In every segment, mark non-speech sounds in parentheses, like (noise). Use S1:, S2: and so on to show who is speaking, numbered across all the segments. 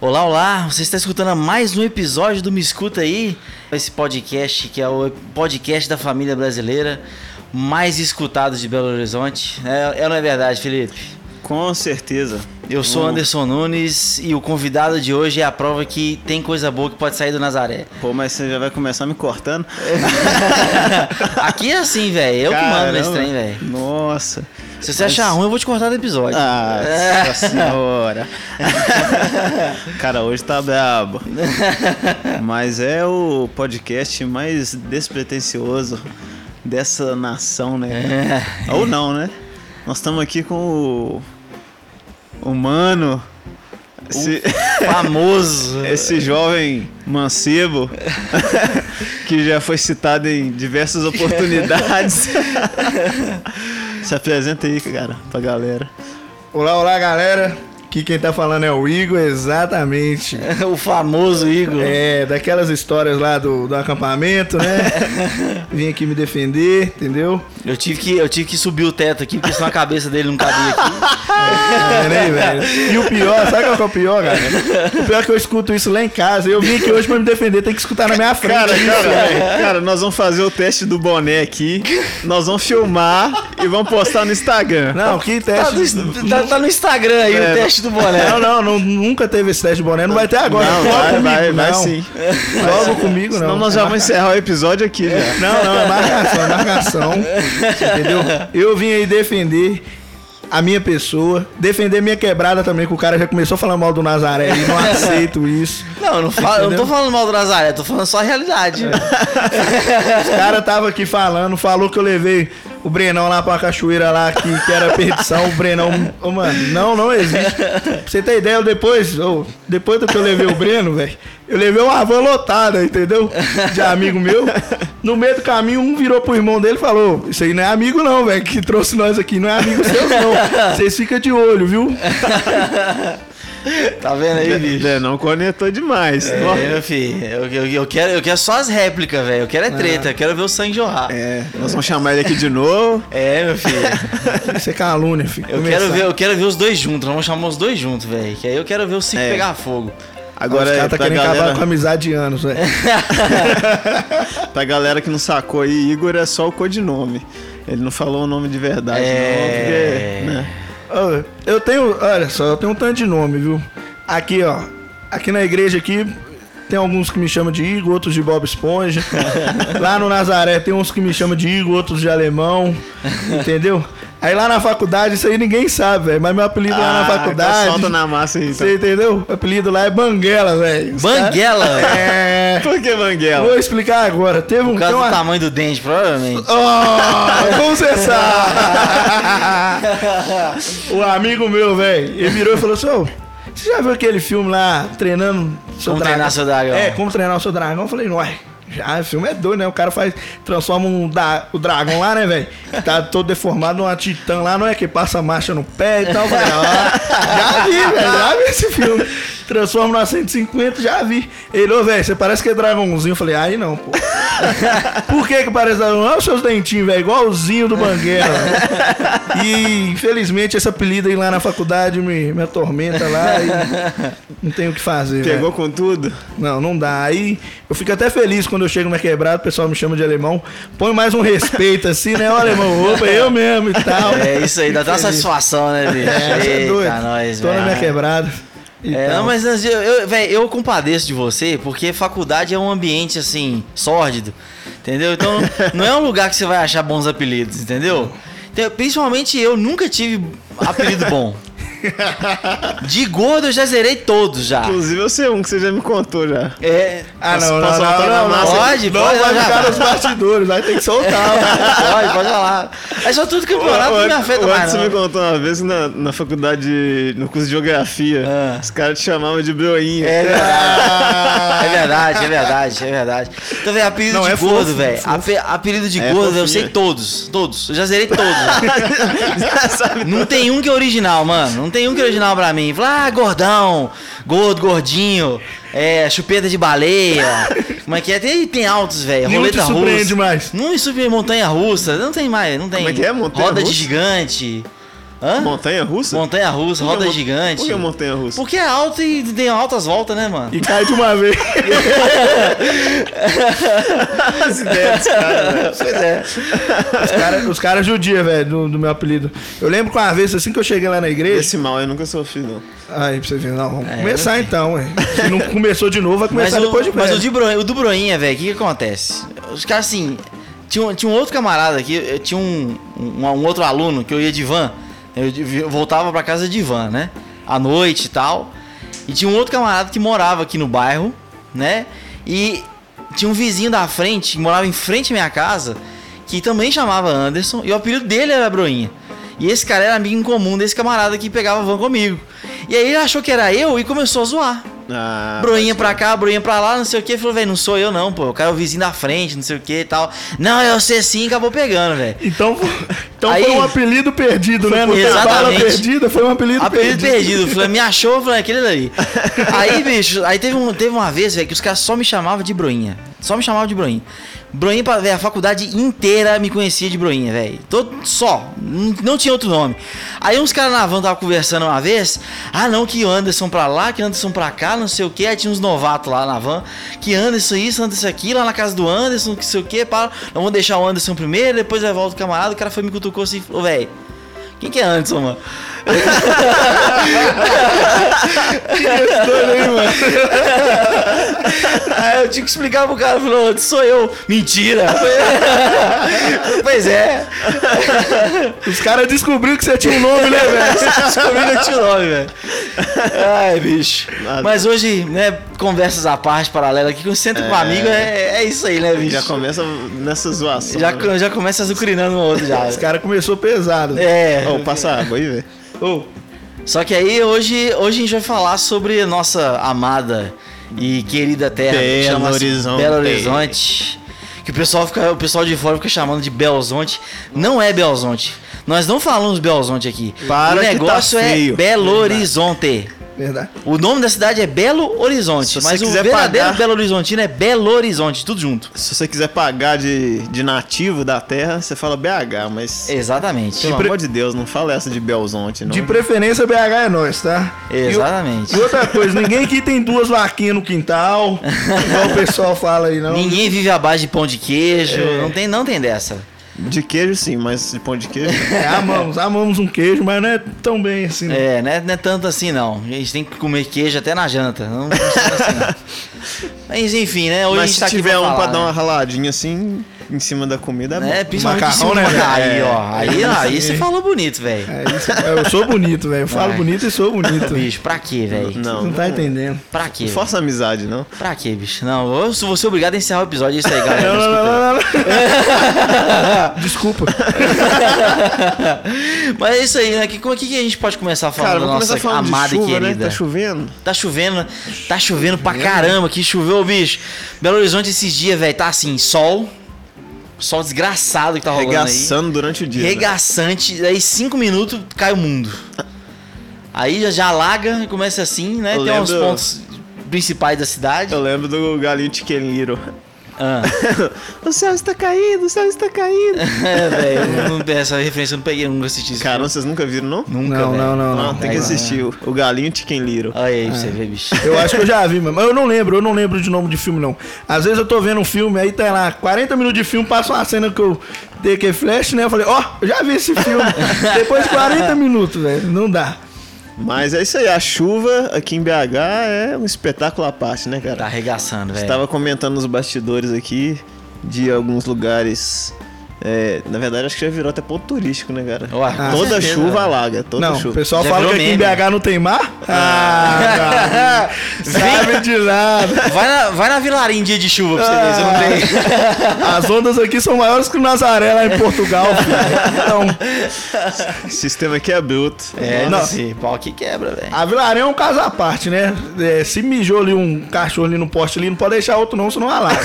S1: Olá, olá! Você está escutando mais um episódio do Me Escuta aí, esse podcast que é o podcast da família brasileira mais escutado de Belo Horizonte. É, é ou não é verdade, Felipe?
S2: Com certeza.
S1: Eu sou
S2: Hum.
S1: Anderson Nunes e o convidado de hoje é a prova que tem coisa boa que pode sair do
S2: (laughs)
S1: Nazaré.
S2: Pô, mas você já vai começar me cortando?
S1: Aqui é assim, velho. Eu que mando nesse
S2: Caramba.
S1: trem, velho.
S2: Nossa.
S1: (laughs) Se você achar ruim, eu vou te cortar do episódio.
S2: Ah, nossa senhora. Cara, hoje
S1: (laughs)
S2: tá brabo. Mas é o podcast mais despretensioso dessa nação, né?
S1: É.
S2: Ou não, né? Nós estamos aqui com o... Humano.
S1: Um
S2: Esse...
S1: (laughs) Famoso.
S2: Esse jovem (laughs) mancebo que já foi citado em diversas oportunidades. (laughs) Se apresenta aí, cara, pra galera.
S3: Olá, olá, galera. Aqui quem tá falando é o Igor, exatamente.
S1: (laughs) o famoso Igor.
S3: É, daquelas histórias lá do, do acampamento,
S2: (laughs)
S3: né? Vim aqui me defender, entendeu?
S1: Eu tive, que, eu tive que subir o teto aqui, porque senão a cabeça dele não cabia aqui.
S3: É, né, velho? E o pior, sabe qual que é o pior, cara? O pior é que eu escuto isso lá em casa. Eu vim aqui hoje pra me defender, tem que escutar na minha frente.
S2: Cara,
S3: isso,
S2: cara,
S3: velho.
S2: cara, nós vamos fazer o teste do boné aqui, nós vamos filmar e vamos postar no Instagram.
S3: Não, que
S1: Tá
S3: teste.
S1: no, tá- tá no Instagram aí
S2: É.
S1: o teste do né? boné.
S3: Não, não, não, nunca teve esse teste de boné, não vai ter agora.
S2: Não,
S3: Cola
S2: vai,
S3: comigo,
S2: vai, vai
S3: não.
S2: sim.
S3: Cola comigo, não.
S2: Senão nós já vamos encerrar o episódio aqui já.
S3: Não, não, é marcação, é marcação. Entendeu? Eu vim aí defender a minha pessoa, defender minha quebrada também, que o cara já começou a falar mal do Nazaré e não aceito isso.
S1: Não, eu não, falo, eu não tô falando mal do Nazaré, eu tô falando só a realidade.
S3: O cara tava aqui falando, falou que eu levei o Brenão lá pra cachoeira lá, que, que era perdição, o Brenão. Ô, mano, não, não existe. Pra você ter ideia, eu depois, ô, depois do que eu levei o Breno, velho, eu levei uma van lotada, entendeu? De amigo meu. No meio do caminho, um virou pro irmão dele e falou: Isso aí não é amigo, não, velho, que trouxe nós aqui, não é amigo seu, não. Vocês ficam de olho, viu?
S1: Tá vendo aí, bicho?
S2: É, não conectou demais. Nossa.
S1: É, meu filho, eu, eu, eu quero, eu quero só as réplicas, velho. Eu quero
S3: Ah.
S1: é treta, eu quero ver o sangue jorrar. É,
S2: É, nós vamos chamar ele aqui de novo.
S1: meu
S3: (laughs)
S1: filho.
S3: Isso é calúnia, filho.
S1: Eu quero, ver, eu quero ver os dois juntos. Nós vamos chamar os dois juntos, velho. Que aí eu quero ver o cinco
S2: É.
S1: pegar fogo.
S3: Agora
S2: Agora
S3: Os
S2: é
S3: caras tá
S2: pra
S3: querendo
S2: galera...
S3: acabar com a amizade de anos, velho.
S2: Pra galera que não sacou aí, Igor é só o codinome. Ele não falou o nome de verdade,
S1: É.
S2: não, porque. Né?
S3: Ô, Eu tenho, olha só, eu tenho um tanto de nome, viu? Aqui, ó. Aqui na igreja aqui tem alguns que me chamam de Igor, outros de Bob
S1: (laughs)
S3: Esponja. lá no Nazaré tem uns que me chamam de Igor, outros de alemão, entendeu? Aí lá na faculdade isso aí ninguém sabe, velho, mas meu apelido lá na
S2: Ah, então
S3: faculdade,
S2: solta na massa aí, então.
S3: você entendeu? O apelido lá é Banguela, velho. Os caras-
S1: Banguela, velho.
S3: É.
S2: Por
S1: (laughs)
S2: que Banguela?
S3: Vou explicar agora. Teve um
S1: Por causa
S3: tem
S1: do
S3: uma-
S1: tamanho do dente, provavelmente.
S3: Oh, como você sabe? o Um amigo meu, velho, ele virou e falou assim: "Ô, você já viu aquele filme lá, treinando seu
S1: Como
S3: dragão?
S1: Treinar Seu Dragão.
S3: É, como treinar o seu dragão? Eu falei, uai. Já, o filme é doido, né? O cara faz. Transforma um da- o dragão lá, né, velho? Que Tá todo deformado numa titã lá, não é? Que passa marcha no pé e tal. Eu Falei, ó, já vi, velho. Já vi esse filme. Transforma numa 150, já vi. Ele, ô, velho, você parece que é dragãozinho. Eu falei, aí não, pô. Por que que parece dragão? Olha os seus dentinhos, velho. Igualzinho do Banguela. velho. e, infelizmente, esse apelido aí lá na faculdade me, me atormenta lá e não tenho o que fazer, velho.
S1: né?
S2: Pegou com tudo?
S3: Não, não dá. Aí eu fico até feliz quando eu chego na quebrada, o pessoal me chama de alemão. Põe mais um respeito assim, né? Ó, alemão, opa, eu mesmo e tal.
S1: É isso aí, dá até uma satisfação, né, bicho?
S3: É, você é doido.
S1: Eita, nós,
S3: Tô na minha
S1: velho.
S3: quebrada. e
S1: É,
S3: tal.
S1: não, mas Nancy, eu, eu, véi, eu compadeço de você, porque faculdade é um ambiente assim, sórdido, entendeu? Então, não é um lugar que você vai achar bons apelidos, entendeu? Então, principalmente eu nunca tive apelido bom. De gordo eu já zerei todos já.
S2: Inclusive eu sei um que você já me contou já.
S1: É.
S3: Ah,
S2: Posso-
S3: não, não,
S2: posso
S3: não,
S2: soltar na
S3: não, não,
S2: massa?
S1: Pode,
S3: não,
S1: pode,
S3: vai
S1: já
S3: ficar
S1: vai.
S3: tá nos bastidores, vai ter que soltar.
S1: (laughs) Pode, pode falar. É só tudo campeonato
S2: O- o-
S1: não me afeta
S2: o
S1: mais. né?
S2: Anderson me
S1: Não.
S2: contou uma vez que na, na faculdade, no curso de geografia,
S1: Ah.
S2: os caras te chamavam de broinha. (laughs)
S1: É verdade. é verdade, é verdade, é verdade. Então, velho, apelido
S3: Não,
S1: de
S3: é fofo,
S1: gordo, velho.
S3: fofo.
S1: Ape- Apelido de
S2: É
S1: gordo, eu
S2: fofinho.
S1: sei todos. Todos. Eu já zerei todos. Não tem um que é original, mano. Não tem um que é original pra mim. Fala, ah, gordão, gordo, gordinho, é, chupeta de baleia. Como é que é? Tem, tem altos, velho.
S3: Nenhum
S1: Roleta
S3: te surpreende
S1: russa.
S3: mais.
S1: Não me surpreende montanha russa. Não tem mais, não tem.
S2: Como é que é? Montanha
S1: Roda de
S2: russa?
S1: gigante. Hã?
S2: Montanha russa?
S1: Montanha russa,
S2: Por que
S1: roda
S2: mon-
S1: gigante.
S2: Por que montanha russa?
S1: Porque é alto e tem altas voltas, né, mano?
S3: E cai de uma (laughs) vez.
S2: As ideias,
S1: (laughs)
S2: cara.
S3: Pois é. Os caras os cara judia, velho, do, do meu apelido. Eu lembro que uma vez, assim que eu cheguei lá na igreja.
S2: Esse mal eu nunca sofri, não.
S3: Aí pra você ver, não, vamos
S1: É,
S3: começar então, ué. Se não começou de novo, vai
S1: Mas,
S3: começar
S1: o,
S3: depois de
S1: mas o,
S3: breve.
S1: de Bro- o do Broinha, velho, o que, que acontece? Os caras, assim, tinha, um- tinha um outro camarada aqui, eu tinha um, um, um outro aluno que eu ia de van, eu de- eu voltava pra casa de van, né? À noite e tal. E tinha um outro camarada que morava aqui no bairro, né? E tinha um vizinho da frente, que morava em frente à minha casa, que também chamava Anderson, e o apelido dele era Broinha. E esse cara era amigo em comum desse camarada que pegava van comigo. E aí ele achou que era eu e começou a zoar.
S2: Ah,
S1: Broinha pra cá, broinha pra lá, não sei o que. Falou, velho, não sou eu não, pô. O cara é o vizinho da frente, não sei o que e tal. Não, eu sei sim, acabou pegando, velho.
S3: Então, então
S1: Aí-
S3: foi um apelido perdido, né? Não foi bala
S1: Exatamente.
S3: perdida, foi um apelido,
S1: Apelido
S3: perdido.
S1: perdido. Falei, me achou, eu falei, aquele ali. Aí, bicho, aí teve, um, teve uma vez, velho, que os caras só me chamavam de broinha. Só me chamavam de broinha. Broinha, pra- velho, a faculdade inteira me conhecia de broinha, velho. Todo- Só. Não, não tinha outro nome. Aí uns caras na van tava conversando uma vez. Ah, não, que Anderson pra lá, que Anderson pra cá, não sei o que. Aí tinha uns novatos lá na van. Que Anderson isso, Anderson aquilo, lá na casa do Anderson, que sei o que. Pá. Nós vamos deixar o Anderson primeiro, depois levar outro camarada. O cara foi me cutucou assim e falou, velho. Quem que é Anderson, mano? Aí eu tinha que explicar pro cara, falou, sou eu. Mentira! pois é,
S3: Os caras descobriram que você tinha um nome, né, velho?
S1: descobriram que eu tinha o nome, velho. Ai, bicho.
S2: Nada.
S1: Mas hoje, né, conversas à parte, paralela aqui, com centro com amigo é, é isso aí, né, bicho?
S2: Já começa nessa zoação.
S1: Já,
S2: né?
S1: co- já começa azucrinando um outro já.
S3: Os caras começou pesado.
S1: É.
S2: Ô, passa água aí, velho.
S3: Ô,
S1: Só que aí hoje, hoje a gente vai falar sobre a nossa amada e querida terra que
S2: Belo
S1: chama-se
S2: Horizonte.
S1: Belo Horizonte. Que o pessoal, fica, o pessoal de fora fica chamando de Belzonte. Não é Belzonte. Nós não falamos Belzonte aqui.
S2: Para
S1: o
S2: que tá
S1: negócio é
S2: feio.
S1: Belo Horizonte.
S3: verdade.
S1: O nome da cidade é Belo Horizonte,
S2: Se
S1: mas
S2: você
S1: o
S2: quiser
S1: verdadeiro
S2: pagar-
S1: Belo Horizontino é Belo Horizonte, tudo junto.
S2: Se você quiser pagar de, de nativo da terra, você fala BH,
S1: É,
S2: mas.
S1: Exatamente.
S2: Pelo
S3: pre-
S2: amor de Deus, não fala essa de Belzonte, não.
S3: De preferência, BH é nós, tá? E o-
S1: Exatamente.
S3: E outra coisa, ninguém aqui tem duas vaquinhas no quintal, igual o pessoal fala aí, não.
S1: Ninguém vive à base de pão de queijo,
S2: É.
S1: não, tem, não tem dessa.
S2: De queijo sim, mas de pão de queijo.
S3: É, amamos, amamos um queijo, mas não é tão bem assim, né?
S1: É, não é, não é tanto assim não. A gente tem que comer queijo até na janta. Não, não é assim, não.
S2: (laughs)
S1: Mas enfim, né? Hoje a
S2: mas
S1: gente
S2: se
S1: tá aqui
S2: tiver um
S1: falar,
S2: pra dar uma
S1: né?
S2: raladinha assim, em cima da comida, é
S1: Né?
S2: bom.
S1: Principalmente
S3: macarrão,
S1: macarrão, né?
S3: né, velho?
S1: Aí,
S3: É.
S1: ó. Aí, aí
S2: (laughs)
S1: você falou bonito, velho.
S3: É isso, eu sou bonito, velho. Eu falo
S1: Vai.
S3: bonito e sou bonito. Bicho,
S1: Bicho, pra quê, velho?
S2: É. Não,
S3: não tá entendendo.
S1: Pra quê?
S2: Não
S1: velho?
S2: força a amizade, não.
S1: Pra quê, bicho? Não, eu sou- vou ser obrigado a encerrar o episódio. É isso
S2: (laughs)
S1: aí, galera.
S3: Não,
S1: Escuta
S3: não,
S1: aí.
S3: não, não, não. Desculpa.
S1: (laughs) Mas é isso aí, né? Que, como é que a gente pode começar falando
S2: Cara,
S1: da
S2: vamos
S1: nossa
S2: começar falando
S1: amada
S2: de
S1: e
S2: chuva, né?
S1: querida?
S2: Tá chovendo.
S1: Tá chovendo, tá chovendo pra caramba que choveu, bicho. Belo Horizonte esses dias, velho, tá assim, sol. Sol desgraçado que tá rolando aí.
S2: Regaçando durante o dia. né?
S1: Regaçante, aí cinco minutos cai o mundo. Aí já, já alaga, começa assim, né?
S2: Eu
S1: Tem uns
S2: lembro-
S1: pontos principais da cidade.
S2: Eu lembro do galinho Chicken Little. (laughs)
S1: Ah,
S2: o céu está caindo, o céu está caindo.
S1: é, velho, eu não- essa referência eu não peguei, eu nunca assisti isso.
S2: Cara, vocês nunca viram, não? Ah,
S1: nunca,
S3: Não,
S1: velho.
S3: não, não, não.
S2: tem que
S1: Vai lá.
S2: assistir o- o galinho Chicken Little.
S1: Olha aí pra
S2: Ah.
S1: você ver, bicho.
S3: Eu acho que eu já vi, mas eu não lembro, eu não lembro de nome de filme, não. Às vezes eu tô vendo um filme, aí tá lá, 40 minutos de filme, passa uma cena que eu dei que flash, né? Eu falei, ó, eu já vi esse
S2: (laughs)
S3: filme. Depois de 40 minutos, velho, não dá.
S2: Mas é isso aí, a chuva aqui em BH é um espetáculo à parte, né,
S1: Tá
S2: cara?
S1: arregaçando, velho.
S2: Estava comentando nos bastidores aqui de alguns lugares. é, na verdade, acho que já virou até ponto turístico, né, cara?
S1: Ué, com
S2: toda
S1: certeza,
S2: chuva
S1: né?
S2: alaga, toda
S3: não, o
S2: chuva.
S3: pessoal
S1: Já
S3: fala que
S1: virou
S3: aqui em
S1: meme. né?
S3: BH não tem mar? Ah, não. Sabe de nada.
S1: Vai na, vai na Vilarim dia de chuva pra você ver, você não tem.
S2: Ah.
S3: As ondas aqui são maiores que o Nazaré lá
S1: (laughs)
S3: em Portugal, filho. Então,
S2: O sistema aqui é bruto.
S1: É,
S3: Não.
S1: não. esse pau que quebra, velho.
S3: a Vilarinha é um caso à parte, né? É, se mijou ali um cachorro
S1: (laughs)
S3: ali no poste ali, não pode deixar outro não, senão alaga.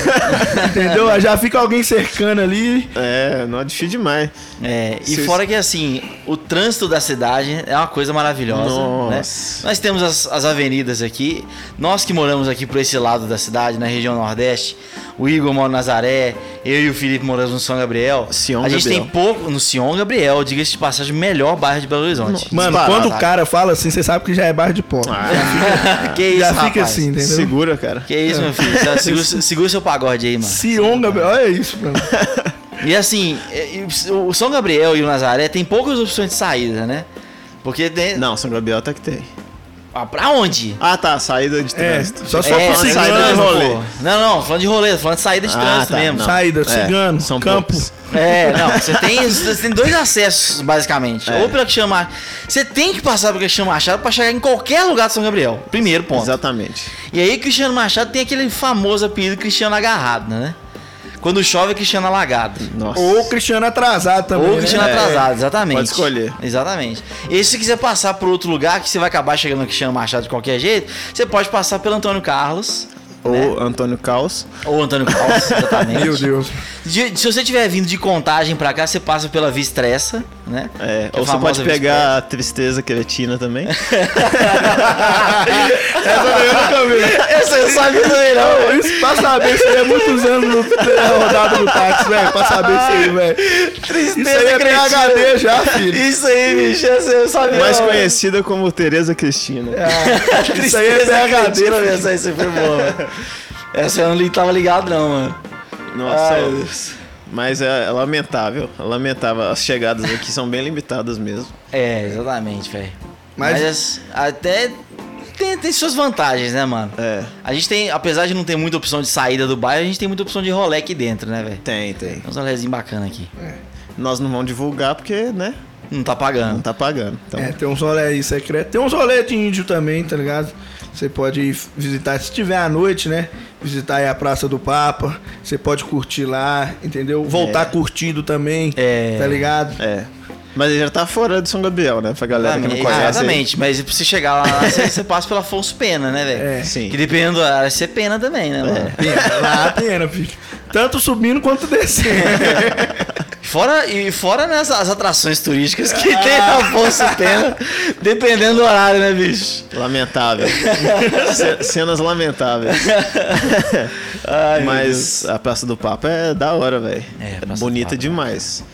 S3: Entendeu? Aí Já fica alguém cercando ali.
S2: É, É, não é difícil demais.
S1: É, e
S2: Se-
S1: fora que assim, o trânsito da cidade é uma coisa maravilhosa. né?
S2: Nossa.
S1: Nós temos as, as avenidas aqui. Nós que moramos aqui por esse lado da cidade, na região Nordeste, o Igor mora em Nazaré, eu e o Felipe moramos no São Gabriel.
S2: Sion
S1: a gente
S2: Gabriel.
S1: tem pouco. No Sion Gabriel, diga-se de passagem, o melhor bairro de Belo Horizonte.
S2: Não.
S3: Mano,
S2: Disparado,
S3: quando
S1: tá?
S3: o cara fala assim, você sabe que já é bairro de pobre.
S1: (laughs)
S2: Ah,
S1: que isso,
S3: já
S1: rapaz.
S3: fica assim,
S2: né?
S3: entendeu?
S2: segura, cara.
S1: Que isso, meu filho. Tá, Segura, segura seu pagode aí, mano.
S3: Sion, Gabriel, olha isso, mano.
S1: E assim, é, e o São Gabriel e o Nazaré tem poucas opções de saída, né? Porque tem.
S2: Não, São Gabriel até que tem.
S1: Ah, pra onde?
S2: Ah, tá, saída de trânsito.
S3: só se for
S2: É,
S3: pra
S2: falando de
S3: cigano,
S2: saída de
S1: trânsito,
S2: rolê.
S1: pô. Não, não, falando de rolê, falando de saída de
S2: Ah,
S1: É, trânsito
S2: tá,
S1: mesmo.
S2: não.
S3: Saída,
S2: É,
S3: cigano,
S2: são
S3: campo.
S2: poucos.
S1: É, não, você tem, você tem dois acessos, basicamente.
S2: É.
S1: Ou pela que chama. Você tem que passar pela Cristiano Machado pra chegar em qualquer lugar de São Gabriel. Primeiro ponto.
S2: Exatamente.
S1: E aí, Cristiano Machado tem aquele famoso apelido Cristiano Agarrado, né? Quando chove, é Cristiano Alagado.
S2: Nossa.
S3: Ou
S1: né?
S3: o Cristiano atrasado também.
S1: Ou
S3: né?
S1: Cristiano
S2: É,
S1: Atrasado, exatamente.
S2: pode escolher.
S1: Exatamente. E se quiser passar por outro lugar, que você vai acabar chegando no Cristiano Machado de qualquer jeito, você pode passar pelo Antônio Carlos.
S2: Ou Antônio Caos.
S1: Ou Antônio
S2: (laughs)
S1: Carlos, exatamente.
S3: né? Meu Deus.
S1: De- se você tiver vindo de contagem pra cá, você passa pela Via Estressa, né?
S2: É,
S1: Que
S2: ou você
S1: famosa
S2: pode
S1: Via
S2: pegar a tristeza cretina (laughs) também.
S3: Essa daí eu nunca vi.
S1: Estressa. Essa eu sabia também, não.
S3: Não, isso pra saber se ele é muitos anos no, na rodada do táxi, velho. Pra saber se ele, velho. Isso aí é
S1: cretina.
S3: PHD já, filho.
S1: Isso aí, bicho, essa eu sabia.
S2: Mais
S1: não.
S2: conhecida como Tereza Cristina.
S3: É, Isso aí é
S1: Tristeza
S3: PHD,
S1: cretina,
S3: velho.
S1: Essa aí você foi boa, velho. Essa eu não li- tava ligado, não, mano.
S2: Nossa,
S1: Ai,
S2: eu-
S1: Deus.
S2: mas é, é lamentável, é lamentável. As chegadas aqui são bem limitadas mesmo.
S1: É, exatamente, velho. Mas,
S3: Mas-
S1: as- até tem, tem suas vantagens, né, mano?
S2: É,
S1: A gente tem, apesar de não ter muita opção de saída do bairro, a gente tem muita opção de rolê aqui dentro, né, velho?
S2: tem, tem.
S1: Tem uns rolezinhos bacanas aqui.
S2: Nós não vamos divulgar porque, né,
S1: Não tá
S2: não
S1: pagando.
S2: tá pagando. Então,
S3: É, tem uns rolê aí secreto. Tem uns rolê de índio também, tá ligado? Você pode ir visitar, se tiver à noite, né? Visitar aí a Praça do Papa. Você pode curtir lá, entendeu? Voltar curtido também,
S1: É.
S3: tá ligado?
S2: é. Mas ele já tá fora de São Gabriel, né? Pra galera que não
S1: Exatamente,
S2: conhece. aí.
S1: Ah, é, exatamente, mas pra você chegar lá, você, você passa pela Afonso Pena, né, velho?
S3: É.
S2: Sim.
S1: Que dependendo da área, você é pena também, né, mano?
S3: Pena, lá pena, filho. Tanto subindo quanto descendo.
S1: (laughs) Fora, e fora né, as- as atrações turísticas que (laughs) tem na Afonso (laughs) Pena, dependendo do horário, né, bicho? (laughs)
S2: Lamentável. Ce- Cenas lamentáveis. Mas a Praça do Papa é da hora, velho.
S1: É, a
S2: É,
S1: Praça do
S2: bonita
S1: Papa.
S2: demais.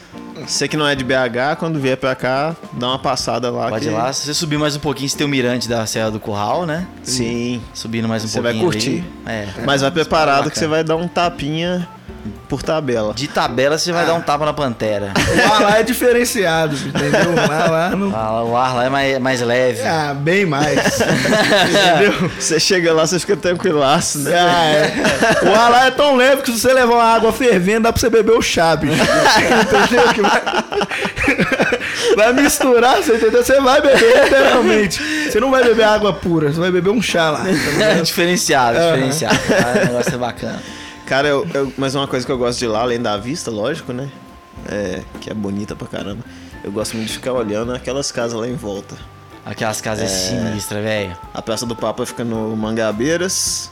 S2: Você que não é de BH, quando vier pra cá, dá uma passada lá.
S1: Pode
S2: que-
S1: ir lá, se você subir mais um pouquinho, você tem o mirante da Serra do Curral, né?
S2: Sim.
S1: Subindo mais um
S2: Você vai
S1: pouquinho.
S2: curtir.
S1: ali. É.
S2: Mas vai preparado que
S1: bacana.
S2: você vai dar um tapinha por tabela.
S1: De tabela, você vai dar um tapa na
S2: (laughs)
S1: pantera.
S3: Lá, lá é diferenciado, filho, entendeu? Lá, lá não.
S1: Ah, o ar lá é mais, mais leve. (laughs)
S3: Ah, bem mais.
S2: Você chega lá, você fica tranquilaço,
S1: é.
S2: né?
S3: Ah, é. O ar lá é tão leve que se você levar uma água fervendo, dá pra você beber o chá, bicho. Entendeu? Que vai... (laughs) vai misturar, você entendeu? Você vai beber, literalmente. Você não vai beber água pura, você vai beber um chá lá.
S1: É diferenciado,
S3: Aham.
S2: (laughs)
S1: diferenciado. Ah, o negócio é bacana.
S2: Cara, eu, eu- mas uma coisa que eu gosto de lá, além da vista, lógico, né? É, que é bonita pra caramba. Eu gosto muito de ficar olhando aquelas casas lá em volta.
S1: Aquelas
S2: É.
S1: casas sinistras, velho.
S2: A Praça do Papa fica no Mangabeiras,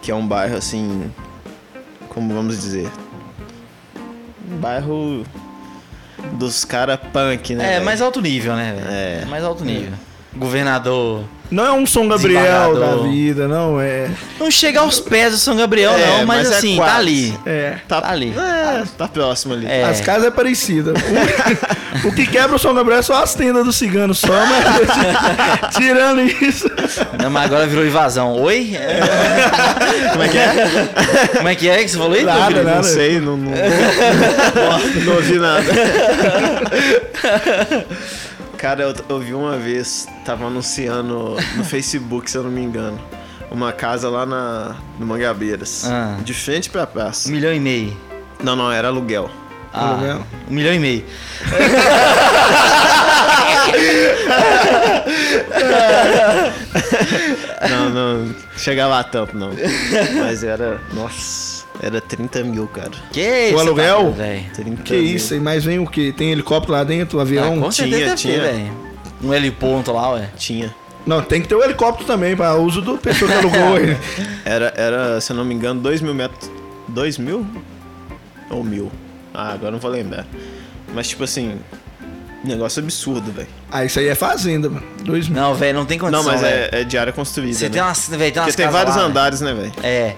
S2: que é um bairro assim. Como vamos dizer? Um bairro dos cara punk, né?
S1: É,
S2: velho?
S1: mais alto nível, né, velho?
S2: É.
S1: Mais alto nível. Governador.
S3: Não é um São Gabriel da
S1: Desembargador.
S3: vida, não é.
S1: Não chega aos pés do São Gabriel,
S2: É,
S1: não, mas,
S2: mas é
S1: assim, tá
S2: quase.
S1: ali.
S3: É.
S1: tá
S2: (laughs)
S1: ali.
S2: É, tá próximo ali.
S1: É.
S3: As casas é parecida. O, o que quebra o São Gabriel é só as tendas do cigano só, mas (laughs) tirando isso.
S1: Não, mas agora virou invasão. Oi?
S2: É. Como é que é?
S1: Como é que é que você falou aí?
S3: Nada,
S1: meu filho?
S3: nada.
S2: Não sei, não,
S3: (laughs)
S2: não, não, não ouvi nada. Cara, eu, eu vi uma vez, tava anunciando no Facebook, se eu não me engano, uma casa lá na, no Mangabeiras,
S1: Ah.
S2: de frente pra
S1: Um
S2: praça.
S1: milhão e meio.
S2: Não, não, era aluguel.
S1: Ah,
S3: Aluguel.
S1: um milhão e meio.
S2: Não, não chegava a tanto, não. Mas era, nossa, era 30 mil, cara.
S1: Que isso?
S3: O aluguel?
S1: doido, velho?
S2: 30
S3: Que isso, hein? mas vem o quê? Tem helicóptero lá dentro, o avião?
S1: Ah, com certeza
S2: tinha,
S1: deve ter,
S2: um tinha.
S1: velho. Um heliponto lá, ué.
S2: Tinha.
S3: Não, tem que ter o helicóptero também, para uso do pessoa
S1: (laughs)
S3: que alugou ele.
S2: Era, era, se eu não me engano, 2 mil metros. 2 mil? Ou mil? Ah, agora não vou lembrar. Mas, tipo assim, negócio absurdo, velho.
S3: Ah, isso aí é fazenda, mano. Dois mil.
S1: Não, velho, não tem
S2: Não,
S1: condição.
S2: mas
S1: velho.
S2: é, é de área construída.
S1: Você
S2: né?
S1: tem umas, velho, tem umas
S2: Porque tem
S1: casas
S2: vários
S1: lá, né?
S2: andares, né, velho?
S1: É.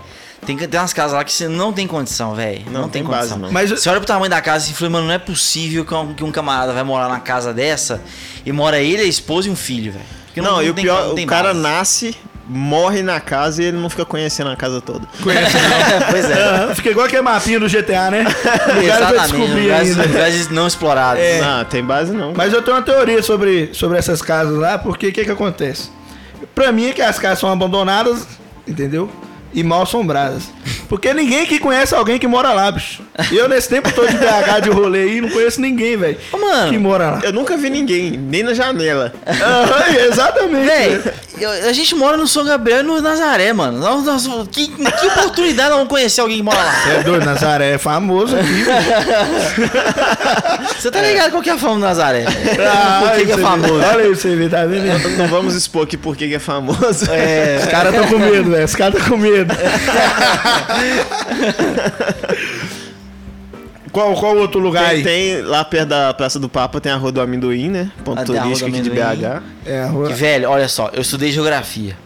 S1: Tem, que- tem umas casas lá que você não tem condição, velho. Não,
S2: Não,
S1: tem,
S2: tem
S1: condição.
S2: base, não.
S3: Mas eu-
S1: você olha pro tamanho da casa e fala, mano, não é possível que um, que um camarada vai morar na casa dessa e mora ele, a esposa e um filho, velho. Porque
S2: Não, e o
S1: tem-
S2: pior,
S1: não
S2: o
S1: tem
S2: cara
S1: base.
S2: nasce, morre na casa e ele não fica conhecendo a casa toda.
S1: (laughs) pois é.
S3: Aham, Fica igual aquele mapinha do GTA,
S1: (laughs)
S3: né? Lugar pra
S1: Exatamente.
S3: descobrir
S1: Lugares,
S3: ainda.
S1: lugares não explorados. né?
S3: É.
S2: Ah, tem base não.
S3: Mas eu tenho uma teoria sobre, sobre essas casas lá, porque o que que acontece? Pra mim é que as casas são abandonadas, entendeu? E mal assombradas. Porque ninguém aqui conhece alguém que mora lá, bicho. Eu nesse tempo todo de BH de rolê aí, não conheço ninguém, velho.
S1: Ô, mano.
S3: Que mora lá.
S2: Eu nunca vi ninguém, nem na janela.
S1: É.
S3: Aham, exatamente.
S1: Véi, eu- a gente mora no São Gabriel e no Nazaré, mano. Nós, nós- que, que oportunidade nós vamos conhecer alguém que mora lá?
S3: Você é doido, Nazaré é famoso aqui, (laughs) velho.
S1: Você tá ligado qual que é a fama do Nazaré? Por que,
S3: aí
S1: que é
S3: Ah, você vê.
S1: famoso?
S3: Olha aí pra você ver, tá vendo?
S2: não vamos expor aqui por que que é famoso.
S1: É.
S3: Os caras estão com medo, velho. Os caras estão
S1: (laughs)
S3: com medo. qual, qual outro
S2: (laughs)
S3: lugar
S2: Tem,
S3: aí?
S2: tem lá perto da Praça do Papa tem a Rua do Amendoim, né? Ponto
S1: Ah, tem a Rua do
S2: turístico aqui de
S1: Amendoim.
S2: BH.
S3: É, a rua.
S1: (laughs) Que, velho, olha só, eu estudei geografia.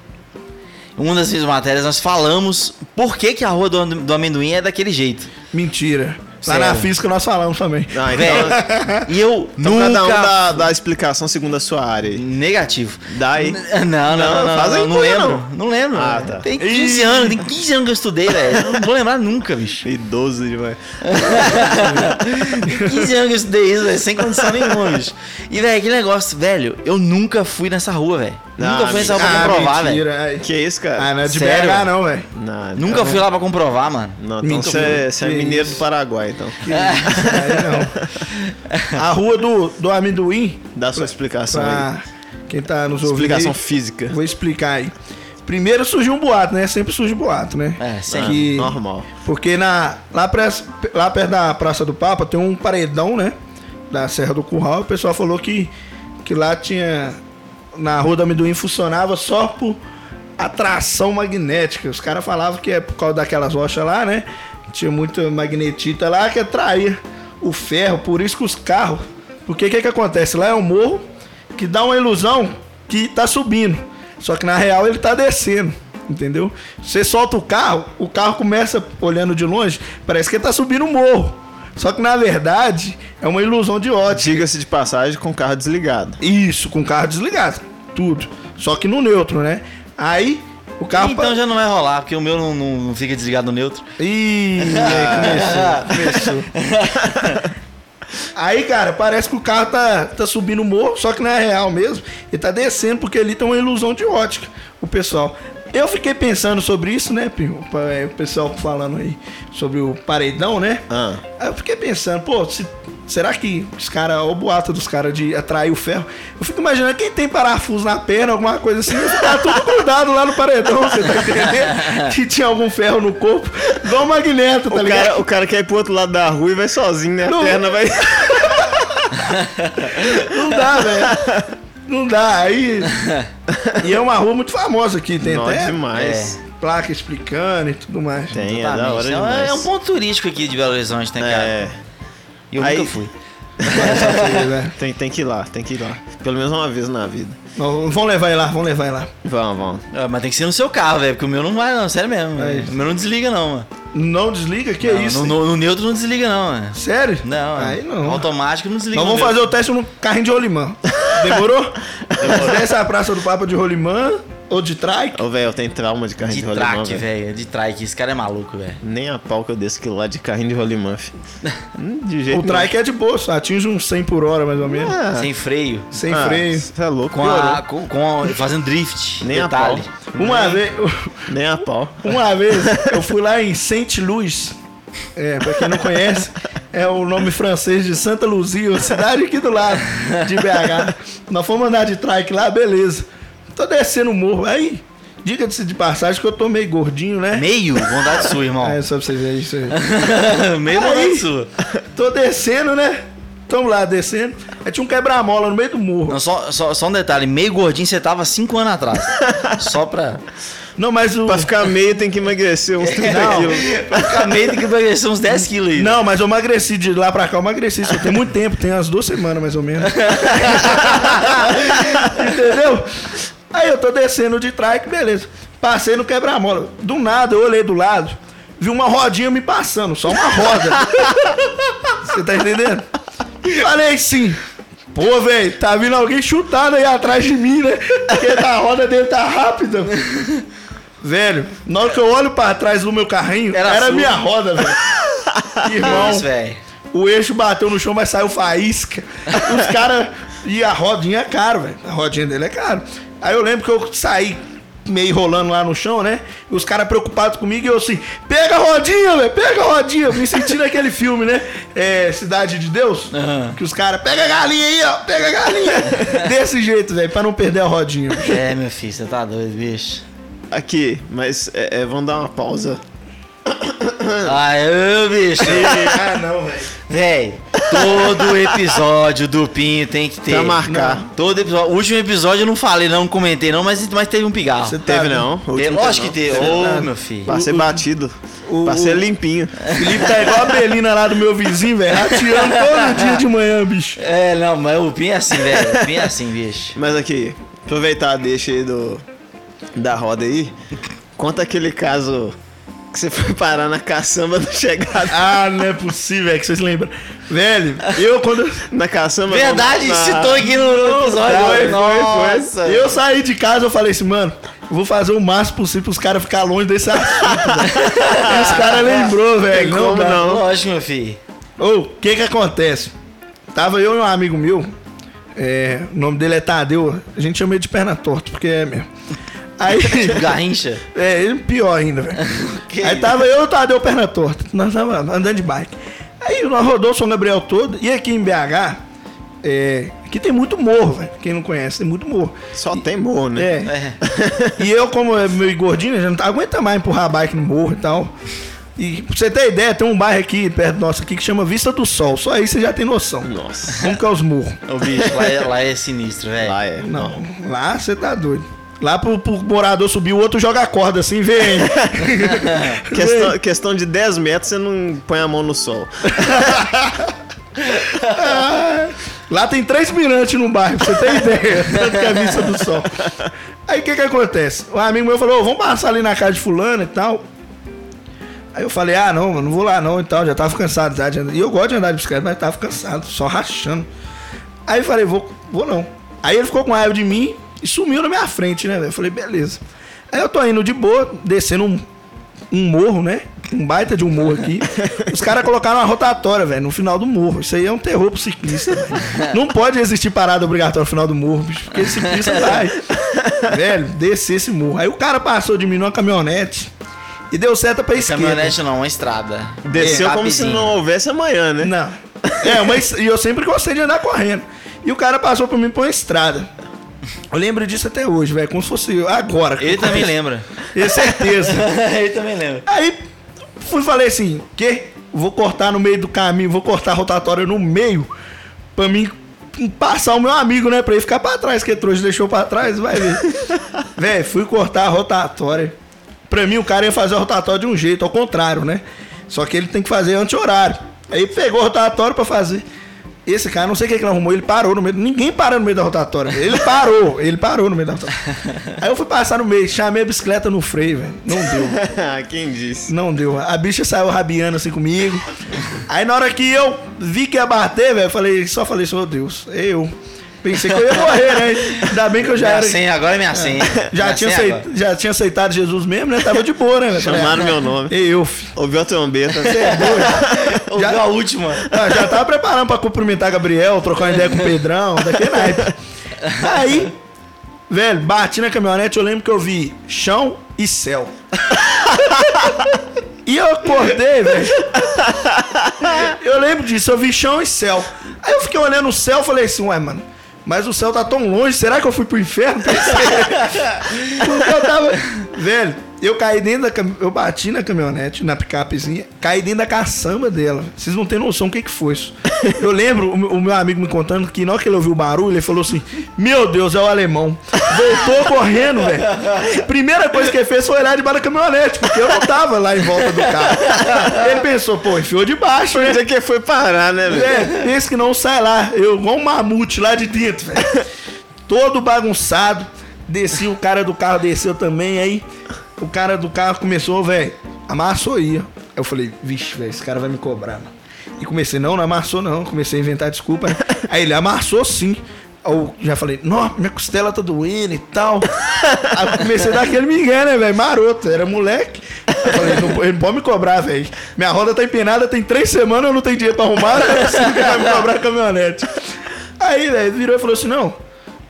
S1: Uma das minhas matérias nós falamos por que, que a rua do, do amendoim é daquele jeito.
S3: Mentira. Lá
S1: Sério.
S3: na física nós falamos também.
S2: Ah,
S1: Velho,
S2: então,
S1: e eu
S2: então
S1: nunca.
S2: cada um dá, dá a explicação segundo a sua área. aí.
S1: Negativo.
S2: Dá aí.
S1: N- Não, não, não,
S2: Não,
S1: não,
S2: faz
S1: não,
S2: aí,
S1: não
S2: põe,
S1: lembro. Não,
S2: não.
S1: lembro.
S2: Ah,
S1: velho.
S2: tá.
S1: Tem 15 anos, tem 15 anos que eu estudei, velho. Eu Não vou lembrar nunca, bicho.
S2: Idoso demais.
S1: 15 anos que eu estudei isso, velho, sem condição nenhuma, bicho. E, velho, aquele negócio, velho, eu nunca fui nessa rua, velho.
S2: Ah,
S1: Nunca fui nessa rua pra
S3: Ah,
S1: comprovar, velho.
S3: mentira. Ai.
S2: Que isso, cara?
S3: Ah, não é de
S1: Sério?
S3: BH não, velho.
S2: Não, então,
S1: Nunca fui lá pra comprovar, mano.
S2: Não, então
S3: Nunca
S2: você é,
S3: fui.
S2: você é
S3: Que
S2: mineiro
S3: isso.
S2: do Paraguai, então.
S3: Aí não. A rua do, do amendoim,
S2: Dá a sua explicação aí.
S3: pra quem tá nos ouvindo
S2: Explicação
S3: aí,
S2: física.
S3: vou explicar aí. Primeiro surgiu um boato, né? Sempre surge boato, né?
S1: É,
S2: Ah,
S1: sempre.
S3: Que-
S2: Normal.
S3: Porque na, lá, pra, lá perto da Praça do Papa tem um paredão, né? Da Serra do Curral. O pessoal falou que, que lá tinha. Na Rua do Amendoim funcionava só por atração magnética. Os caras falavam que é por causa daquelas rochas lá, né? Tinha muito magnetita lá que atraía o ferro. Por isso que os carros. Porque o que, que acontece? Lá é um morro que dá uma ilusão que tá subindo. Só que na real ele tá descendo, entendeu? Você solta o carro, o carro começa olhando de longe, parece que ele tá subindo um morro. Só que na verdade é uma ilusão de ótica.
S2: Diga-se de passagem com o carro desligado.
S3: Isso, com o carro desligado, tudo. Só que no neutro, né? Aí o carro.
S1: (laughs) Então já não vai rolar, porque o meu não, não- não fica desligado no neutro.
S3: (laughs) Ih, aí começou, começou. Aí, cara, parece que o carro tá, tá subindo o morro, só que não é real mesmo. Ele tá descendo, porque ali tem uma ilusão de ótica, o pessoal. Eu fiquei pensando sobre isso, né, Pinho? Pa- é, O pessoal falando aí sobre o paredão, né?
S2: Ah.
S3: Aí eu fiquei pensando, pô, se- será que os caras, o boato dos caras de atrair o ferro? Eu fico imaginando quem tem parafuso na perna, alguma coisa assim, ia ficar tudo grudado lá no paredão, você tá entendendo? Que tinha algum ferro no corpo, igual o magneto, tá
S2: O
S3: ligado?
S2: cara, o cara quer ir pro outro lado da rua e vai sozinho, né? A
S3: Não.
S2: perna vai.
S3: Não dá, velho. Não dá, aí. E é uma rua muito famosa aqui, tem
S2: Nossa,
S3: até
S2: demais.
S3: placa explicando e tudo mais.
S2: Tem, é da hora
S1: Exatamente. Então,
S2: demais.
S1: é um ponto turístico aqui de Belo Horizonte, né, cara?
S2: É,
S1: E eu
S2: Aí-
S1: nunca fui.
S3: Então, Não,
S2: tem, tem que ir lá, tem que ir lá. Pelo menos uma vez na vida.
S3: Vão levar ele lá, vão levar ele lá.
S2: Vamos, vamos.
S1: Ah, mas tem que ser no seu carro, velho, porque o meu não vai, não, sério mesmo.
S2: É.
S1: velho. O meu não desliga, não, mano.
S3: Não desliga, que
S1: Não,
S3: é isso?
S1: No, no- no neutro não desliga, não, mano.
S3: Sério?
S1: Não, é um
S3: Aí não.
S1: automático não desliga.
S3: Nós
S1: no
S3: vamos fazer o teste no carrinho de rolimã. Demorou? Desce a praça do Papa de rolimã ou de trike.
S2: Ô, velho, eu tenho trauma de carrinho
S1: De
S2: de, rolimã,
S1: track,
S2: velho.
S1: velho. De track. Esse cara é maluco, velho.
S2: Nem a pau que eu desço que lá de carrinho de rolimã, filho. Hum,
S3: (laughs)
S2: De jeito
S3: O trike é de boa, só atinge uns 100 por hora mais ou menos.
S2: Ah,
S1: Sem freio.
S3: Sem
S2: ah,
S3: freio.
S2: Você é louco,
S1: Com
S2: piorou.
S1: a, com, com a- fazendo drift.
S2: Nem a
S1: detalhe.
S2: pau.
S3: Uma vez,
S2: Nem a pau.
S3: (laughs) uma vez eu fui lá em Saint Louis. É, pra quem não conhece, é o nome francês de Santa Luzia, uma cidade aqui do lado de BH. Nós fomos andar de trike lá, beleza. Tô descendo o morro. Aí, diga-se de passagem que eu tô meio gordinho, né?
S1: Meio, vontade sua, irmão.
S3: É, só pra vocês verem isso aí.
S1: (laughs) Meio vontade sua.
S3: (laughs) Tô descendo, né? Tamo lá descendo. Aí tinha um quebra-mola no meio do morro.
S1: Não, só, só, só um detalhe, meio gordinho você tava 5 anos atrás. só pra.
S3: Não, mas o. É,
S2: Pra ficar meio tem que emagrecer
S3: (laughs)
S2: uns 30
S3: Não.
S2: quilos.
S1: Pra ficar meio tem que emagrecer uns 10 quilos aí.
S3: Não, mas eu emagreci de lá pra cá, eu emagreci. Só tem muito tempo, tem umas duas semanas mais
S1: (laughs)
S3: ou menos. Entendeu? Aí eu tô descendo de trike, beleza. Passei no quebra-mola. Do nada, eu olhei do lado, vi uma rodinha me passando, só uma
S1: (laughs)
S3: roda. Você tá entendendo? Falei sim. Pô, velho, tá vindo alguém chutado aí atrás de mim, né? Porque a roda dele
S1: (laughs)
S3: tá rápida. Velho, na hora que eu olho pra trás do meu carrinho,
S1: Era
S3: era,
S1: sua.
S3: minha roda, velho. (laughs) Irmão,
S1: Isso, velho.
S3: o eixo bateu no chão, mas saiu faísca. Os caras. E a rodinha é caro, velho. A rodinha dele é caro. Aí eu lembro que eu saí meio rolando lá no chão, né? E os caras preocupados comigo e eu assim: pega a rodinha, velho, pega a rodinha. Me senti naquele filme, né? É, Cidade de Deus.
S1: Aham.
S3: Que os caras, pega a galinha aí, ó, pega a galinha. Desse jeito, velho, pra não perder a rodinha.
S1: É, meu filho, você tá doido, bicho.
S2: Aqui, mas é, é, vamos dar uma pausa.
S1: Ah, eu, bicho.
S3: (laughs) ah, não, velho.
S1: Véi, todo episódio do Pinho tem que ter.
S2: Pra marcar.
S1: Não. Todo episódio. O último episódio eu não falei, não comentei, não, mas, mas teve um pigarro.
S3: Você tá-
S2: Teve não? o
S1: Teve- É
S2: último
S1: lógico que
S2: não.
S1: teve. Ô, meu filho.
S2: Passei batido.
S3: o-
S2: Passei
S3: (laughs)
S2: limpinho.
S3: Felipe tá igual a Belina lá do meu vizinho, velho, atirando todo dia de manhã, bicho.
S1: É, não, mas o Pinho é assim, velho. O Pinho é assim, bicho.
S2: Mas aqui, aproveitar a deixa aí do, da roda aí. Conta aquele caso que você foi parar na caçamba do chegado.
S3: Ah, não é possível, é que vocês lembram. Velho, eu quando.
S2: Na caçamba.
S1: (laughs)
S2: não,
S1: Verdade,
S2: na-
S1: citou aqui no episódio.
S2: Foi, foi, foi.
S1: Nossa.
S3: Eu saí de casa, eu falei assim, mano, vou fazer o máximo possível pros caras ficarem longe desse assunto. velho. Os caras lembrou, velho.
S2: Tem como
S3: dá.
S2: não.
S1: é? Lógico, meu filho.
S3: Ô, o que que acontece? Tava eu e um amigo meu, é, o nome dele é Tadeu, a gente chama ele de perna torta, porque é mesmo.
S2: (laughs)
S3: Aí.
S1: Tipo Garrincha.
S3: É, ele é pior ainda, velho.
S1: Que
S3: Aí
S1: isso?
S3: tava eu e (laughs) o Tadeu perna torta. Nós tava andando de bike. Aí nós rodou São Gabriel todo. E aqui em BH, é, aqui tem muito morro, velho. Quem não conhece, tem muito morro.
S2: Só tem morro, né?
S3: É.
S1: É.
S3: E eu, como é meio gordinho, já não tá- aguenta mais empurrar a bike no morro e tal. E pra você ter ideia, tem um bairro aqui, perto do nosso aqui, que chama Vista do Sol. Só aí você já tem noção.
S2: Nossa.
S3: Como que é os morros?
S1: O bicho lá é, lá é sinistro, velho.
S2: Lá é.
S3: Não, lá você tá doido. Lá pro, pro morador subir, o outro joga a corda assim, (laughs) vem.
S2: Questão, questão de 10 metros, você não põe a mão no sol.
S3: É, Lá tem três mirantes no bairro, pra você ter ideia. (laughs) Tanto que é a vista do sol. Aí o que que acontece? Um amigo meu falou, "Ô, vamos passar ali na casa de fulano e tal. Aí eu falei, ah, não, eu não vou lá não e tal. Já tava cansado já de andar. E eu gosto de andar de bicicleta, mas tava cansado, só rachando. Aí eu falei, vou, vou não. Aí ele ficou com raiva de mim e sumiu na minha frente, né, velho? Eu falei, beleza. Aí eu tô indo de boa, descendo um, um morro, né? Um baita de um morro aqui. Os caras colocaram uma rotatória, velho, no final do morro. Isso aí é um terror pro ciclista. velho. Não pode existir parada obrigatória no final do morro, bicho, porque esse ciclista vai. Velho, descer esse morro. Aí o cara passou de mim numa caminhonete e deu seta pra esquerda.
S1: Caminhonete não, uma estrada.
S2: Desceu
S1: É,
S2: como se
S1: rapidinho.
S2: não houvesse amanhã, né?
S3: Não. (laughs) É, mas e eu sempre gostei de andar correndo. E o cara passou por mim por uma estrada. Eu lembro disso até hoje, velho, como se fosse agora.
S1: Ele também lembra.
S3: Tenho certeza.
S1: (laughs) Ele também lembra.
S3: Aí fui falei assim, quê? Vou cortar no meio do caminho, vou cortar a rotatória no meio pra mim passar o meu amigo, né? Pra ele ficar pra trás, que trouxe deixou pra trás, vai ver. Véi, fui cortar a rotatória. Pra mim o cara ia fazer a rotatória de um jeito, ao contrário, né? Só que ele tem que fazer anti-horário. Aí pegou a rotatória pra fazer. Esse cara, não sei o que que ele arrumou, ele parou no meio. Ninguém parou no meio da rotatória. Ele parou, ele parou no meio da rotatória. Aí eu fui passar no meio, chamei a bicicleta no freio, velho. Não deu.
S2: Ah, (laughs) Quem disse?
S3: Não deu. A bicha saiu rabiando assim comigo. Aí na hora que eu vi que ia bater, velho, eu falei, só falei, meu Deus, eu. Pensei que eu ia morrer, né? Ainda bem que eu já
S1: Minha
S3: era.
S1: senha, agora é minha
S2: (laughs)
S1: senha.
S3: Já
S1: Minha
S3: tinha,
S1: senha
S3: acei-
S1: agora.
S3: já tinha aceitado Jesus mesmo, né? Tava de boa, né? velho? Falei,
S2: Chamaram meu nome.
S3: "Ei, Eu, filho.
S2: Ouviu a
S1: (laughs)
S2: trombeta.
S1: Ouviu
S3: é Já-
S1: a última.
S3: Ah, já tava preparando pra cumprimentar Gabriel, trocar uma ideia com o Pedrão, daquele naipe. Aí, velho, bati na caminhonete, eu lembro que eu vi chão e céu. E eu acordei, velho. Eu lembro disso, eu vi chão e céu. Aí eu fiquei olhando o céu e falei assim, ué, mano, mas o céu tá tão longe, será que eu fui pro inferno? Pensei. Porque eu tava. (laughs) Velho, Eu caí dentro da. cam- Eu bati na caminhonete, na picapezinha, caí dentro da caçamba dela. Vocês não têm noção o que, que foi isso. Eu lembro o meu- o meu amigo me contando que na hora que ele ouviu o barulho, ele falou assim: Meu Deus, é o alemão. Voltou correndo, velho. Primeira coisa que ele fez foi olhar debaixo da caminhonete, porque eu não tava lá em volta do carro. Ele pensou, pô, enfiou debaixo, né?
S2: Onde é que foi parar, né, velho?
S3: É, pensa que não sai lá. Eu igual um mamute lá de dentro, velho. Todo bagunçado. Desci, o cara do carro desceu também. Aí o cara do carro começou, velho, amassou ia. Eu falei, vixe, velho, esse cara vai me cobrar, mano. E comecei, não, não amassou não. Comecei a inventar desculpa. né? Aí ele amassou sim. Aí Eu já falei, nossa, minha costela tá doendo e tal. Aí eu comecei a dar aquele migué, né, velho? Maroto, era moleque. Eu falei, não, ele não pode me cobrar, velho. Minha roda tá empenada, tem três semanas, eu não tenho dinheiro pra arrumar, não é possível que ele vai me cobrar a caminhonete. Aí, velho, virou e falou assim, não,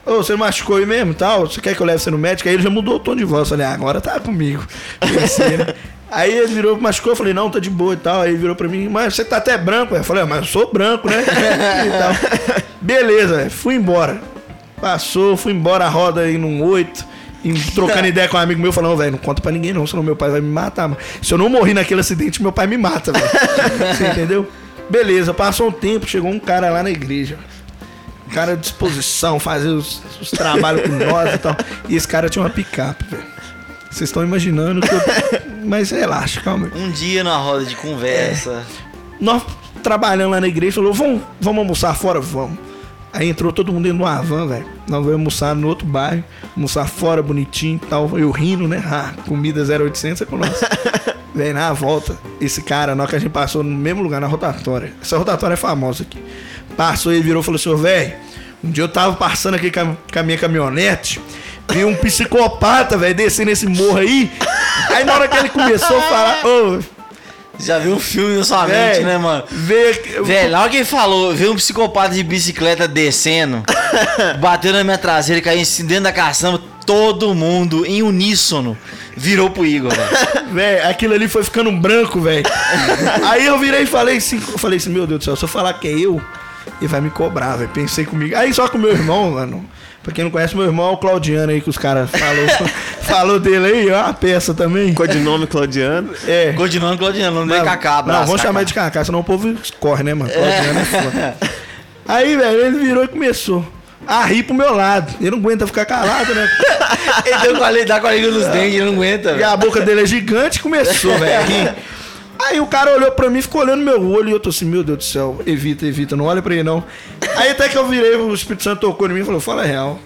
S3: ô, você machucou aí mesmo e tal, você quer que eu leve você no médico? Aí ele já mudou o tom de voz, eu falei, ah, agora tá comigo. Pensei, né? Aí ele virou, machucou, eu falei, não, tá de boa e tal. Aí ele virou pra mim, mas você tá até branco. Eu falei, ah, mas eu sou branco, né? (laughs) E tal. Beleza, velho, fui embora. Passou, fui embora, a roda aí num 8. em- trocando ideia com um amigo meu, falando, velho, não conta pra ninguém não, senão meu pai vai me matar. Mano. Se eu não morri naquele acidente, meu pai me mata, velho. Você entendeu? Beleza, passou um tempo, chegou um cara lá na igreja. Um cara de disposição, fazer os, os trabalhos com nós e tal. E esse cara tinha uma picape, velho. Vocês estão imaginando que eu... Mas relaxa, calma aí
S1: Um dia na roda de conversa.
S3: nós trabalhando lá na igreja, falou, vamos, vamos almoçar fora? Vamos. Aí entrou todo mundo dentro de uma van, velho. Nós vamos almoçar no outro bairro, almoçar fora, bonitinho e tal. Eu rindo, né? Ah, comida 0800 é com nós.
S1: (laughs)
S3: Vem na volta, esse cara, na hora que a gente passou no mesmo lugar, na rotatória. Essa rotatória é famosa aqui. Passou e virou e falou assim, "Ô, velho, um dia eu tava passando aqui com a, com a minha caminhonete, vi um psicopata, velho, descendo esse morro aí. Aí na hora que ele começou a falar, ô,
S1: Já viu um filme na sua
S3: velho,
S1: mente, né, mano?
S3: Vê,
S1: Velho, lá alguém falou, viu um psicopata de bicicleta (laughs) descendo, bateu na minha traseira, caiu em cima dentro da caçamba, todo mundo em uníssono virou pro Igor, (laughs) velho.
S3: Véi, aquilo ali foi ficando
S1: (laughs)
S3: branco, velho. aí eu virei e falei assim, eu falei assim, meu Deus do céu, se eu falar que é eu, ele vai me cobrar, velho. Pensei comigo. Aí só com meu irmão, mano. Pra quem não conhece, meu irmão é o Claudiano aí que os caras falou,
S1: (laughs)
S3: falou dele aí, ó, a peça também.
S2: Codinome Claudiano.
S3: É.
S1: Continuando, Claudiano, não dei Cacá, abraço,
S3: Não, vamos
S1: Cacá.
S3: chamar de Cacá, senão o povo corre, né, mano? Claudiano é foda. Aí, velho, ele virou e começou a rir pro meu lado. Ele não aguenta ficar calado,
S1: (laughs)
S3: né?
S1: Ele deu com a lei- dá com a língua nos dentes, ele não aguenta,
S3: E
S1: velho.
S3: a boca dele é gigante e começou, velho. a rir. Aí o cara olhou pra mim, ficou olhando meu olho e eu tô assim, meu Deus do céu, evita, evita, não olha pra ele não. Aí até que eu virei, o Espírito Santo tocou em mim e falou, fala a real.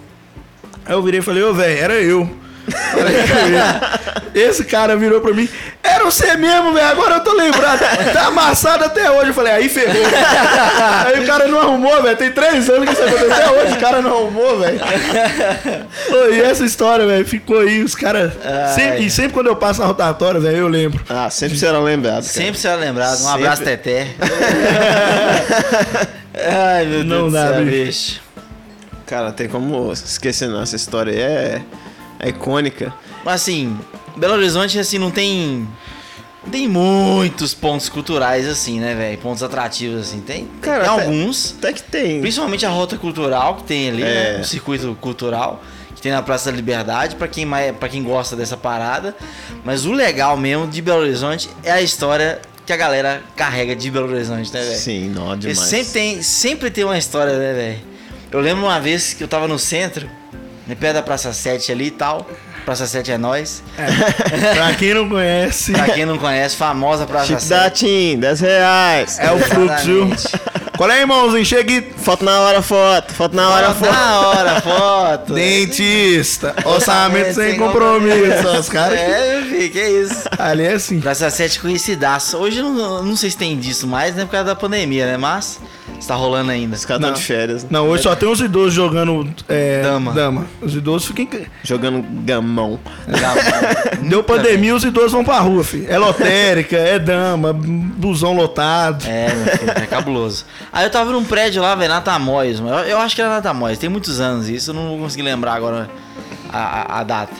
S3: Aí eu virei e falei, ô velho, era eu. Falei, "Era eu." Esse cara virou pra mim, era você mesmo, velho, agora eu tô lembrado. Tá amassado até hoje. Eu falei, aí ferrou. Aí o cara não arrumou, velho. Tem três anos que isso aconteceu. Até hoje o cara não arrumou, velho. Pô, E essa história, velho, ficou aí, os caras. Sempre- E sempre quando eu passo na rotatória, velho, eu lembro.
S2: Ah, sempre será lembrado. cara.
S1: Sempre será lembrado. Um
S2: Sempre.
S1: abraço, Teté. (laughs) Ai, meu Deus
S3: Não
S1: do
S3: dá,
S1: céu,
S3: bicho.
S1: bicho.
S2: Cara, tem como esquecer não. Essa história aí é, é icônica.
S1: Mas assim, Belo Horizonte, assim, não tem. não Tem muitos pontos culturais, assim, né, velho? Pontos atrativos, assim. Tem,
S2: Cara,
S1: tem
S2: até-
S1: alguns.
S2: Até que tem.
S1: Principalmente a rota cultural que tem ali,
S2: É.
S1: né? O circuito cultural que tem na Praça da Liberdade, pra quem mais, para quem gosta dessa parada. Mas o legal mesmo de Belo Horizonte é a história que a galera carrega de Belo Horizonte,
S2: É,
S1: né, velho?
S2: Sim, não,
S1: Porque
S2: demais.
S1: sempre tem, sempre tem uma história, né, velho? Eu lembro uma vez que eu tava no centro, no pé da Praça 7 ali e tal. Praça 7 é nós.
S3: pra quem não
S1: (laughs)
S3: conhece,
S1: Pra quem não conhece, famosa Praça
S2: Chip
S1: 7.
S2: da Tim, 10 reais.
S3: é o fluxo.
S1: Exatamente.
S3: Qual é, irmãozinho? Chega e.
S2: Foto na hora, foto. Foto na hora, foto.
S1: Na
S2: (laughs)
S1: hora, foto.
S3: Dentista, orçamento
S1: É,
S3: sem compromisso. Os caras.
S1: É, meu filho, que isso.
S3: Ali é assim.
S1: Praça 7 conhecidaço. Hoje eu não, eu não sei se tem disso mais, né? Por causa da pandemia, né? Mas está rolando ainda.
S2: Os caras estão
S3: Não.
S2: de férias. né?
S3: Não, hoje só tem os idosos jogando é,
S1: Dama.
S3: dama. Os idosos ficam. em ca-
S2: Jogando gamão.
S3: Deu pandemia, os idosos vão pra rua, filho. É lotérica, é dama, busão lotado.
S1: É, meu filho, é cabuloso. Aí eu tava num prédio lá, velho, na Tamoios, mano. Eu, eu acho que era na Tamoios, tem muitos anos isso, eu não vou conseguir lembrar agora a, a- a data.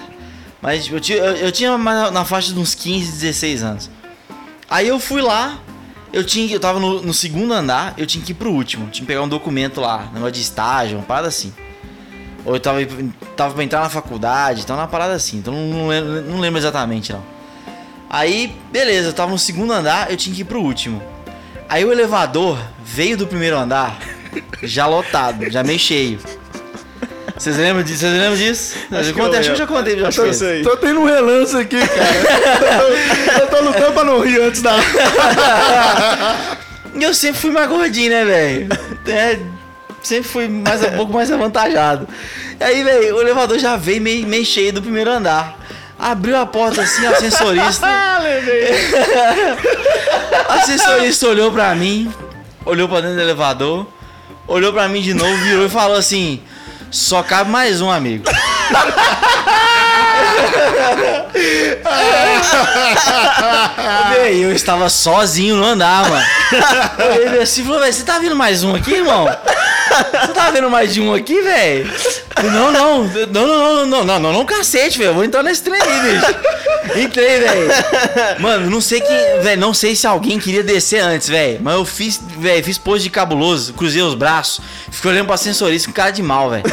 S1: Mas tipo, eu, ti- eu- eu tinha mais na faixa de uns 15, 16 anos. Aí eu fui lá, eu tinha que- eu tava no, no segundo andar, eu tinha que ir pro último, tinha que pegar um documento lá, negócio de estágio, uma parada assim. Ou eu tava, tava pra entrar na faculdade, tava na parada assim, então não, não lembro, não lembro exatamente não. Aí, beleza, eu tava no segundo andar, eu tinha que ir pro último. Aí o elevador veio do primeiro andar, já lotado, já meio cheio. Vocês lembram disso? Vocês lembram disso?
S2: Acho
S1: eu
S2: que
S1: contei, acho
S2: eu
S1: que eu
S2: lembro.
S1: já contei. Já
S2: Acho que é eu sei.
S3: Tô tendo um relance aqui, cara. eu, tô, eu tô lutando pra não rir antes da.
S1: E eu sempre fui mais gordinho, né, velho? É, sempre fui mais, um pouco mais avantajado. E aí, velho, o elevador já veio meio, meio cheio do primeiro andar. Abriu a porta assim, a sensorista. (laughs)
S2: Ah, lembrei.
S1: A sensorista olhou pra mim, olhou pra dentro do elevador, olhou pra mim de novo, virou e falou assim: só cabe mais um, amigo.
S3: Ah.
S1: Véi, eu estava sozinho no andar,
S3: (laughs)
S1: mano. Ele assim falou, velho, você tá vendo mais um aqui, irmão? Você tá vendo mais de um aqui, velho? Não, não, não, não, não, não, não, não, não, cacete, velho. Eu Vou entrar nesse trem aí, bicho. Entrei, velho. Mano, não sei quem, velho, não sei se alguém queria descer antes, velho. Mas eu fiz, velho, fiz pose de cabuloso, cruzei os braços, fiquei olhando pra sensorista com cara de mal, velho.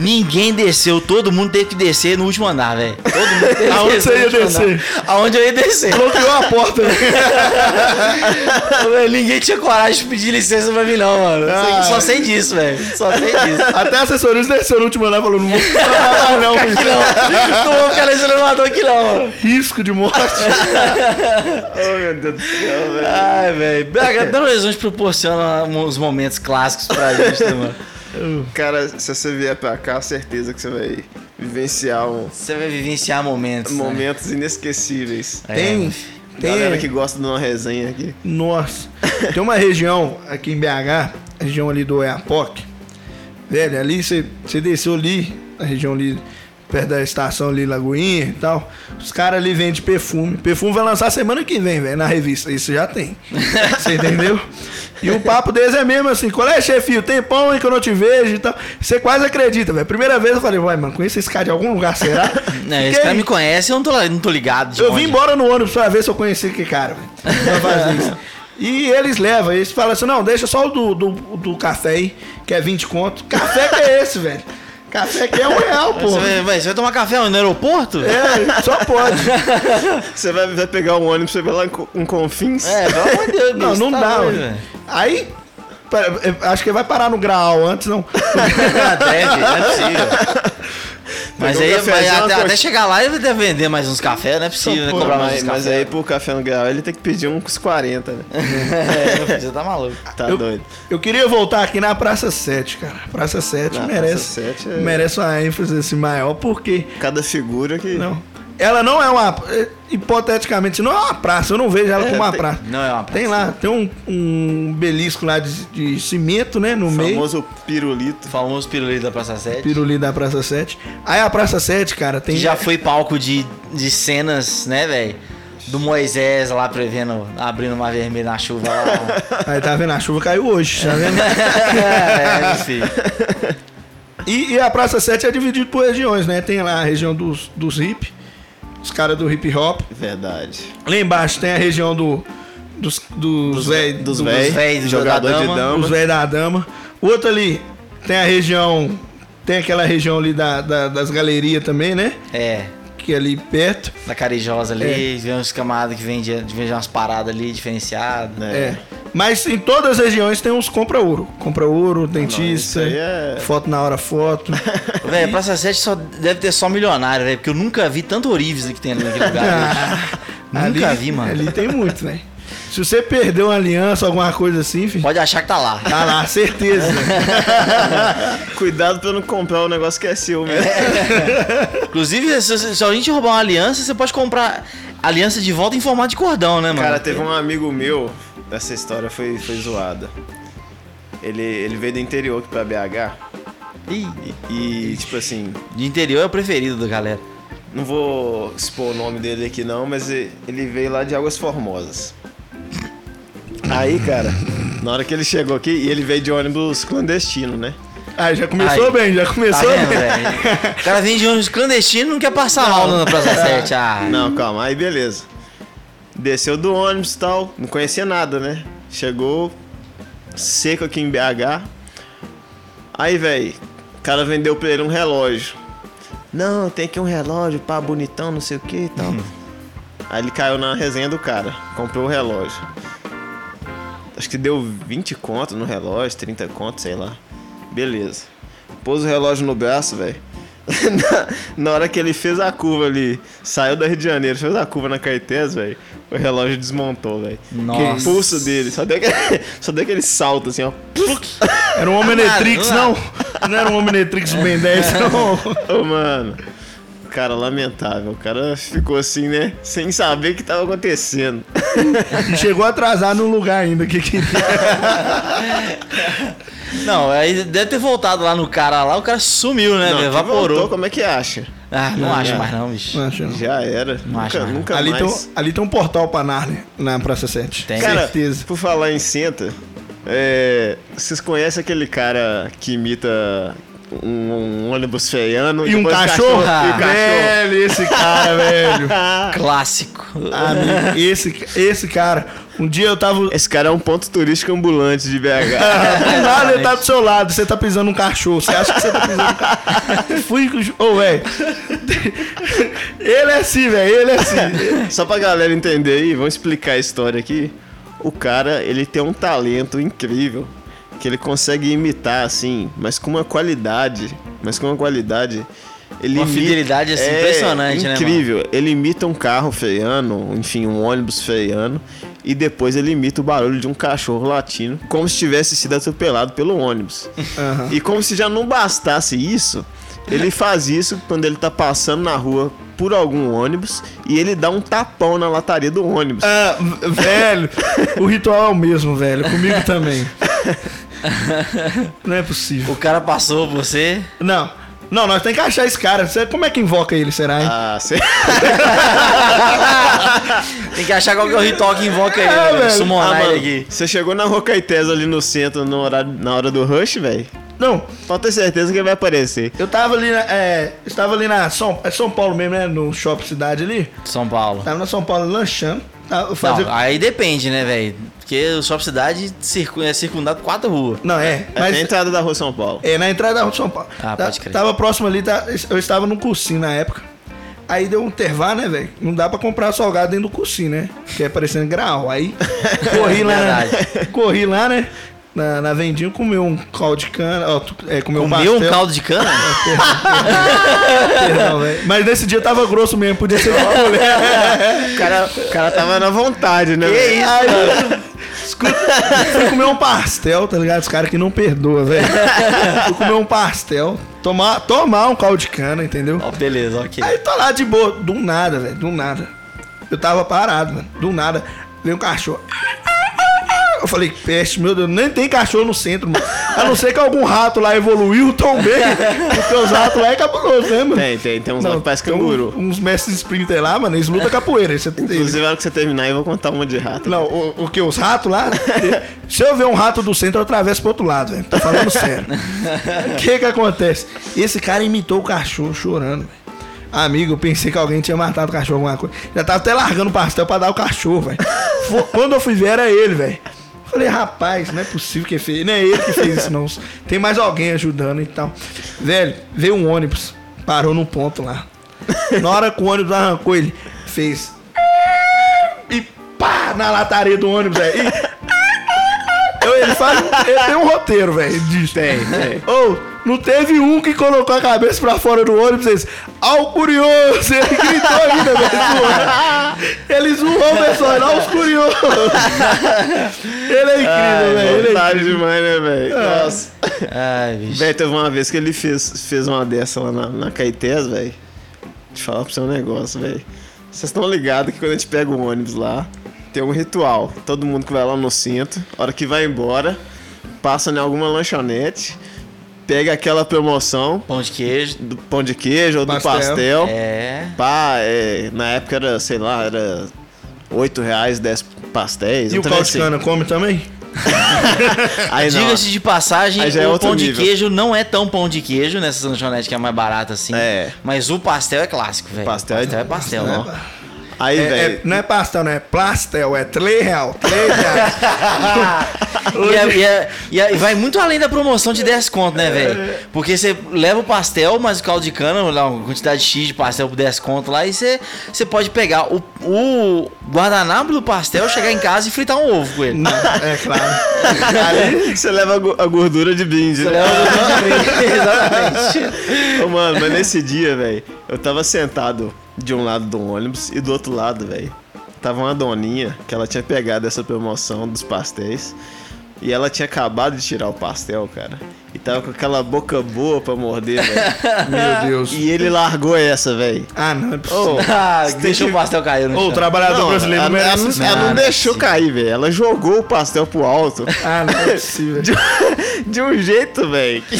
S1: Ninguém desceu, todo mundo teve que descer no último andar, velho. Todo mundo teve
S3: Aonde
S1: que descer.
S3: você
S1: no
S3: ia
S1: último andar.
S3: descer?
S1: Aonde eu ia descer.
S3: Bloqueou a porta.
S1: Velho, Ninguém tinha coragem de pedir licença pra mim, não, mano.
S3: Ah.
S1: Só sei disso, velho. Só sei disso.
S3: Até a assessorista desceu no último andar e falou: não vou trabalhar, não,
S1: Aqui
S3: bicho.
S1: não. Não vou ficar nesse elevador aqui, não, mano.
S3: Risco de morte.
S2: Oh, meu Deus do céu, velho.
S1: Ai, velho. BH, Belo Horizonte proporciona uns momentos clássicos pra gente, né, mano?
S2: Cara, se você vier pra cá, certeza que você vai vivenciar um-
S1: Você vai vivenciar momentos. né?
S2: momentos inesquecíveis.
S1: É,
S3: Tem. Tem.
S2: Galera que gosta de uma resenha aqui.
S3: Nossa. Tem uma região aqui em BH, região ali do Oiapoque. Velho, ali você você desceu ali, na região ali, perto da estação ali, Lagoinha e tal. Os caras ali vendem perfume. Perfume vai lançar semana que vem, velho, na revista. Isso
S1: (laughs)
S3: já tem. Você entendeu? E o papo deles é mesmo assim, qual é, chefinho? Tempão aí que eu não te vejo e tal. Você quase acredita, velho. Primeira vez eu falei, vai, mano, conheço esse cara de algum
S1: (laughs)
S3: lugar, será?
S1: Não, É, esse
S3: Fiquei-
S1: cara me conhece, eu não tô, não tô ligado de
S3: eu
S1: onde.
S3: vim embora no ônibus pra ver se eu conhecia que cara. velho. Pra fazer isso. E eles levam, eles falam assim, não, deixa só o do, do, do café aí, que é 20 conto. Café que é esse, velho? Café que é um real, pô.
S1: Você vai, vai- você vai tomar café no aeroporto?
S3: É, só pode.
S2: Você vai, vai pegar um ônibus, você vai lá em Co- em Confins.
S1: É, pelo amor de Deus,
S3: Não,
S1: bicho,
S3: não
S1: tá
S3: dá,
S1: doido,
S3: velho. Aí, pera, eu acho que vai parar no grau antes, não.
S1: Ah, Deve, não é possível. Mas
S2: Pegou
S1: aí,
S2: um
S1: mas
S2: cafezinho,
S1: até,
S2: uma
S1: até
S2: coxinha.
S1: chegar lá, ele deve vender mais uns cafés, não é possível, né?
S2: Pô,
S1: Comprar mais
S2: mas,
S1: uns
S2: mas
S1: cafés.
S2: aí pro café no grau ele tem que pedir uns 40, (laughs) né?
S1: (laughs) É, meu filho, você tá maluco.
S2: Tá
S3: Eu-
S2: doido.
S3: Eu queria voltar aqui na Praça 7, cara. Praça 7
S2: Na
S3: merece,
S2: Praça 7 é-
S3: merece uma ênfase assim, maior, porque
S2: Cada figura que.
S3: Não. Ela não é uma. é, Hipoteticamente, não é uma praça. Eu não vejo ela como uma
S2: tem-
S3: praça.
S1: Não é uma praça.
S3: Tem lá, tem um, um belisco lá de, de cimento, né? No
S2: O
S3: meio.
S2: famoso pirulito.
S1: O famoso pirulito da Praça 7.
S3: Piruli da Praça 7. Aí a Praça 7, cara, tem.
S1: Que já foi palco de, de cenas, né, velho? Do Moisés lá prevendo, abrindo o mar vermelho na chuva lá.
S3: (laughs) Aí tá vendo? A chuva caiu hoje, tá vendo?
S1: é, meu filho.
S3: E, e a Praça 7 é dividida por regiões, né? Tem lá a região dos, dos hip, os caras do hip hop.
S2: Verdade.
S3: Lá embaixo tem a região do. Dos, dos, véi-
S2: Dos
S3: do-
S1: véi,
S2: velhos,
S1: do-
S2: jogador
S1: da
S2: de
S1: dama,
S2: dama.
S3: Os velhos da dama. O outro ali tem a região. Tem aquela região ali da- da- das galerias também, né?
S1: É,
S3: Que é ali perto.
S1: da carijosa
S3: É.
S1: ali, vem uns camadas que vende, vende umas paradas ali diferenciadas.
S2: né?
S3: É. Mas em todas as regiões tem uns compra ouro. Compra ouro,
S2: isso
S3: dentista,
S2: aí é-
S3: foto na hora foto.
S1: Velho, Praça 7 só deve ter só milionário, velho, porque eu nunca vi tanto Orives que tem ali naquele
S3: (laughs)
S1: lugar. bicho. (laughs) nunca
S3: Ali-
S1: vi, mano.
S3: Ali tem muito, velho. Se você perdeu uma aliança, alguma coisa assim, filho,
S1: Pode achar que tá
S3: (laughs)
S1: lá.
S3: tá
S1: (laughs)
S3: lá, certeza.
S2: é (laughs) Cuidado pra não comprar um negócio que é seu mesmo.
S1: Inclusive, se, se- se a gente roubar uma aliança, você pode comprar aliança de volta em formato de cordão, né, mano?
S2: Cara, teve um amigo meu, essa história foi, foi zoada. Ele, ele veio do interior aqui pra BH
S1: Ih,
S2: e, e, tipo assim,
S1: de interior é o preferido da galera.
S2: não vou expor o nome dele aqui não, mas e- ele veio lá de Águas Formosas. Aí, cara, na hora que ele chegou aqui, e ele veio de ônibus clandestino, né?
S3: Aí Ah, já começou
S1: Aí.
S3: bem, já
S1: Tá
S3: começou
S1: vendo,
S2: (laughs)
S3: bem.
S1: velho? O cara vem de ônibus clandestino e não quer passar mal na Praça 7. Ah,
S2: Não, calma, aí beleza. Desceu do ônibus e tal, não conhecia nada, né? Chegou seco aqui em BH. Aí, velho, cara vendeu pra ele um relógio. Não, tem aqui um relógio, pá, bonitão, não sei o que e tal. Aí ele caiu na resenha do cara, comprou o relógio. Acho que deu 20 conto no relógio, 30 conto, sei lá. Beleza. Pôs o relógio no braço, velho. (laughs) na, na hora que ele fez a curva ali, saiu da Rio de Janeiro, fez a curva na Caetés, velho. O relógio desmontou, velho. Que
S1: Nossa.
S2: impulso dele. Só deu, aquele, (laughs) só deu aquele salto assim, ó.
S3: Era um Omnitrix,
S1: Nada,
S3: não?
S1: é?
S3: Não era um Omnitrix
S1: (laughs)
S3: Ben 10, não.
S2: Ô, mano. Cara, lamentável. O cara ficou assim, né? Sem saber o que tava acontecendo.
S3: E chegou atrasado no lugar ainda. Que, que...
S1: Não, aí deve ter voltado lá no cara lá, o cara sumiu, né?
S2: Não, É.
S1: velho?
S2: que voltou,
S1: evaporou.
S2: como é que acha?
S1: Ah, não,
S2: Não,
S1: acho
S2: já.
S1: mais não, bicho.
S3: Não acho, não.
S2: Já era.
S1: acho,
S2: nunca
S1: não.
S2: nunca
S3: Ali, tem,
S2: mais.
S3: um- ali tem um portal pra Narnia, na Praça 7.
S1: Tem.
S2: Cara,
S3: certeza.
S2: por falar em cinta, é, vocês conhecem aquele cara que imita um, um ônibus feiano
S3: E um
S2: depois o
S3: cachorro?
S2: E
S3: né?
S2: o
S1: Ah.
S2: cachorro.
S3: Velho, esse
S2: (laughs)
S3: cara, velho.
S2: Ah.
S1: Clássico.
S3: Amigo, esse, esse cara. Um dia eu (laughs) tava.
S2: Esse cara é um ponto turístico ambulante de
S3: (laughs)
S2: BH.
S3: Do nada ele tá do seu lado, você tá pisando um cachorro, você acha que você tá pisando um (laughs) cachorro. Fui com. o- Ô, velho. Ele é assim, velho, ele é assim.
S2: Só pra galera entender aí, vamos explicar a história aqui. O cara, ele tem um talento incrível que ele consegue imitar assim, mas com uma qualidade, mas com uma qualidade ele É
S1: Uma fidelidade, assim, impressionante, né, mano?
S2: Incrível. Ele imita um carro feiano, enfim, um ônibus feiano, e depois ele imita o barulho de um cachorro latino, como se tivesse sido atropelado
S1: (laughs)
S2: pelo ônibus.
S3: Aham.
S2: E como se já não bastasse isso, ele faz isso quando ele tá passando na rua por algum ônibus e ele dá um tapão na lataria do ônibus.
S3: Ah, v- velho, o ritual é o mesmo, velho. Comigo (laughs) também. Não é possível.
S1: O cara passou por você.
S3: Não. Não, nós temos que achar esse cara. Você- Como é que invoca ele, será, hein?
S2: Ah, cê...
S1: Tem que achar qual que é o ritual que invoca ele,
S3: É,
S1: né? velho?
S3: velho.
S1: Summonar ele aqui.
S2: Você Ah, chegou na Rua Caetés ali no centro no horário, na hora do rush, velho?
S1: Ah.
S3: Não,
S2: Pode ter certeza que ele vai aparecer.
S3: eu tava ali na. É, estava ali na. São, é São Paulo mesmo, né? No shopping cidade ali.
S1: São Paulo.
S3: Tava na São Paulo lanchando. Tá, Tava fazer...
S1: Não,
S3: Não,
S1: aí depende, né, velho? Porque o Shopping Cidade circu- é circundado por quatro ruas.
S3: é.
S2: Mas...
S3: Mas
S2: a entrada da Rua São Paulo.
S3: É, na entrada da Rua de São Paulo.
S1: Ah,
S3: Tá-
S1: pode crer.
S3: Tava próximo ali, tá- eu estava num cursinho na época. Aí deu um intervalo, né, velho? Não dá pra comprar salgado dentro do cursinho, né? Que é parecendo grau.
S1: (laughs)
S3: Aí corri lá, né?
S1: Verdade.
S3: (laughs) Corri lá, né? Na, na vendinha, comeu um caldo de cana. Ó, tu- é, comeu um
S1: Comeu um
S3: pastel.
S1: caldo de cana? (laughs)
S3: Perdão, velho. Mas nesse dia tava grosso mesmo, podia ser uma mulher.
S2: O cara, o cara tava na vontade, né?
S1: Que
S2: velho?
S1: isso,
S3: Aí, escuta, fui comer um pastel, tá ligado? Os caras que não perdoa, velho. Fui comer um pastel, tomar, tomar um caldo de cana, entendeu?
S1: Ó, beleza, ok.
S3: Aí tô lá de boa, do nada, velho, do nada. Eu tava parado, mano, do nada. Veio um cachorro. Eu falei, peste, meu Deus, nem tem cachorro no centro, mano. A não ser que algum rato lá evoluiu tão bem. Porque os ratos lá é cabuloso, né, mano?
S2: Tem, tem, tem uns lá que é parece
S3: tem
S2: canguru.
S3: um- Uns mestres sprinter lá, mano, eles lutam capoeira.
S2: (laughs)
S3: Isso é,
S2: Inclusive, na hora que você terminar, eu vou contar uma de rato.
S3: não, o, o que? Os ratos lá? Se eu ver um rato do centro, eu atravesso pro outro lado, velho. Tô falando sério. O que que acontece? Esse cara imitou o cachorro chorando, velho. Amigo, eu pensei que alguém tinha matado o cachorro, alguma coisa. Já tava até largando o pastel pra dar o cachorro, velho. Fo- Quando eu fui ver, era ele, velho. Falei, rapaz, não é possível que ele fez. Não é ele que fez isso, não. Tem mais alguém ajudando e tal. Velho, veio um ônibus, parou num ponto lá. Na hora que o ônibus arrancou, ele fez e pá, na lataria do ônibus, velho. E- Eu- Ele faz. Ele tem um roteiro, velho. Diz. Tem,
S2: tem.
S3: Ou, não teve um que colocou a cabeça pra fora do ônibus e disse, ao curioso! Ele gritou ainda, velho. zoando. Ele zoou o pessoal, não os curiosos. Ele é incrível, velho. Ele é
S2: vontade demais, né, velho? Nossa.
S1: Ai, bicho.
S2: Véi, teve uma vez que ele fez, fez uma dessa lá na, na Caetés, velho. Te falar pra você um negócio, velho. Vocês estão ligados que quando a gente pega o ônibus lá, tem um ritual. Todo mundo que vai lá no centro, a hora que vai embora, passa em alguma lanchonete, pega aquela promoção
S1: Pão de queijo.
S2: do pão de queijo ou
S3: Pastel.
S2: do pastel.
S1: É.
S2: Pá, é, na época era, sei lá, era 8 reais, 10 pastéis.
S3: E
S2: um
S3: o
S2: trem assim.
S3: Caldicana come também?
S2: Aí não.
S1: Diga-se de passagem,
S2: Aí já é
S1: o
S2: outro
S1: pão de
S2: nível.
S1: queijo não é tão pão de queijo nessas lanchonetes que é mais barata assim.
S2: É.
S1: Mas o pastel é clássico, velho.
S2: Pastel é-
S1: pastel é pastel,
S2: Pastel é
S1: ó.
S2: ba- Aí,
S3: é-
S2: velho.
S3: é- não é pastel, não é plastel, é 3 real,
S2: (laughs)
S3: 3 reais.
S1: (laughs) E, é- e é- e é- e vai muito além da promoção de 10 conto, né, velho? Porque você leva o pastel, mas o caldo de cana, lá, uma quantidade X de pastel por 10 conto lá, e você, você pode pegar o, o guardanapo do pastel, chegar em casa e fritar um ovo com ele.
S3: Não, é claro.
S2: Aí você leva a go- a gordura de brinde. né?
S1: (laughs) Exatamente.
S2: Ô, mano, mas nesse dia, velho, eu tava sentado de um lado do ônibus e do outro lado, velho, tava uma doninha que ela tinha pegado essa promoção dos pastéis e ela tinha acabado de tirar o pastel, cara. E tava com aquela boca boa pra morder, velho.
S3: Meu Deus.
S2: e ele largou essa, velho.
S3: Ah, não, é possível.
S2: Ô,
S1: Ah,
S2: você tem
S1: deixou
S2: que-
S1: o pastel cair no
S3: Ô, o
S1: chão.
S3: trabalhador
S2: Não,
S3: brasileiro
S2: ela,
S3: não merece
S2: ela
S3: isso.
S2: não, ela não
S1: Nada,
S2: deixou
S1: sim.
S2: cair, velho. Ela jogou o pastel pro alto. (laughs)
S3: Ah, não é possível.
S2: De, de um jeito, velho. que-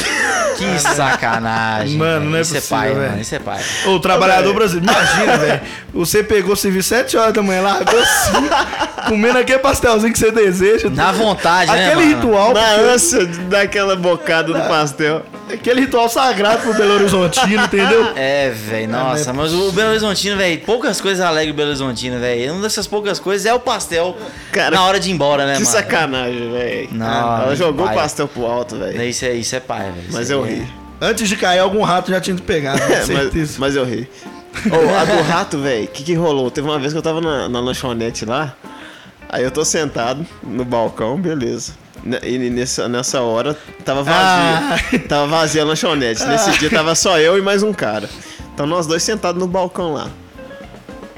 S1: Que sacanagem.
S3: Mano,
S1: velho.
S3: não é
S1: Isso é
S3: possível,
S1: pai,
S3: velho.
S1: mano. Isso é pai.
S3: Ô, O trabalhador
S2: Ô, velho.
S3: brasileiro, imagina, velho. Você pegou o serviço 7 horas da manhã, largou 5, (laughs) comendo aquele pastelzinho que você deseja.
S1: Na vontade, né,
S3: Aquele
S1: mano?
S3: ritual,
S2: Na ânsia de dar aquela bocada do pastel.
S3: aquele ritual sagrado pro Belo Horizontino, entendeu?
S1: É, velho, nossa, mas o Belo Horizontino, velho, poucas coisas alegram o Belo Horizontino, velho. Uma dessas poucas coisas é o pastel
S2: Cara,
S1: na hora de ir embora, né,
S2: Que
S1: mano?
S2: sacanagem, velho.
S1: Não,
S2: Ela jogou o
S1: pai.
S2: pastel pro alto,
S1: É,
S2: velho.
S1: Isso é, isso é pai, velho.
S2: Mas
S1: Isso
S2: eu
S1: é-
S2: ri.
S3: Antes de cair, algum rato já tinha te pegado, com
S2: É, (laughs) mas,
S3: certeza.
S2: mas eu ri. Ô, a do rato, velho, o que, que rolou? Teve uma vez que eu tava na, na lanchonete lá, aí eu tô sentado no balcão, beleza. Ne- E nessa, nessa hora tava vazio.
S3: Ah. (laughs)
S2: Tava vazia a lanchonete. Nesse dia tava só eu e mais um cara. Então nós dois sentados no balcão lá.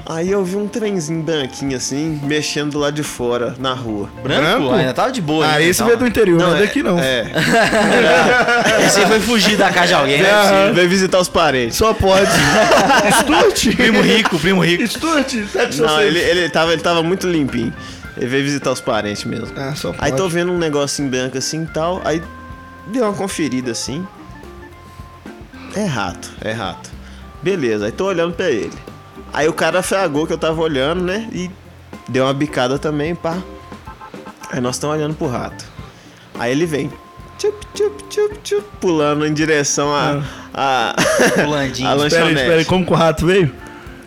S2: Aí eu vi um trenzinho branquinho assim, mexendo do lado de fora, na rua.
S1: Branco?
S3: Branco?
S1: Ainda tava de boa.
S3: Ah,
S1: né,
S3: esse
S1: então,
S3: veio do interior, não, é
S2: é-
S3: daqui não.
S2: É.
S1: Esse aí foi fugir da casa de alguém, né?
S2: Sim, É Veio visitar os parentes. (laughs)
S3: Só pode. Sturt.
S1: (laughs) Primo
S3: (laughs)
S1: rico, primo rico.
S3: Sturt,
S2: Não, ele, ele, tava, ele tava muito limpinho. Ele veio visitar os parentes mesmo.
S3: Ah, só pode.
S2: Aí tô vendo um negócio em branco assim e tal. Aí deu uma conferida assim. É rato, é rato. Beleza, aí tô olhando pra ele. Aí o cara fragou que eu tava olhando, né? E deu uma bicada também, pá. Aí nós estamos olhando pro rato. Aí ele vem. Tchup, tchup, tchup, tchup, pulando em direção a.
S3: Ah.
S2: a,
S1: Pulandinho.
S2: a
S3: Espera aí,
S2: lanchonete.
S3: espera aí, como que o rato veio?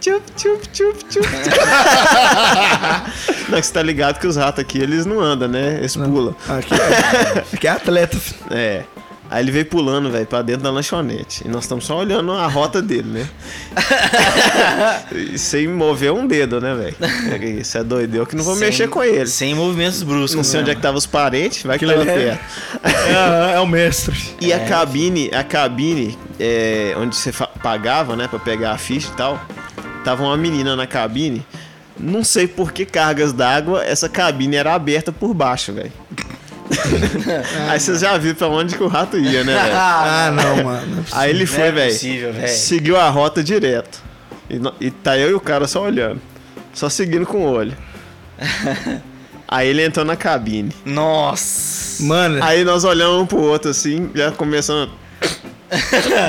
S2: Tchup, tchup, tchup, tchup. (laughs) não, que você tá ligado que os ratos aqui, eles não andam, né? Eles pulam.
S3: (laughs) Aqui é, aqui é atleta. filho.
S2: É. Aí ele veio pulando, velho, pra dentro da lanchonete. E nós estamos só olhando a rota dele, (laughs) né? E Sem mover um dedo, né, (laughs) velho? Isso é doido. Eu que não vou
S1: Sem-
S2: mexer com ele.
S1: Sem movimentos bruscos.
S2: Não sei
S1: né,
S2: onde é que tava os parentes, vai que
S3: Aquilo
S2: tava
S3: ali é-
S2: perto.
S3: É, é o mestre.
S2: E
S1: É.
S2: a cabine, a cabine, é, onde você fa- pagava, né, pra pegar a ficha e tal, tava uma menina na cabine. Não sei por que cargas d'água, essa cabine era aberta por baixo, velho. Aí vocês já viram pra onde que o rato ia, né,
S1: (laughs)
S2: velho?
S3: Ah, não, mano.
S2: Aí ele
S1: Não
S2: foi,
S1: é possível,
S2: velho.
S1: velho.
S2: Seguiu a rota direto. E, no- e tá eu e o cara só olhando. Só seguindo com o
S1: (laughs)
S2: olho. Aí ele entrou na cabine.
S1: Nossa.
S3: Mano,
S2: Aí nós olhamos um pro outro assim, já começando.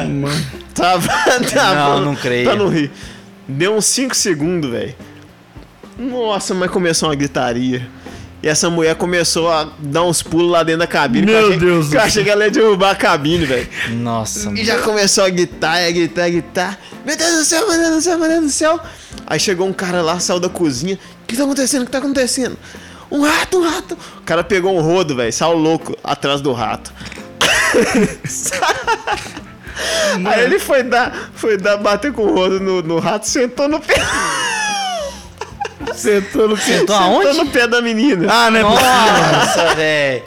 S3: mano.
S2: Tava, (laughs) tava.
S1: Não, não creio.
S2: Pra não rir. Deu uns 5 segundos, velho. Nossa, mas começou uma gritaria. E essa mulher começou a dar uns pulos lá dentro da cabine. que eu
S3: Meu
S2: achei-
S3: Deus
S2: que Eu
S3: do
S2: achei que ela ia derrubar a cabine, velho.
S1: Nossa,
S2: E
S1: mano.
S2: já começou a gritar, a gritar, a gritar. Meu Deus do céu, meu Deus do céu, meu Deus do céu. Aí chegou um cara lá, saiu da cozinha. O que tá acontecendo? O que tá acontecendo? Um rato, um rato. O cara pegou um rodo, velho. Saiu louco atrás do rato.
S3: (laughs)
S2: Aí ele foi dar, foi dar, bater com o rodo no, no rato, sentou no pé.
S3: Sentou no quê?
S1: Sentou aonde?
S2: Sentou no pé da menina.
S3: Ah, não é possível.
S1: Nossa, velho.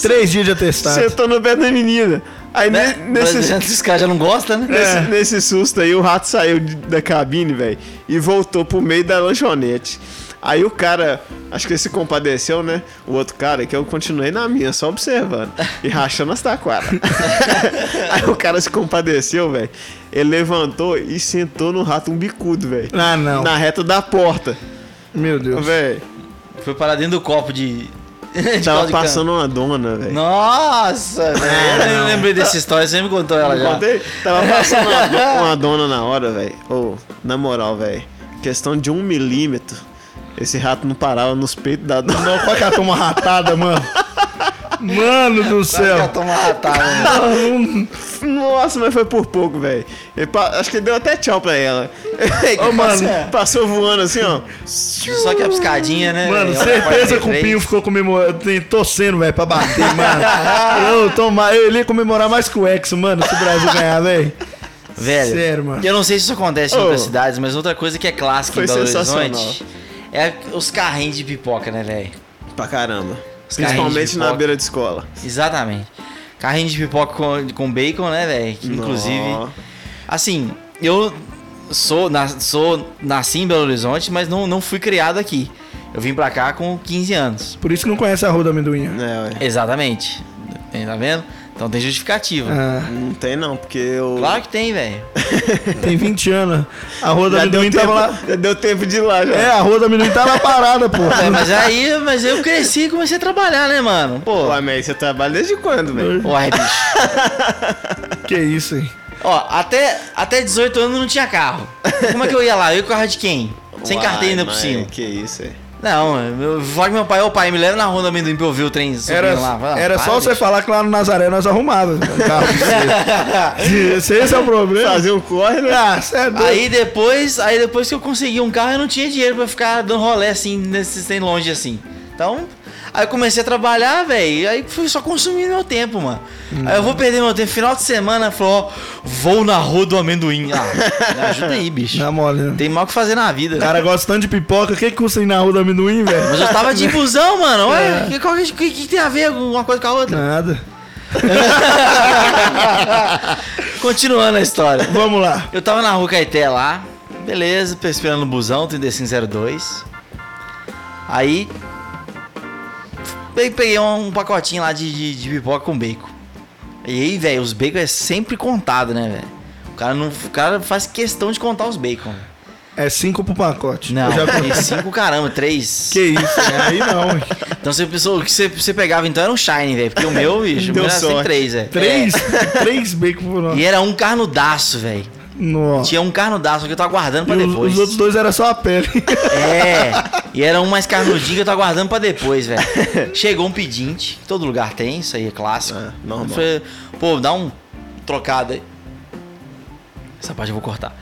S3: Três dias de atestado.
S2: Sentou no pé da menina. Aí
S1: Né?
S2: ne- nesse,
S1: Esses caras já não gostam, né?
S2: Nesse,
S3: É.
S2: nesse susto aí, o rato saiu de- da cabine, velho, e voltou pro meio da lanchonete. Aí o cara, acho que ele se compadeceu, né? O outro cara, que eu continuei na minha, só observando. E rachando as
S3: (laughs)
S2: taquaras. aí o cara se compadeceu, velho. Ele levantou e sentou no rato um bicudo, velho.
S3: Ah, não.
S2: Na reta da porta.
S3: Meu Deus.
S2: Velho,
S1: Foi parar dentro do copo de. (laughs) de caldo
S2: É.
S1: de
S2: tava
S1: cana.
S2: passando uma dona, velho.
S1: Nossa, velho. Eu lembrei dessa história, você me contou ela já.
S2: Contei? Tava passando (laughs) uma, do- uma É. dona na hora, velho. Ô, na moral, velho. Questão de um milímetro. Esse rato não parava nos peitos da dona.
S3: Não, qual que é a toma ratada, mano? Mano do
S1: Vai
S3: céu. Ah, um,
S1: tomar ratada, né?
S2: Nossa, mas foi por pouco, velho. Ele pa- Acho que ele deu até tchau pra ela. (laughs)
S3: Ô, mano.
S2: Passou- Passou voando assim, ó.
S1: Só que a piscadinha, né?
S3: Mano,
S1: velho?
S3: certeza que o
S1: 43.
S3: Pinho ficou comemorando, torcendo, velho, pra bater, mano. Eu, toma, ele ia comemorar mais que o Exo, mano, se o Brasil ganhar, velho.
S1: Velho,
S3: Sério, mano.
S1: eu não sei se isso acontece em
S2: Ô.
S1: outras cidades, mas outra coisa que é clássica em
S2: Foi
S1: Belo
S2: sensacional.
S1: Horizonte é os carrinhos de pipoca, né, velho?
S2: Pra caramba.
S1: Os carrinhos
S2: Principalmente
S1: de
S2: na
S1: pipoca.
S2: beira de escola.
S1: Exatamente. Carrinho de pipoca com, com bacon, né, velho? Que, Inclusive.
S2: Nó.
S1: Assim, eu sou, na- sou nasci em Belo Horizonte, mas não, não fui criado aqui. Eu vim pra cá com 15 anos.
S3: Por isso que não conhece a Rua do Amendoim.
S2: É, ué.
S1: Exatamente. Tá vendo? Então tem justificativa.
S3: Ah,
S2: Não tem não, porque eu.
S1: Claro que tem, velho.
S3: tem 20 anos. A Rua do
S2: já deu,
S3: Amendoim
S2: tempo,
S3: tava lá.
S2: já deu tempo de ir lá já.
S3: É, a Rua do Amendoim
S1: (laughs)
S3: tava parada, pô.
S1: É, mas aí, mas eu cresci e comecei a trabalhar, né, mano? Pô.
S2: Ué, mas você trabalha desde quando, velho?
S1: Uai, bicho.
S3: Que isso, hein?
S1: Ó, até, até 18 anos não tinha carro. Como é que eu ia lá? Eu ia com carro de quem? Sem
S2: Uai,
S1: carteira ainda por
S2: mas
S1: cima.
S2: Que isso, é.
S1: Não, meu, vai que meu pai, ô pai, me leva na Ronda Amendoim pra eu ver o trem subindo
S3: Era,
S1: lá. Vai lá,
S3: era
S1: para,
S3: só você
S1: bicho.
S3: falar que lá no Nazaré nós arrumávamos. Carro pra (laughs) você. Se esse é o problema.
S2: Fazer um corre, né?
S3: Ah, você é doido.
S1: Aí depois, aí depois que eu consegui um carro, eu não tinha dinheiro pra ficar dando rolê assim, nesse trem longe assim. Então, aí eu comecei a trabalhar, velho, aí fui só consumindo meu tempo, mano. Aí eu vou perder meu tempo, final de semana, falou, ó, vou na Rua do Amendoim. Ah, me ajuda aí, bicho.
S3: Dá mole, né?
S1: Tem mal o que fazer na vida.
S3: O cara gosta tanto de pipoca, o que custa ir na Rua do Amendoim, velho?
S1: Mas eu tava de busão, mano. Ué, o que, qual que- que- que tem a ver uma coisa com a outra?
S3: Nada.
S1: Continuando a história.
S3: Vamos lá.
S1: Eu tava na rua Caeté lá, beleza, tô esperando no busão, 3502. Aí. pe- Peguei um, um pacotinho lá de, de, de pipoca com bacon. E aí, velho, os bacon é sempre contado, né, velho? O cara, não, o cara faz questão de contar os bacon.
S3: É cinco pro pacote.
S1: Não, é
S3: Eu já-
S1: tem cinco caramba, três.
S3: Que isso, né? aí não. hein?
S1: Então você pensou, o que você, você pegava então era um Shine, velho. Porque o meu,
S3: (laughs)
S1: bicho, o
S2: Deu
S1: meu era sem
S2: sorte.
S1: três, velho.
S3: Três, três bacon por
S1: É. E era um carnudaço, velho.
S3: Nossa.
S1: Tinha um carnudaço que eu tava guardando pra
S3: E os,
S1: depois.
S3: os outros dois era só a pele. (laughs)
S1: É, e era um mais carnudinho que eu tava guardando pra depois, velho. Chegou um pedinte, que todo lugar tem, isso aí é clássico.
S2: É, normal.
S1: Eu falei, pô, dá um trocado aí. Essa parte eu vou cortar.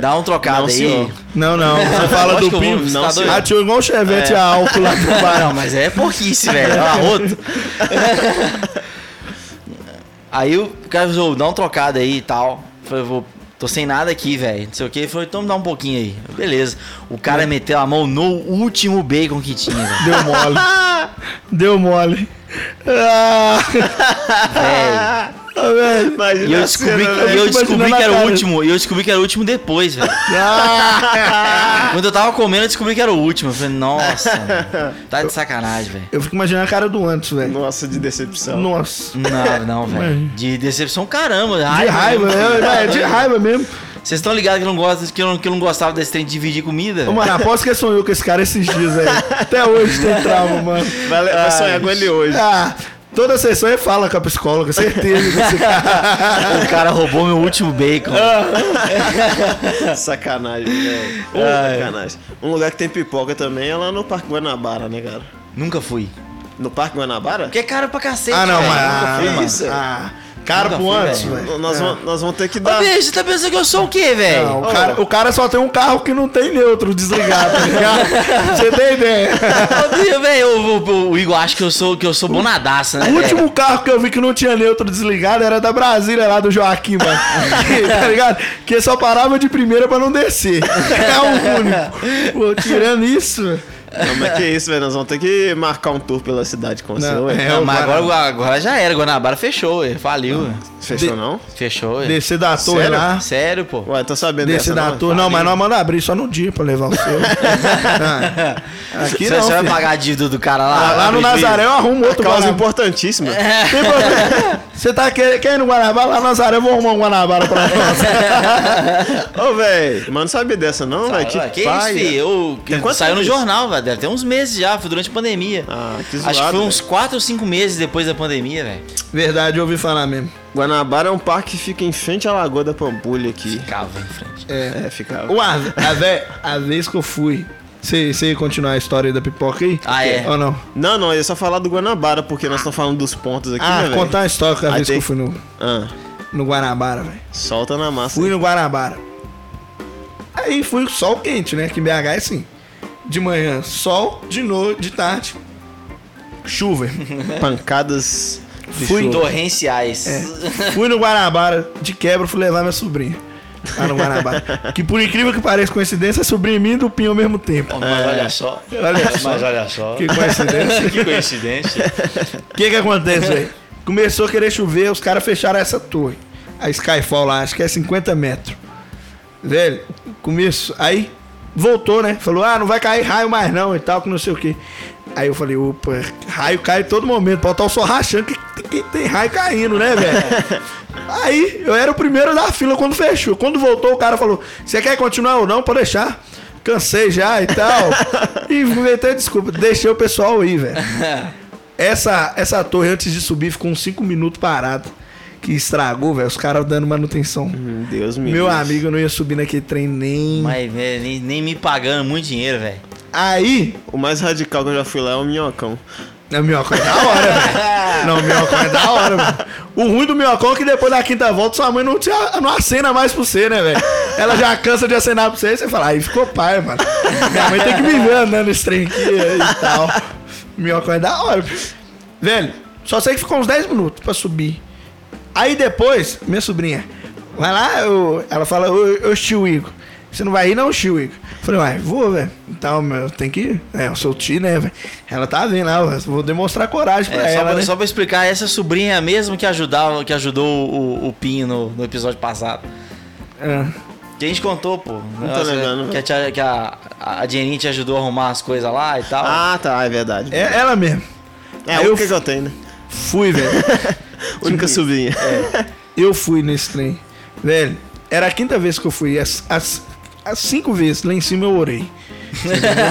S1: Dá um trocado
S2: Não,
S1: aí.
S2: senhor.
S3: Não, não. Você fala
S1: Lógico
S3: do
S1: que eu vou,
S3: pinho.
S1: você
S2: não,
S1: tá
S2: senhor.
S1: doido?
S3: Atirou igual o
S1: É.
S3: chevette a álcool lá pro
S1: Ah,
S3: bar.
S1: não, mas é porquice, velho. É
S3: Ah,
S1: um arroto. (laughs) aí o cara falou, dá um trocado aí e tal. Eu Falei, vou. Tô sem nada aqui, velho. Não sei o que. Ele falou, então me dá um pouquinho aí. Eu, Beleza. O cara meteu a mão no último bacon que tinha,
S3: (laughs)
S1: velho.
S3: Deu mole. Deu mole. Ah,
S1: Velho.
S3: velho.
S2: Imagina
S1: E eu
S2: a
S1: descobri,
S2: cena, né?
S1: que-
S2: velho.
S1: e eu
S3: Eu fico
S1: descobri
S3: Tá imaginando
S1: que era
S3: a
S1: o
S3: cara.
S1: último. E eu descobri que era o último depois,
S3: (laughs)
S1: velho.
S3: Ah.
S1: Quando eu tava comendo, eu descobri que era o último. Eu falei, nossa, mano, tá de sacanagem, velho.
S3: Eu fico imaginando a cara do antes, velho.
S2: Nossa, de decepção.
S3: Nossa.
S1: Não, não, velho.
S3: Mano.
S1: De decepção, caramba.
S3: De raiva, né? É, de raiva mesmo.
S1: Vocês estão ligados que eu não gosto, que eu não, que eu não gostava desse trem de dividir comida?
S3: Ô, mano, aposto que ele sonhou com esse cara esses dias, velho. Até hoje tem trauma, mano.
S2: Vai, le- vai sonhar com ele
S3: (laughs)
S2: hoje.
S3: Ah, toda sessão ele fala com a psicóloga, certeza. que esse cara-
S1: (laughs) o cara roubou meu último bacon.
S3: Ah.
S2: Sacanagem, velho. Ô, Sacanagem. Um lugar que tem pipoca também é lá no Parque Guanabara, né, cara?
S1: Nunca fui.
S2: No Parque Guanabara?
S1: Porque é caro pra cacete,
S3: ah, não,
S1: velho.
S3: mas.
S1: Nunca
S3: Ah,
S1: fui,
S3: não,
S1: mano.
S2: isso.
S3: mas- ah, cara
S1: Nunca
S3: pro
S1: fui,
S3: antes,
S1: velho.
S3: velho. É.
S2: N- Nós, vamos, nós vamos ter que
S1: Ô,
S2: dar.
S1: bicho, você tá pensando que eu sou o quê,
S3: Não,
S1: velho?
S3: o, cara, o cara só tem um carro que não tem neutro desligado, tá (laughs) ligado? Você tem ideia?
S1: (laughs) Ô, bicho, velho, o- o- o Igor acha que eu sou, que eu sou bonadaço, né?
S3: O último carro que eu vi que não tinha neutro desligado era da Brasília, lá do Joaquim, mano. (laughs) Que, tá ligado? Que só parava de primeira pra não descer. É o único. Pô, tirando isso.
S2: Não, mas que isso, velho. Nós vamos ter que marcar um tour pela cidade com você,
S3: Não,
S2: ué.
S3: (laughs) é,
S1: Não, mas
S3: o Guanabara.
S1: agora, agora já era. Guanabara fechou, ué. faliu. ué.
S3: Ah.
S2: Fechou, não?
S1: Fechou, ué.
S3: Descer da torre
S2: Sério?
S3: lá.
S1: Sério, pô.
S2: Ué, tô sabendo dessa,
S3: Descer da
S2: não?
S3: torre. Não, mas nós manda abrir só no dia pra levar o (laughs) seu. Ah, aqui
S1: você
S3: não.
S1: você vai
S3: filho.
S1: pagar a dívida do cara
S3: Ah,
S1: lá?
S3: lá no Nazaré eu arrumo
S2: Causa
S3: outro Guanabara. É.
S2: importantíssima.
S3: Tem problema. Você tá quer- querendo Guanabara? Lá no Nazaré eu vou arrumar um Guanabara pra nós.
S2: Ô, velho. Mas não sabe dessa, não, velho.
S1: Ué,
S2: Que,
S1: que é
S2: paia.
S1: isso, fi? Eu, que
S2: Tem quanto
S1: saiu no
S2: tempo isso?
S1: jornal, velho. Deve ter uns meses já, foi durante a pandemia.
S2: Ah, que
S1: Acho que
S2: zoado,
S1: foi uns 4 ou 5 meses depois da pandemia, velho.
S3: (laughs) Verdade, eu ouvi falar mesmo.
S2: Guanabara é um parque que fica em frente à Lagoa da Pampulha aqui.
S1: Ficava em frente.
S3: É.
S2: É, ficava.
S3: Uma, a, ve- a vez que eu fui, Você você ia continuar a história da pipoca aí?
S1: Ah, é.
S3: Ou não?
S2: Não, não, é só falar do Guanabara, porque nós estamos falando dos pontos aqui, né,
S3: Ah,
S2: velho?
S3: contar a história que a
S2: Aí
S3: vez
S2: tem-
S3: que eu fui no,
S2: Ah,
S3: no Guanabara, velho.
S2: solta na massa.
S3: Fui no Guanabara. Aí fui com sol quente, né? Que em BH é assim. De manhã, sol, de noite, de tarde, chuva.
S2: né? Pancadas de
S3: Fui
S2: chuva.
S1: Torrenciais.
S2: É.
S1: (laughs)
S3: fui no Guanabara, de quebra, fui levar minha sobrinha. Lá no Guanabara. que por incrível que pareça coincidência, é sobrinha minha e do Pinho ao mesmo tempo.
S2: É.
S1: Mas olha só.
S3: Olha só.
S1: Mas olha só.
S3: Que coincidência.
S1: (laughs) Que coincidência.
S3: O que que acontece, velho? Começou a querer chover, os caras fecharam essa torre. A Skyfall lá, acho que é 50 metros. Velho, começo. Aí voltou, né? Falou, ah, não vai cair raio mais não e tal, que não sei o quê. Aí eu falei, opa, raio cai todo momento. Pode estar o sol rachando que, que tem raio caindo, né, velho? Aí eu era o primeiro da fila quando fechou. Quando voltou, o cara falou: Você quer continuar ou não? Pode deixar. Cansei já e tal. e inventei desculpa. Deixei o pessoal ir, velho. Essa, essa torre, antes de subir, ficou uns 5 minutos parado. Que estragou, velho. Os caras dando manutenção.
S2: Hum, Deus me
S3: Meu
S2: livre.
S3: amigo, eu não ia subir naquele trem nem.
S1: Mas velho, nem, nem me pagando muito dinheiro, velho.
S3: Aí.
S2: O mais radical que eu já fui lá é o minhocão.
S3: Não, o minhocão é da hora, velho. Não, o minhocão é da hora, velho. O ruim do minhocão é que depois da quinta volta, sua mãe não, te, a- não acena mais pra você, né, velho? Ela já cansa de acenar pra você e você fala, aí ficou pai, mano. Minha mãe tem que me ver andando nesse trem aqui é, e tal. O minhocão é da hora. Velho, só sei que ficou uns 10 minutos pra subir. Aí depois, minha sobrinha, vai lá, eu- ela fala, ô, ô tio Igor, você não vai ir não, tio Igor? Eu falei, uai, vou, velho. Então, meu, tem que ir. É, eu sou o tio, né, velho? Ela tá vendo lá, eu vou demonstrar coragem pra
S1: É, só,
S3: ela,
S1: pra,
S3: né?
S1: só pra explicar, essa sobrinha é a mesma que ajudava, que ajudou o, o Pinho no, no episódio passado.
S3: Ah,
S1: Que a gente contou, pô. Não
S2: tô lembrando.
S1: Que, a, tia- que a, a Dieninha te ajudou a arrumar as coisas lá e tal.
S2: Ah, tá, é verdade.
S3: É ela mesmo.
S2: É a
S3: eu
S2: única que eu tenho, né?
S3: fui, velho.
S1: (laughs)
S2: Única sobrinha.
S3: É.
S2: (laughs)
S3: Eu fui nesse trem. Velho, era a quinta vez que eu fui. As, as, as cinco vezes lá em cima eu orei. Você entendeu?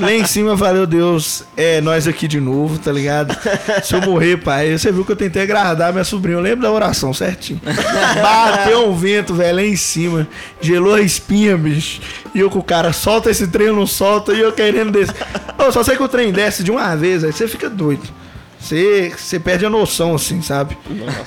S3: lá em cima eu falei, "Ó Deus, é nós aqui de novo, tá ligado? Se eu morrer, pai, você viu que eu tentei agradar minha sobrinha. Eu lembro da oração certinho. Bateu um vento, velho, lá em cima. Gelou a espinha, bicho. E eu com o cara, solta esse trem ou não solta? E eu querendo descer. Eu só sei que o trem desce de uma vez, aí você fica doido. Você, você perde a noção, assim, sabe?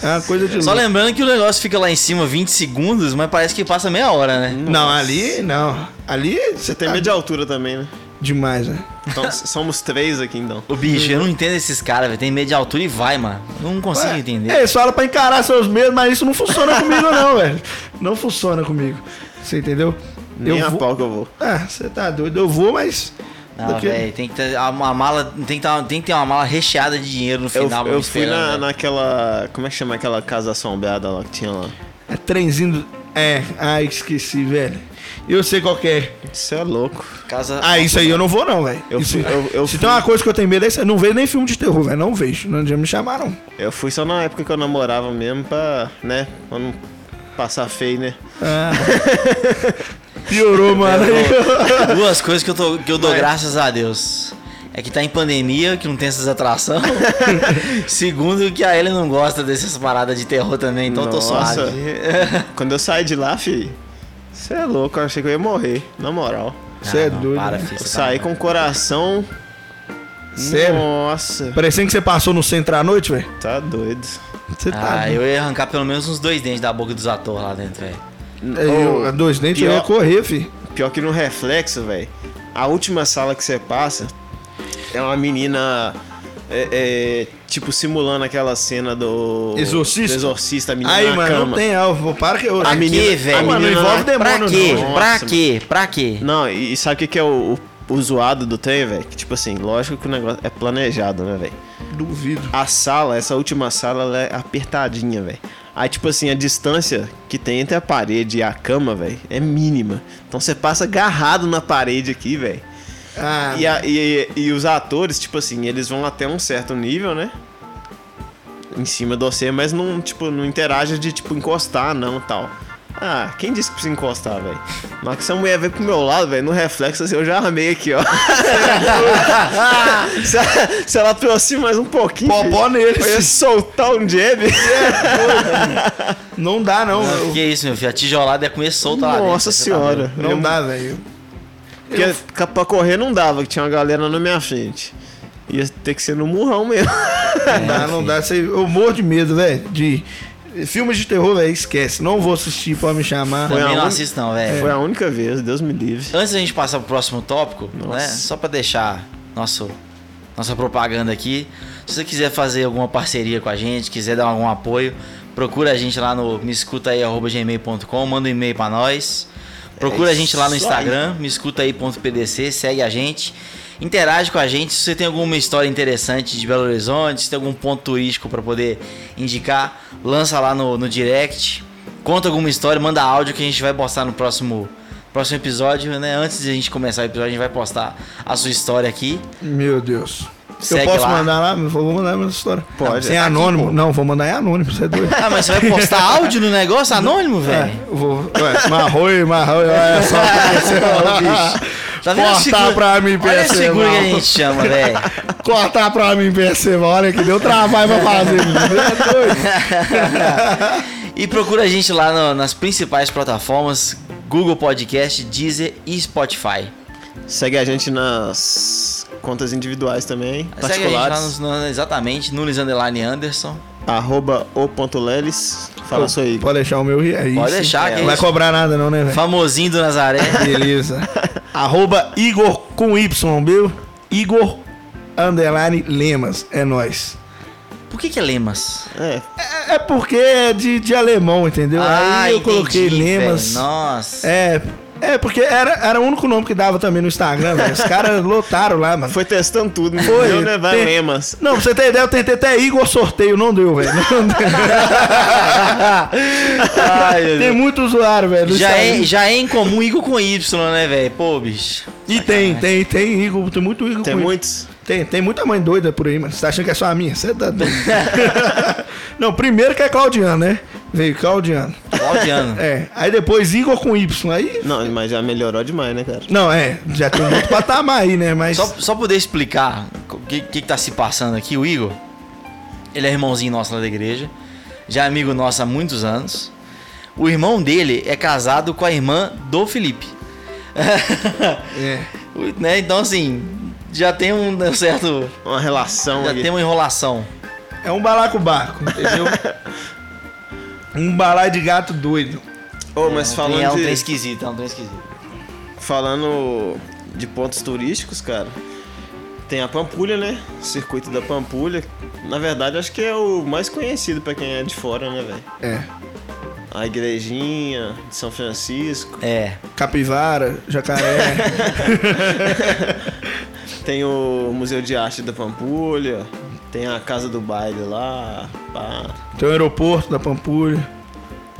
S3: é uma coisa de
S1: Só
S3: louco.
S1: lembrando que o negócio fica lá em cima 20 segundos, mas parece que passa meia hora, né?
S3: Não, ali não. Ali
S2: Você tem medo de altura também, né?
S3: demais, né?
S2: Então, s- somos três aqui, então.
S1: O bicho, eu não entendo esses caras, velho. Tem medo de altura e vai, mano. Não consigo
S3: Ué,
S1: entender.
S3: É, eles falam pra encarar seus medos, mas isso não funciona comigo, não, (laughs) velho. Não funciona comigo. Você entendeu?
S2: Nem a
S3: vou...
S2: pau Ah, que eu vou.
S3: Ah, você tá doido. Eu vou, mas.
S1: Não,
S3: daqui-
S1: velho, tem que ter a- uma mala, tem que, tá- tem que ter uma mala recheada de dinheiro no
S2: Eu,
S1: final.
S2: eu
S1: me
S2: fui
S1: esperando, né?
S2: na,
S1: velho.
S2: naquela. Como é que chama aquela casa assombrada lá que tinha lá?
S3: É trenzinho. do- É, ai, esqueci, velho. Eu sei qual que é.
S2: Isso é louco.
S1: Casa...
S3: Ah, isso aí eu não vou, não, velho.
S2: Eu
S3: Isso-
S2: fui- eu- eu
S3: Se
S2: fui-
S3: tem uma coisa que eu tenho medo, é isso. Não vejo nem filme de terror, velho. Não vejo. Não adianta me chamar, não.
S2: Eu fui só na época que eu namorava mesmo pra, né? Pra não passar feio, né?
S3: Ah. (laughs) Piorou, mano.
S1: (laughs) Duas coisas que eu, tô- que eu dou graças a Deus. É que tá em pandemia, que não tem essas
S2: (laughs)
S1: atrações. Segundo, que a Ellen não gosta dessas paradas de terror também, então eu tô
S2: Nossa.
S1: suave.
S2: (laughs) Quando eu saí de lá, fi, você é louco, eu achei que eu ia morrer, na moral.
S3: Você é
S1: Não, não,
S3: doido.
S1: Para,
S3: né?
S1: filho,
S2: Eu
S1: você tá
S2: saí com o coração.
S3: Sério?
S2: Nossa,
S3: Parecendo que você passou no centro à noite, velho.
S2: tá doido.
S3: Você tá.
S1: Ah,
S3: doido.
S1: eu ia arrancar pelo menos uns dois dentes da boca dos atores lá dentro, velho.
S2: Oh,
S3: Eu, É, a dois dentes eu
S2: pior-
S3: ia correr, fi.
S2: Pior que no reflexo, velho. A última sala que você passa é uma menina. é, é, tipo, simulando aquela cena do.
S3: Exorcista?
S2: do exorcista, a menina
S3: Aí,
S2: na
S3: mano,
S2: cama.
S3: não tem alvo. Para que eu.
S2: A
S1: Pra
S2: menina-
S1: quê,
S2: a
S1: velho?
S3: menina não envolve
S1: pra
S3: demônio,
S1: quê?
S2: não.
S1: pra
S2: Nossa,
S1: quê? Pra quê?
S2: Não, e, e sabe o que, que é o, o, o zoado do trem, velho? Que, tipo assim, lógico que o negócio é planejado, né, velho?
S3: Duvido.
S2: A sala, essa última sala, ela é apertadinha, velho. Aí, tipo assim, a distância que tem entre a parede e a cama, velho, é mínima. Então você passa agarrado na parede aqui, velho.
S3: Ah,
S2: E, a- e- e os atores, tipo assim, eles vão até um certo nível, né? Em cima do você, mas não, tipo, não interage de, tipo, encostar, não, tal. Ah, quem disse que precisa encostar, velho? Na hora que essa mulher veio pro meu lado, velho, no reflexo, assim, eu já armei aqui, ó. (laughs)
S1: (laughs)
S2: se, ela, se ela aproxima mais um pouquinho... filho,
S3: Popó nele,
S2: Eu ia
S3: sim.
S2: soltar um jab. assim.
S3: não dá, não.
S1: Não,
S3: eu-
S1: que isso, meu filho? A tijolada é comer solta lá dentro.
S3: (laughs)
S2: Nossa
S1: você tá doido.
S2: senhora.
S3: não dá, velho.
S2: Porque ca- pra correr não dava, que tinha uma galera na minha frente. Ia ter que ser no murrão mesmo.
S1: É,
S2: É,
S3: Não dá, não dá. Cê- Eu morro de medo, velho. De filmes de terror, velho, esquece. Não vou assistir pra me chamar.
S2: Foi a
S1: Também não
S2: única-
S1: assisto não, velho.
S2: Foi a única vez, Deus me livre.
S1: Antes da gente passar pro próximo tópico,
S2: Nossa.
S1: né? Só pra deixar nosso, nossa propaganda aqui. Se você quiser fazer alguma parceria com a gente, quiser dar algum apoio, procura a gente lá no meescutaaí.gmail.com, manda um e-mail pra nós. Procura
S2: É
S1: a gente lá no
S2: isso
S1: Instagram, meescutaí.pdc, segue a gente. Interage com a gente. Se você tem alguma história interessante de Belo Horizonte, se tem algum ponto turístico pra poder indicar, lança lá no, no direct. Conta alguma história, manda áudio que a gente vai postar no próximo, próximo episódio, né? Antes de a gente começar o episódio, a gente vai postar a sua história aqui.
S3: Meu Deus.
S1: Segue
S3: eu posso
S1: lá.
S3: mandar lá? Eu Vou mandar minha história.
S2: Pode.
S3: Sem anônimo. não, vou mandar em anônimo, você
S2: (laughs)
S3: é doido.
S1: Ah, mas você vai postar áudio no negócio anônimo,
S3: É,
S1: velho?
S3: eu vou. Ué, marroi, marroi, olha só
S1: (laughs)
S3: pra você, ó, bicho.
S1: Tá vendo a
S3: Cortar
S1: figura-
S3: pra mim,
S1: Olha a figura que a
S3: Perceval.
S1: gente chama, velho.
S3: Cortar pra mim, perceba. Olha que deu trabalho pra fazer. bicho.
S1: (laughs)
S3: É doido.
S1: E procura a gente lá no- nas principais plataformas: Google Podcast, Deezer e Spotify.
S2: Segue a gente nas contas individuais também,
S1: Segue a gente lá
S2: particulares.
S1: nos, no- exatamente, Nunes Underline Anderson.
S2: Arroba o ponto Lelis. Fala isso aí.
S3: Pode deixar o meu rir. É isso.
S1: Pode deixar, que
S3: Não vai
S1: isso.
S3: cobrar nada, não, né, velho?
S1: Famosinho do Nazaré.
S3: Beleza. Arroba Igor com Y, viu? Igor underline Lemas. É nóis.
S1: Por que, que é Lemas?
S2: É,
S3: É, é porque é de, de alemão, entendeu? Aí eu
S1: Ah, entendi,
S3: coloquei
S1: velho.
S3: Lemas. (laughs)
S1: Nossa.
S3: É. É, porque era, era o único nome que dava também no Instagram, velho. Os caras (laughs) lotaram lá, mano.
S2: foi testando tudo, não
S3: Foi,
S2: deu, né? Vai
S3: tem-
S2: Lemas.
S3: Não, pra você ter ideia, eu tentei até Igor sorteio, não deu, velho. Não
S1: (laughs)
S3: deu.
S1: Ai, meu
S3: Tem
S1: Deus.
S3: muito usuário, velho. no
S1: Já
S3: Instagram.
S1: é, já é incomum Igor com Y, né, velho? Pô, bicho.
S3: E tem, tem, tem Igor, tem muito Igor
S2: Tem
S3: com
S2: muitos.
S3: Tem, tem muita mãe doida por aí, mano. Você tá achando que é só a minha? Você
S1: (laughs)
S3: tá doido. Não, primeiro que é Claudiano, né? Veio Claudiano.
S1: Tá Claudiano.
S3: É. Aí depois Igor com Y. Aí.
S2: Não, mas já melhorou demais, né, cara?
S3: Não, é. Já tem muito patamar aí, né? Mas.
S1: Só, só poder explicar o que, que, que tá se passando aqui, o Igor, ele é irmãozinho nosso lá da igreja, já é amigo nosso há muitos anos. O irmão dele é casado com a irmã do Felipe.
S3: É.
S1: O- né? Então, assim, já tem um um certo.
S2: Uma relação
S1: Já
S2: ali.
S1: tem um- uma enrolação.
S3: É um balacobaco, (laughs) entendeu? um balai de gato doido.
S2: Ô, mas
S1: É um trem- é um
S2: falando
S1: trem
S2: de,
S1: esquisito, é um trem esquisito.
S2: falando de pontos turísticos, cara, tem a Pampulha, né? O circuito da Pampulha. Na verdade, acho que é o mais conhecido pra quem é de fora, né, velho?
S3: É.
S2: A igrejinha de São Francisco.
S1: É.
S3: Capivara, (laughs) jacaré.
S2: Tem o Museu de Arte da Pampulha. Tem a Casa do Baile lá. Pá.
S3: tem o aeroporto da Pampulha.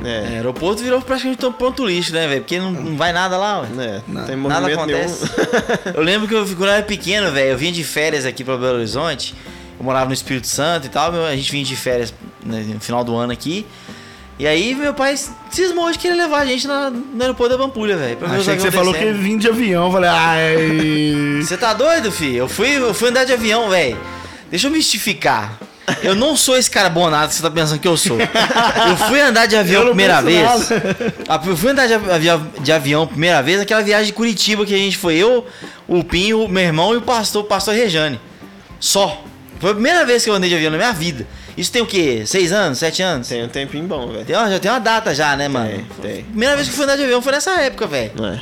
S1: é,
S2: É,
S1: aeroporto virou praticamente um ponto lixo, né, velho? Porque não, não vai nada lá, ué.
S2: né? Não tem
S1: Nada
S2: movimento
S3: (laughs)
S1: acontece.
S2: nenhum.
S1: eu lembro que eu, quando eu era pequeno, velho, eu vinha de férias aqui pra Belo Horizonte. Eu morava no Espírito Santo e tal. meu- A gente vinha de férias né, no final do ano aqui. E aí meu pai cismou de querer levar a gente na- no aeroporto da Pampulha, velho. pra ver os
S3: Achei que você falou que
S1: acontecendo.
S3: vim de avião. Falei, (laughs) ai.
S1: Você tá doido, fi? Eu fui, eu fui andar de avião, velho. Deixa eu mistificar. Eu não sou esse cara bonado que você tá pensando que eu sou. Eu fui andar de avião a
S3: Eu não
S1: primeira vez.
S3: penso
S1: Ah, Eu fui andar de avi- avião, de avião a primeira vez, aquela viagem de Curitiba que a gente foi eu, o Pinho, meu irmão e o pastor, o pastor Rejane. Só. Foi a primeira vez que eu andei de avião na minha vida. Isso tem o quê? Seis anos? Sete anos?
S2: (laughs) Tem um tempinho bom, velho.
S1: Tem uma, já tem uma data já, né, mano?
S2: tem.
S1: Primeira vez que eu fui andar de avião foi nessa época, velho. Pra
S2: É.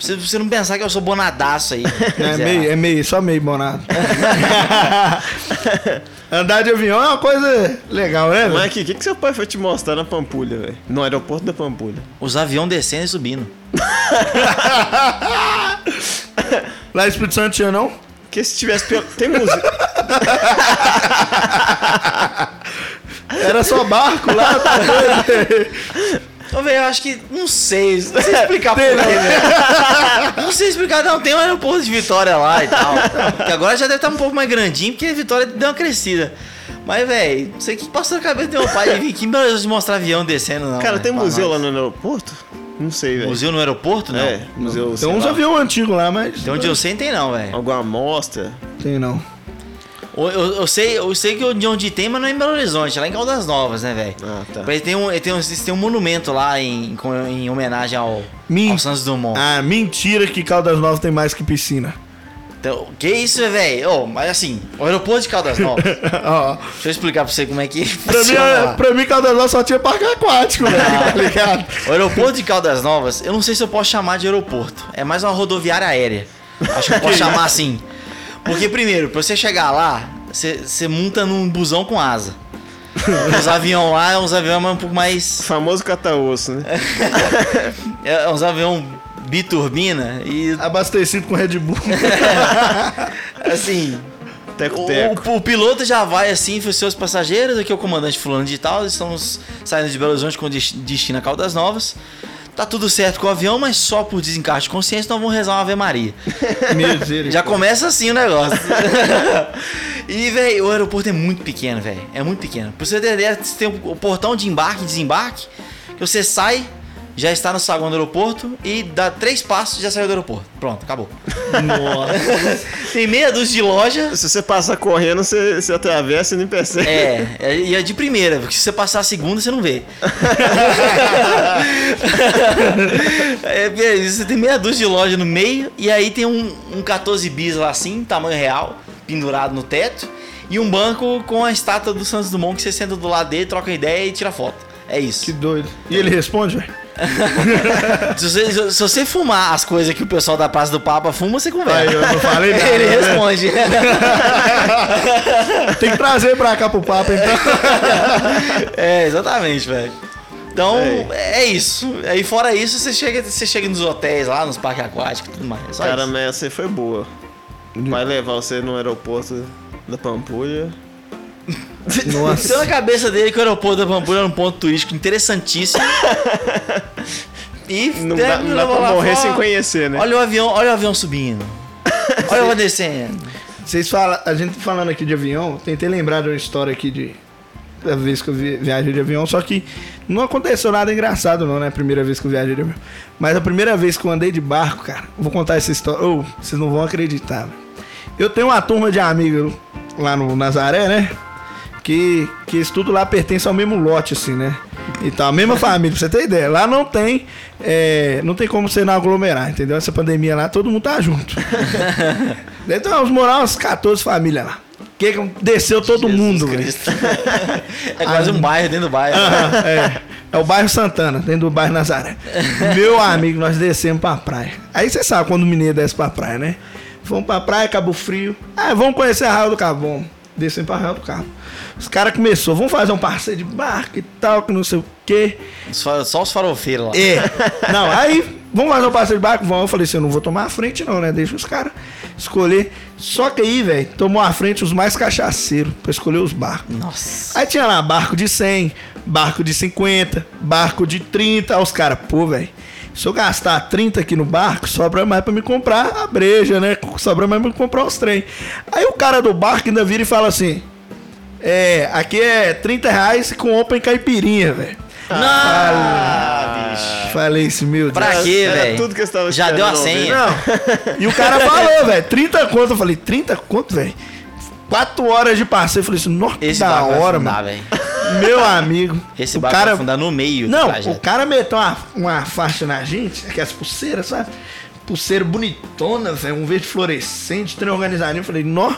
S1: você- pra você não pensar que eu sou bonadaço aí. né?
S3: É meio, é meio, só meio bonado. (laughs) Andar de avião é uma coisa legal, né? velho?
S2: Mike, o que, que seu pai foi te mostrar na Pampulha, velho? No aeroporto da Pampulha.
S1: Os aviões descendo e subindo.
S3: Lá em Espírito Santo tinha, (laughs) não?
S2: Porque se tivesse. pelo- Tem
S1: (laughs)
S2: museu.
S3: Era só barco lá. tá doido?
S1: Ô, Então, velho, eu acho que. Não sei. Não sei explicar por quê, velho. (laughs) Não sei explicar, não. Tem um aeroporto de Vitória lá e tal. Que agora já deve estar um pouco mais grandinho, porque Vitória deu uma crescida. Mas, velho, não sei o que passou na cabeça do meu pai é de vir aqui em Belo Horizonte mostrar avião descendo, não.
S2: Cara,
S1: né,
S2: tem um
S1: pra
S2: museu lá
S1: nós.
S2: no aeroporto? Não sei, velho.
S1: Museu no aeroporto? Não.
S2: É, museu.
S3: Tem uns aviões antigos lá, mas.
S1: De onde eu sei, não tem não, velho.
S2: Alguma amostra.
S3: Tem não.
S1: Eu, eu- eu sei, eu sei que eu- de onde tem, mas não é em Belo Horizonte, é lá em Caldas Novas, né, velho?
S2: Ah, tá.
S1: Mas Tem um, tem, um, tem um monumento lá em, com- em homenagem ao,
S3: Min-
S1: ao Santos Dumont.
S3: Ah, mentira que Caldas Novas tem mais que piscina. (laughs)
S1: Então, que isso, velho? Ô, mas assim, o aeroporto de Caldas
S3: (laughs)
S1: Novas. deixa
S3: Ó,
S1: eu explicar pra você como é que.
S3: pra, mim,
S1: funciona lá.
S3: é- pra mim, Caldas Novas só tinha parque aquático, velho. Tá ligado?
S1: O aeroporto de Caldas Novas, eu não sei se eu posso chamar de aeroporto. É mais uma rodoviária aérea. Acho que eu posso
S3: (laughs)
S1: chamar assim. Porque, primeiro, pra você chegar lá, você você monta num busão com asa.
S3: (laughs)
S1: Os aviões lá, é uns aviões um pouco mais.
S2: Famoso cataosso, né?
S1: É é uns aviões biturbina e.
S3: Abastecido com Red (laughs) Bull.
S1: Assim. O,
S2: Teco-teco.
S1: o- o piloto já vai assim, os seus passageiros, aqui é o comandante fulano de tal, estamos saindo de Belo Horizonte com des- destino a Caldas Novas. Tá tudo certo com o avião, mas só por desencaixe de consciência nós vamos rezar uma Ave Maria.
S3: Misericórdia. (laughs)
S1: Já começa assim o negócio. (laughs) e, velho, o aeroporto é muito pequeno, velho. É muito pequeno. Pra você ter ideia, você tem o portão de embarque e desembarque, que você sai, já está no saguão do aeroporto e dá três passos e já saiu do aeroporto. Pronto, acabou. (laughs) tem meia dúzia de loja.
S2: Se você passa correndo, você, você atravessa e nem percebe.
S1: É, é- e é de primeira, porque se você passar a segunda, você não
S3: (laughs)
S1: vê. É, é, você tem meia dúzia de loja no meio, e aí tem um, um 14 bis lá assim, tamanho real, pendurado no teto, e um banco com a estátua do Santos Dumont que você senta do lado dele, troca ideia e tira foto. É
S3: Que
S1: isso.
S3: doido. E ele responde, velho?
S1: Se você, se você fumar as coisas que o pessoal da Paz do Papa fuma, você
S3: Aí, eu
S1: conversa.
S3: não falei nada.
S1: (laughs) Ele
S3: né?
S1: responde.
S3: Tem que trazer pra cá pro papo, então.
S1: É, exatamente, velho. Então, é. isso. Aí fora isso, você chega, você chega nos hotéis lá, nos parques aquáticos e tudo mais. É Só
S2: Cara,
S1: Tá
S3: (laughs)
S1: isso.
S2: mas essa aí foi boa. Vai levar você no aeroporto da Pampulha.
S1: Tem na cabeça dele que o aeroporto da Pampulha era um ponto turístico
S2: (laughs)
S1: interessantíssimo. e
S2: Não
S1: né,
S2: dá, não dá
S1: lá
S2: um pra morrer
S1: fora,
S2: sem conhecer, né?
S1: Olha o avião, olha o avião
S2: (laughs)
S1: subindo. olha o descendo.
S3: Vocês falam, a gente falando aqui de avião, tentei lembrar de uma história aqui de da vez que eu vi, viajei de avião, só que não aconteceu nada engraçado não, né? A primeira vez que eu viajei de avião. Mas a primeira vez que eu andei de barco, cara, vou contar essa história. Ô, vocês não vão acreditar. velho. Eu tenho uma turma de amigos lá no Nazaré, né? Que, que isso tudo lá pertence ao mesmo lote, assim, né? E tal, a mesma família, pra você ter ideia. Lá não tem. é, não tem como você não aglomerar, entendeu? Essa pandemia lá, todo mundo tá junto. Então, vamos morar umas 14 famílias lá. Que que desceu todo mundo, velho.
S1: É quase um bairro dentro do bairro.
S2: né?
S3: Aham, (laughs) é. É o bairro Santana, dentro do bairro Nazaré. Meu amigo, nós descemos pra praia. Aí você sabe quando o mineiro desce pra praia, né? Fomos pra praia, Cabo Frio. Ah, vamos conhecer a Raio do Cabo. Descemos pra Raio do Cabo. Os caras começaram, vamos fazer um passeio de barco e tal, que não sei o quê.
S1: (laughs) Só, só os farofeiros lá.
S3: É. Não, aí, vamos fazer um passeio de barco? Vamos. Eu falei assim, eu não vou tomar a frente não, né? Deixa os caras escolher. Só que aí, velho, tomou a frente os mais cachaceiros pra escolher os barcos.
S1: Nossa.
S3: Aí tinha lá barco de 100, barco de 50, barco de 30. Aí os caras, pô, velho, se eu gastar 30 aqui no barco, sobra mais pra me comprar a breja, né? Sobra mais pra me comprar os trem. Aí o cara do barco ainda vira e fala assim: É, aqui é 30 reais com open caipirinha, velho. Não! Falei isso, meu Deus.
S1: Pra quê,
S2: Ah, Era
S1: velho?
S2: tudo que você tava
S1: Já
S2: esperando
S1: deu a
S2: ouvir.
S1: senha.
S3: E o cara falou, velho, 30 conto. Eu falei, 30 conto, velho? Quatro horas de passeio. Eu falei assim, nossa, que
S1: Esse
S3: da
S1: barco vai
S3: hora,
S1: afundar,
S3: mano.
S1: velho.
S3: Meu amigo.
S1: Esse é
S3: o
S1: barco vai
S3: cara...
S1: afundar no meio
S3: Não,
S1: do
S3: o
S1: trajeto.
S3: cara meteu uma, uma faixa na gente, aquelas pulseiras, sabe? Pulseira bonitona, velho, um verde fluorescente, trem organizadinho. Eu falei, nó,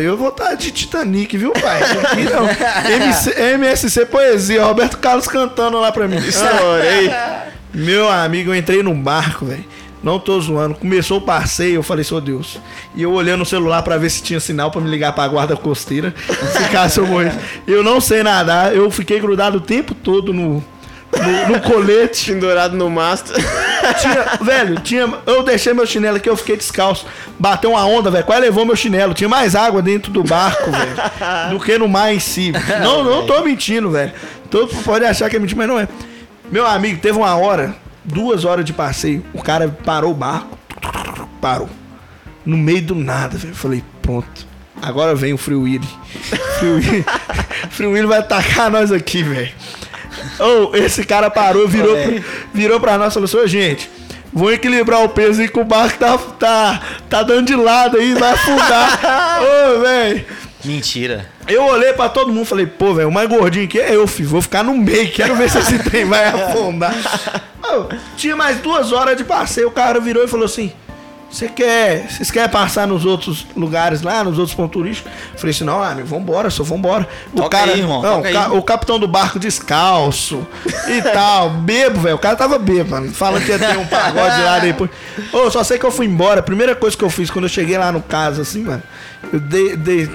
S3: eu vou estar de Titanic, viu, pai? Isso Aqui
S1: (laughs)
S3: não. MC, MSC Poesia, Roberto Carlos cantando lá pra mim.
S1: é
S2: (laughs) Chorei.
S3: Meu amigo, eu entrei num barco, velho. Não tô zoando. Começou o passeio, eu falei, seu Deus. E eu olhando o celular pra ver se tinha sinal pra me ligar pra guarda costeira. Se caso eu morresse. Eu não sei nadar. Eu fiquei grudado o tempo todo no, no, no colete.
S2: Pendurado no mastro.
S3: Tinha- velho, tinha, eu deixei meu chinelo aqui, eu fiquei descalço. Bateu uma onda, velho. Quase levou meu chinelo. Tinha mais água dentro do barco, velho. Do que no mar em si. Não, não tô mentindo, velho. Todo mundo pode achar que é mentira, mas não é. Meu amigo, teve uma hora, duas horas de passeio. O cara parou o barco. Parou. No meio do nada, velho. Eu Falei, pronto. Agora vem o Free Willy. (laughs) Free Willy, (laughs) Free Willy vai atacar nós aqui, velho. Ou esse cara parou, virou,
S1: Olé.
S3: virou pra nós e falou assim, "Ô, gente, vou equilibrar o peso aí que o barco tá, tá, tá dando de lado aí, vai afundar. Ô, velho.
S1: Mentira.
S3: Eu olhei pra todo mundo e falei, pô, velho, o mais gordinho aqui é eu, filho. Vou ficar no meio, quero ver
S1: (laughs)
S3: se esse trem vai afundar. Mano, tinha mais duas horas de passeio, o cara virou e falou assim: Você quer. Vocês querem passar nos outros lugares lá, nos outros pontos turísticos? Eu falei assim, não, amigo, vambora, só vambora. O
S1: Toca
S3: cara.
S1: aí, irmão,
S3: não,
S1: toca
S3: o, ca-
S1: aí.
S3: o capitão do barco descalço e tal. Bebo, velho. O cara tava bebo, mano. Falando que ia ter um pagode lá depois. Ô, só sei que eu fui embora. A primeira coisa que eu fiz quando eu cheguei lá no caso, assim, mano, eu dei. dei-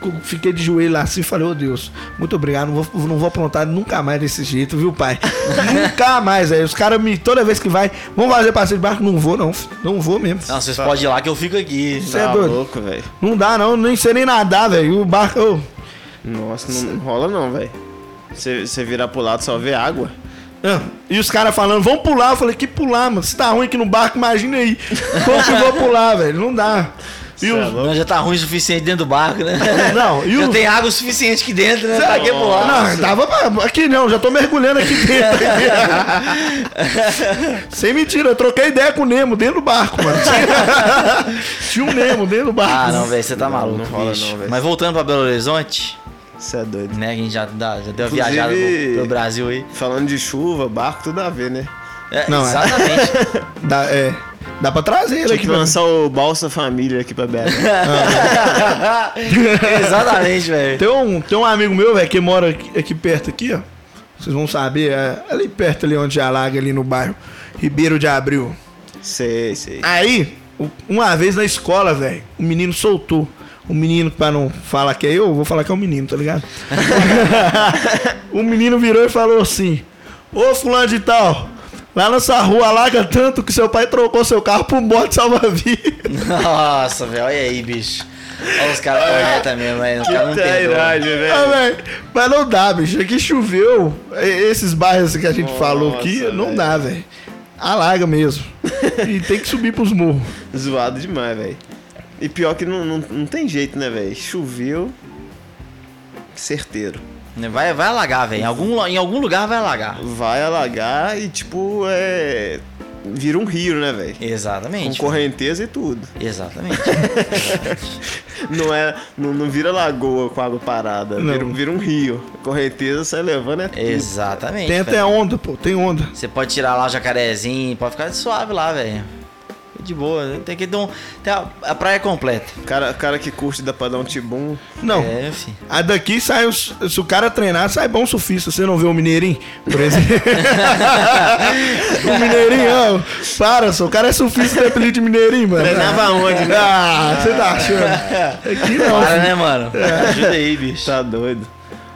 S3: co- Fiquei de joelho lá assim e falei, ô Deus, muito obrigado, não vou, não vou aprontar nunca mais desse jeito, viu, pai? nunca mais, velho. Os caras me, toda vez que vai, vão fazer passeio de barco, não vou, não. filho. Não vou mesmo.
S1: Não, vocês podem ir lá que eu fico aqui.
S3: Cê é
S2: Tá
S3: doido.
S2: louco, velho.
S3: Não dá, não, nem sei nem nadar, velho. O barco. ô.
S2: Nossa, não, não rola não, velho. Você você virar pro lado só vê água.
S3: Ah, E os caras falando, vamos pular. Eu falei, que pular, mano? Se tá ruim aqui no barco, imagina aí. Como que eu vou pular, velho? Não dá. E
S2: Cê é
S3: os...
S2: louco.
S1: Não, já tá ruim o suficiente dentro do barco, né?
S3: (laughs) Não, e é
S1: Já
S3: os...
S1: tem água o suficiente aqui dentro, né?
S3: Será
S1: Pra que
S3: que
S1: pular?
S3: pular? Não, tava pra- aqui não, já tô mergulhando aqui dentro.
S1: (laughs)
S3: Sem mentira, eu troquei ideia com o Nemo dentro do barco, mano. (laughs) Tinha, Tinha um Nemo dentro do barco.
S1: Ah, não, velho, você tá
S2: Não,
S1: maluco,
S2: não rola
S1: bicho.
S2: não, velho.
S1: Mas voltando pra Belo Horizonte,
S2: Você é doido.
S1: né, que a gente já, dá- já deu a
S2: Inclusive-
S1: viajada pro, pro Brasil aí.
S2: Falando de chuva, barco, tudo a ver, né?
S1: É,
S3: Não, é.
S1: exatamente.
S3: (laughs) Dá, é, dá pra trazer ele
S2: Tinha
S3: aqui.
S2: que
S3: pra-
S2: lançar o Balsa Família aqui pra (laughs) Bela.
S1: exatamente, velho.
S3: (laughs) Tem um, tem um amigo meu, velho, que mora aqui, aqui perto aqui, ó. Vocês vão saber, é ali perto ali onde alaga ali no bairro Ribeiro de Abril.
S2: sei, sei.
S3: Aí, u- uma vez na escola, velho, o menino soltou. O menino, pra não falar que é eu, eu vou falar que é o menino, tá ligado? o menino virou e falou assim: Ô fulano de tal, lá nessa rua alaga tanto que seu pai trocou seu carro por um
S1: (laughs)
S3: bote salva-vidas.
S1: Nossa, velho, olha aí, bicho. Olha os caras corretos mesmo, velho. Os
S2: Tá
S1: caras não perdoam.
S3: Ah, véi, Mas não dá, bicho. Aqui choveu. E- Esses bairros que a gente
S2: Nossa,
S3: falou aqui, não
S2: véi.
S3: dá, velho. Alaga mesmo. e tem que subir pros morros.
S2: Zoado demais, velho. E pior que não, não, não tem jeito, né, velho? Choveu. Certeiro.
S1: Vai, vai alagar, velho. Em algum, lo- em algum lugar vai alagar.
S2: Vai alagar e, tipo, é. Vira um rio, né, velho? Com
S1: Exatamente.
S2: correnteza e tudo.
S1: velho. Exatamente.
S2: Não é. Não, não vira lagoa com água parada.
S3: Não.
S2: Vira, vira um rio. Correnteza sai levando é tudo.
S1: Exatamente.
S3: Tem até
S1: velho.
S3: onda, pô. Tem onda.
S1: Você pode tirar lá o jacarezinho, pode ficar suave lá, velho. De boa, tem que dar um. Tem a, a praia completa.
S2: Cara, cara que curte dá pra dar um tibum.
S3: Não.
S1: É, fi.
S3: A daqui sai os, se o cara treinar, sai bom surfista. Você não vê o Mineirinho, por exemplo. o Mineirinho, ó, para, só, o cara é surfista, tem apelido de Mineirinho, mano.
S2: Treinava onde, né?
S3: Ah, você tá achando? Aqui não. É.
S1: Para,
S3: filho.
S1: né, mano? Ajuda aí, bicho.
S2: Tá doido.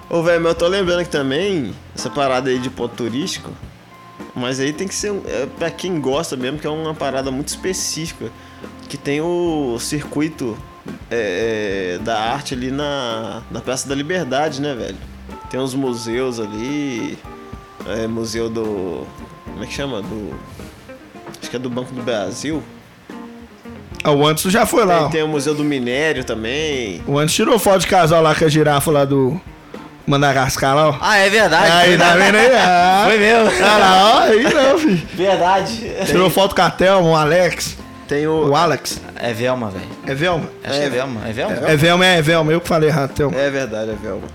S2: Ô, velho, mas eu tô lembrando que também, essa parada aí de ponto turístico, mas aí tem que ser, um- é, pra quem gosta mesmo, que é uma parada muito específica, que tem o circuito é, é, da arte ali na, na Praça da Liberdade, né, velho? Tem uns museus ali, é, museu do... como é que chama? Do... acho que é do Banco do Brasil.
S3: Ah, o Anderson já foi lá.
S2: Tem,
S3: ó.
S2: tem o Museu do Minério também.
S3: O Anderson tirou foto de casal lá com a girafa lá do Madagascar lá, ó.
S1: Ah, é verdade.
S3: Aí, tá vendo aí? Ah,
S1: Foi mesmo.
S3: tá lá, ó, aí não, filho.
S1: Verdade.
S3: Tirou foto com a Thelma, o Alex.
S2: Tem
S3: O
S2: o...
S3: Alex.
S1: É Velma, velho.
S3: É Velma?
S1: Acho que é Velma. É Velma?
S3: É Velma, é Velma. Eu que falei errado, Thelma.
S2: É verdade, é Velma.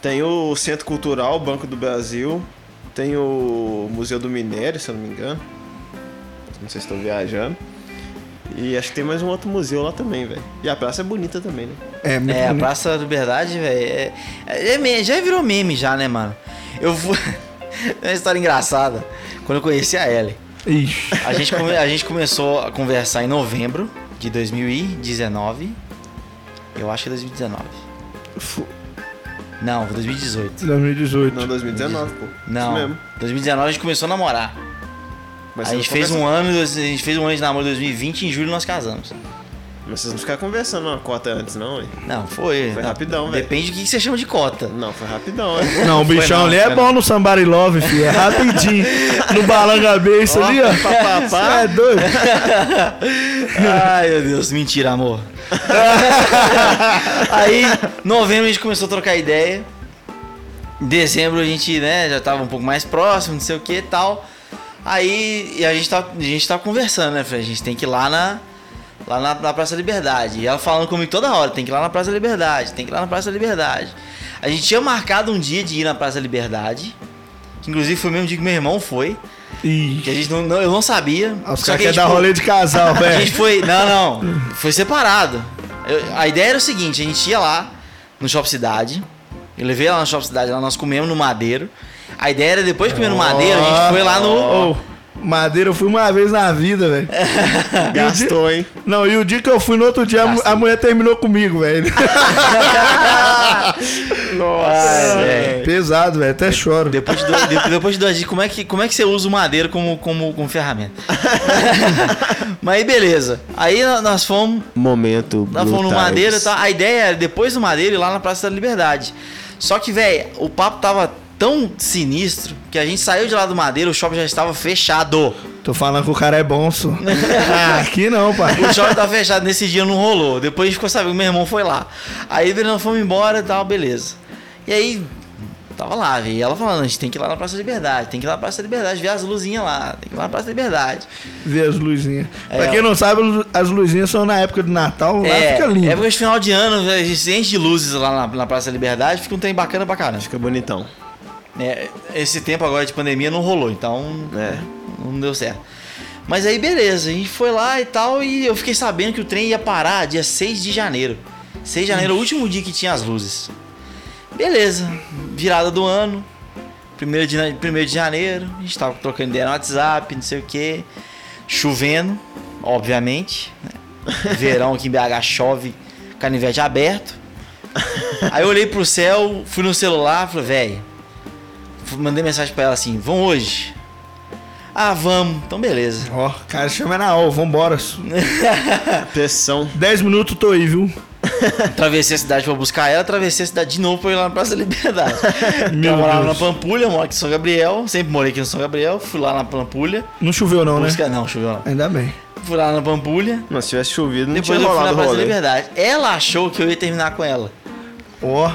S2: Tem o Centro Cultural, Banco do Brasil. Tem o Museu do Minério, se eu não me engano. Não sei se estou viajando. E acho que tem mais um outro museu lá também, velho. E a praça é bonita também, né?
S3: É, muito
S1: É, a
S3: bonito.
S1: Praça da Liberdade, velho. É, é me- já virou meme, já, né, mano? Eu vou. (laughs) É uma história engraçada. Quando eu conheci a Ellie.
S3: Ixi.
S1: A gente, come- a gente começou a conversar em novembro de 2019. Eu acho que é 2019.
S3: Fu-
S1: Não, 2018.
S3: 2018.
S2: Não, 2019, pô.
S1: Não.
S2: Isso mesmo.
S1: 2019 a gente começou a namorar.
S2: Mas
S1: a
S2: vocês
S1: gente
S2: não
S1: fez um
S2: conversam-
S1: ano, a gente fez um ano de namoro em 2020 e em julho nós casamos.
S2: Mas vocês não ficaram conversando uma cota antes, não, hein?
S1: Não, foi.
S2: Foi
S1: um- não,
S2: rapidão, velho.
S1: Depende do que que você chama de cota.
S2: Não, foi rapidão, hein?
S3: (laughs) Não, o
S1: Foi
S3: bichão
S1: não,
S3: ali é
S1: foi
S2: (laughs)
S3: bom no Somebody Love, filho. É rapidinho. no balangabeço ali, ó.
S2: Papapá.
S3: (laughs) Cê é doido.
S1: Ai, meu Deus, mentira, amor.
S3: (laughs)
S1: Aí, novembro a gente começou a trocar ideia. Em dezembro a gente, né, já tava um pouco mais próximo, não sei o que e tal. Aí e a gente tá, a gente tá conversando, né? Falei, a gente tem que ir lá na Lá na, na Praça Liberdade. E ela falando comigo toda hora, tem que ir lá na Praça Liberdade, tem que ir lá na Praça Liberdade. A gente tinha marcado um dia de ir na Praça Liberdade. Que inclusive foi o mesmo dia que meu irmão foi.
S3: Ih,
S1: Que a gente não, não- eu não sabia.
S3: Ah, os
S1: só
S3: caras
S1: que a
S3: querem
S1: gente
S3: dar
S1: foi-
S3: rolê de casal,
S1: (laughs) a gente
S3: velho.
S1: foi. Não, não. Foi separado. Eu- a ideia era o seguinte: a gente ia lá no Shop Cidade. Eu levei ela no Shop Cidade, lá nós comemos no Madeiro. A ideia era depois de comer no Madeiro, a gente foi lá no. É.
S3: Ô, Madeira, eu fui uma vez na vida, velho.
S2: Gastou, hein?
S3: Não, e o dia que eu fui, no outro dia, a mu- a mulher terminou comigo, velho.
S2: Nossa.
S1: É.
S3: (laughs) Pesado, velho. Até choro.
S1: Depois de dois, de- depois de dois dias, como é, que, como é que você usa o madeiro como, como, como ferramenta? Mas aí beleza. Aí nó- nós fomos
S2: Momento.
S1: Nós
S2: Blue
S1: fomos no
S2: Times.
S1: Tá Madeira e tal. A ideia era depois do Madeira ir lá na Praça da Liberdade. Só que, velho, o papo tava tão sinistro que a gente saiu de lá do Madeira, o shopping já estava fechado.
S3: Tô falando que o cara é bom, só. Ah, Aqui não, pai.
S1: O shopping tava fechado, nesse dia não rolou. Depois a gente ficou sabendo que meu irmão foi lá. Aí nós fomos embora e tal, beleza. E aí, tava lá, velho. E ela falando, a gente tem que ir lá na Praça da Liberdade, tem que ir lá na Praça da Liberdade, ver as luzinhas lá, tem que ir lá na Praça da Liberdade.
S3: Ver as luzinhas.
S1: É,
S3: pra quem não sabe, lu- as luzinhas são na época do Natal, lá
S1: é,
S3: fica lindo.
S1: época de final de ano, a gente enche de luzes lá na, na Praça da Liberdade, fica um trem bacana pra caramba.
S2: Fica é bonitão.
S1: né, esse tempo agora de pandemia não rolou, então
S2: É.
S1: não deu certo. Mas aí beleza, a gente foi lá e tal, e eu fiquei sabendo que o trem ia parar dia 6 de janeiro. 6 de janeiro, é o último dia que tinha as luzes. Beleza, virada do ano, 1 de, jane- primeiro de janeiro, a gente tava trocando ideia no WhatsApp, não sei o que, chovendo, obviamente. né? Verão aqui em BH chove, canivete aberto. Aí eu olhei pro céu, fui no celular, falei, velho, mandei mensagem pra ela assim, vão hoje? Ah, vamos, então beleza.
S3: Ó, cara, chama na hora, vambora. su.
S2: Pressão.
S3: Dez minutos tô aí, viu?
S1: Atravessei a cidade pra buscar ela, atravessei a cidade de novo pra ir lá na Praça da Liberdade.
S3: Meu
S1: eu morava
S3: Deus.
S1: na Pampulha, moro aqui em São Gabriel, sempre morei aqui em São Gabriel, fui lá na Pampulha,
S3: Não choveu não, né?
S1: buscar... não, choveu não.
S3: Ainda bem.
S1: Fui lá na Pampulha,
S2: Mas se tivesse chovido, não
S1: depois eu fui
S2: tinha
S1: na
S2: rolado
S1: Praça da
S2: rolê.
S1: Liberdade. Ela achou que eu ia terminar com ela.
S3: Ó,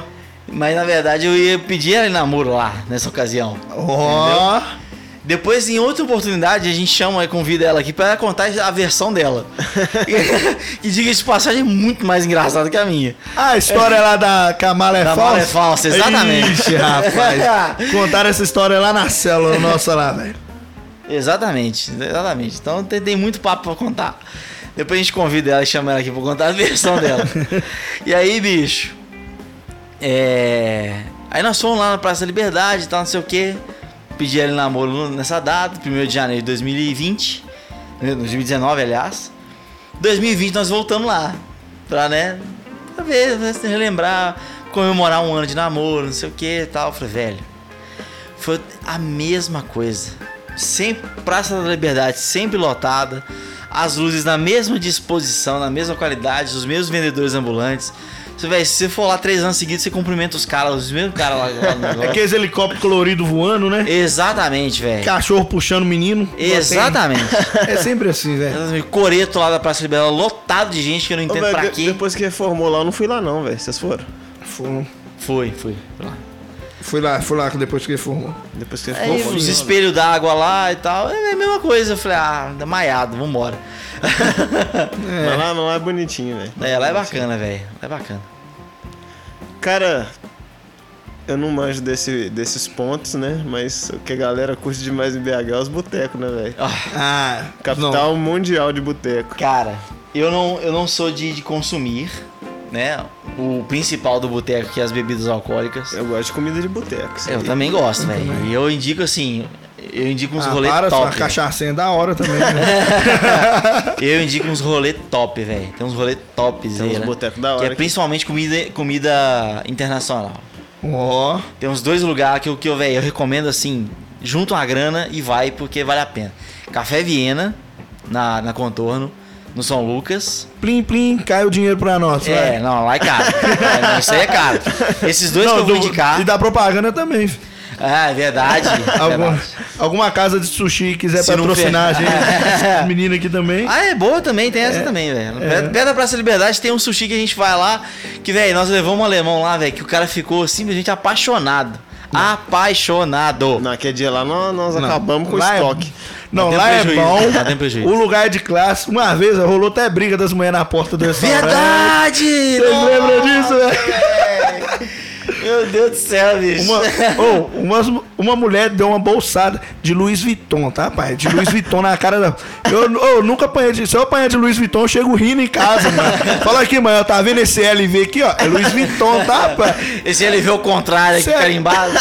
S1: Mas na verdade eu ia pedir ela em namoro lá, nessa ocasião.
S3: ó.
S1: Depois, em outra oportunidade, a gente chama e convida ela aqui pra ela contar a versão dela. (laughs) e diga de passagem é muito mais engraçada que a minha.
S3: Ah, a história lá da Camala é
S1: Da
S3: falsa?
S1: mala é falsa, exatamente.
S3: Ixi,
S1: (laughs)
S3: rapaz. Contaram essa história lá na célula nossa lá, velho.
S1: Exatamente, exatamente. Então tem, tem muito papo pra contar. Depois a gente convida ela e chama ela aqui pra contar a versão dela. e aí, bicho. É. Aí nós fomos lá na Praça da Liberdade e tal, não sei o quê. Pedi ela em namoro nessa data, 1 de janeiro de 2020. né, 2019, aliás. 2020 nós voltamos lá. Pra, né? Pra ver, pra se relembrar, comemorar um ano de namoro, não sei o que e tal. Eu Falei, velho. Foi a mesma coisa. Sempre Praça da Liberdade, sempre lotada. As luzes na mesma disposição, na mesma qualidade, os mesmos vendedores ambulantes. Você, velho, se você for lá três anos seguidos, você cumprimenta os caras, os mesmos caras lá, lá no
S2: (laughs)
S1: negócio.
S3: Aqueles helicópteros coloridos voando, né?
S1: Exatamente, velho.
S3: Cachorro puxando o menino.
S1: Exatamente.
S2: (laughs)
S3: É sempre assim, velho.
S1: Exatamente. Coreto lá da Praça Liberdade, lotado de gente que eu não
S2: Ô,
S1: entendo
S2: velho,
S1: pra
S2: de-
S1: quê.
S2: Depois que reformou lá, eu não fui lá não, velho. Vocês foram?
S3: Fui,
S1: Foi, foi. Foi lá.
S3: fui lá, fui lá depois que ele formou.
S2: Depois que
S1: Aí,
S2: reformou.
S1: os espelhos d'água lá e tal. É a mesma coisa. Eu falei, ah, ainda maiado, vambora. (laughs)
S2: Mas lá não é bonitinho, velho.
S1: é, lá é bacana, velho. Lá é bacana. É.
S2: Cara, eu não manjo desse, desses pontos, né? Mas o que a galera curte demais em BH é os botecos, né, velho?
S1: Ah,
S3: Ah,
S2: Capital mundial de boteco.
S1: cara, eu não, eu não sou de, de consumir, né? O principal do boteco, que é as bebidas alcoólicas. Eu,
S2: Eu gosto de comida de boteco. isso aí.
S1: também gosto, velho. E eu indico assim. Eu indico uns
S3: Ah,
S1: rolê
S3: para, sua
S1: top.
S3: cachaçinha é da hora também. Né?
S1: (laughs) Eu indico uns rolê top, velho. Tem uns rolê tops
S2: Tem
S1: aí,
S2: uns
S1: né?
S2: botecos da
S1: Que
S2: hora.
S1: é principalmente comida, comida internacional.
S3: Ó,
S1: Tem uns dois lugares que, eu- que eu, velho, eu recomendo assim, junta uma grana e vai, porque vale a pena. Café Viena, na, na Contorno, no São Lucas.
S3: plim, plim, cai o dinheiro pra nós.
S1: É,
S3: vai.
S1: não, lá é caro. É, não, isso aí é caro. Esses dois que eu vou
S3: do-
S1: indicar.
S3: E da propaganda também. fi.
S1: Ah, é verdade. é
S3: Alguma,
S1: verdade.
S3: alguma casa de sushi quiser
S1: Se não
S3: patrocinar a
S1: fer-
S3: gente,
S1: (laughs)
S3: esse menino aqui também.
S1: Ah, é boa também, tem essa também, velho.
S3: É.
S1: Perto- Perto da Praça Liberdade tem um sushi que a gente vai lá, que, velho, nós levamos um alemão lá, velho, que o cara ficou simplesmente apaixonado. Apaixonado.
S2: Naquele dia lá, nó- nós,
S3: Não.
S2: acabamos com o
S3: Lá é-
S2: estoque.
S3: Não,
S1: Tá tendo
S3: lá é
S1: prejuízo,
S3: bom.
S1: tá tendo prejuízo.
S3: O lugar é de classe. Uma vez rolou até briga das mulheres na porta do restaurante.
S1: Verdade!
S3: Vocês
S1: Nossa,
S3: lembram disso, velho?
S1: Meu Deus do céu, bicho.
S3: Uma, ô, umas- uma mulher deu uma bolsada de Luiz Vuitton, tá, pai? De Luiz Vuitton na cara da. Eu, ô, nunca apanhei de. Se eu apanhar de Luiz Vuitton, eu chego rindo em casa, mano. Fala aqui, mano, tá vendo esse LV aqui, ó? É Luiz Vuitton, tá, pai?
S1: Esse ele vê o contrário aqui
S3: Sério?
S1: carimbado.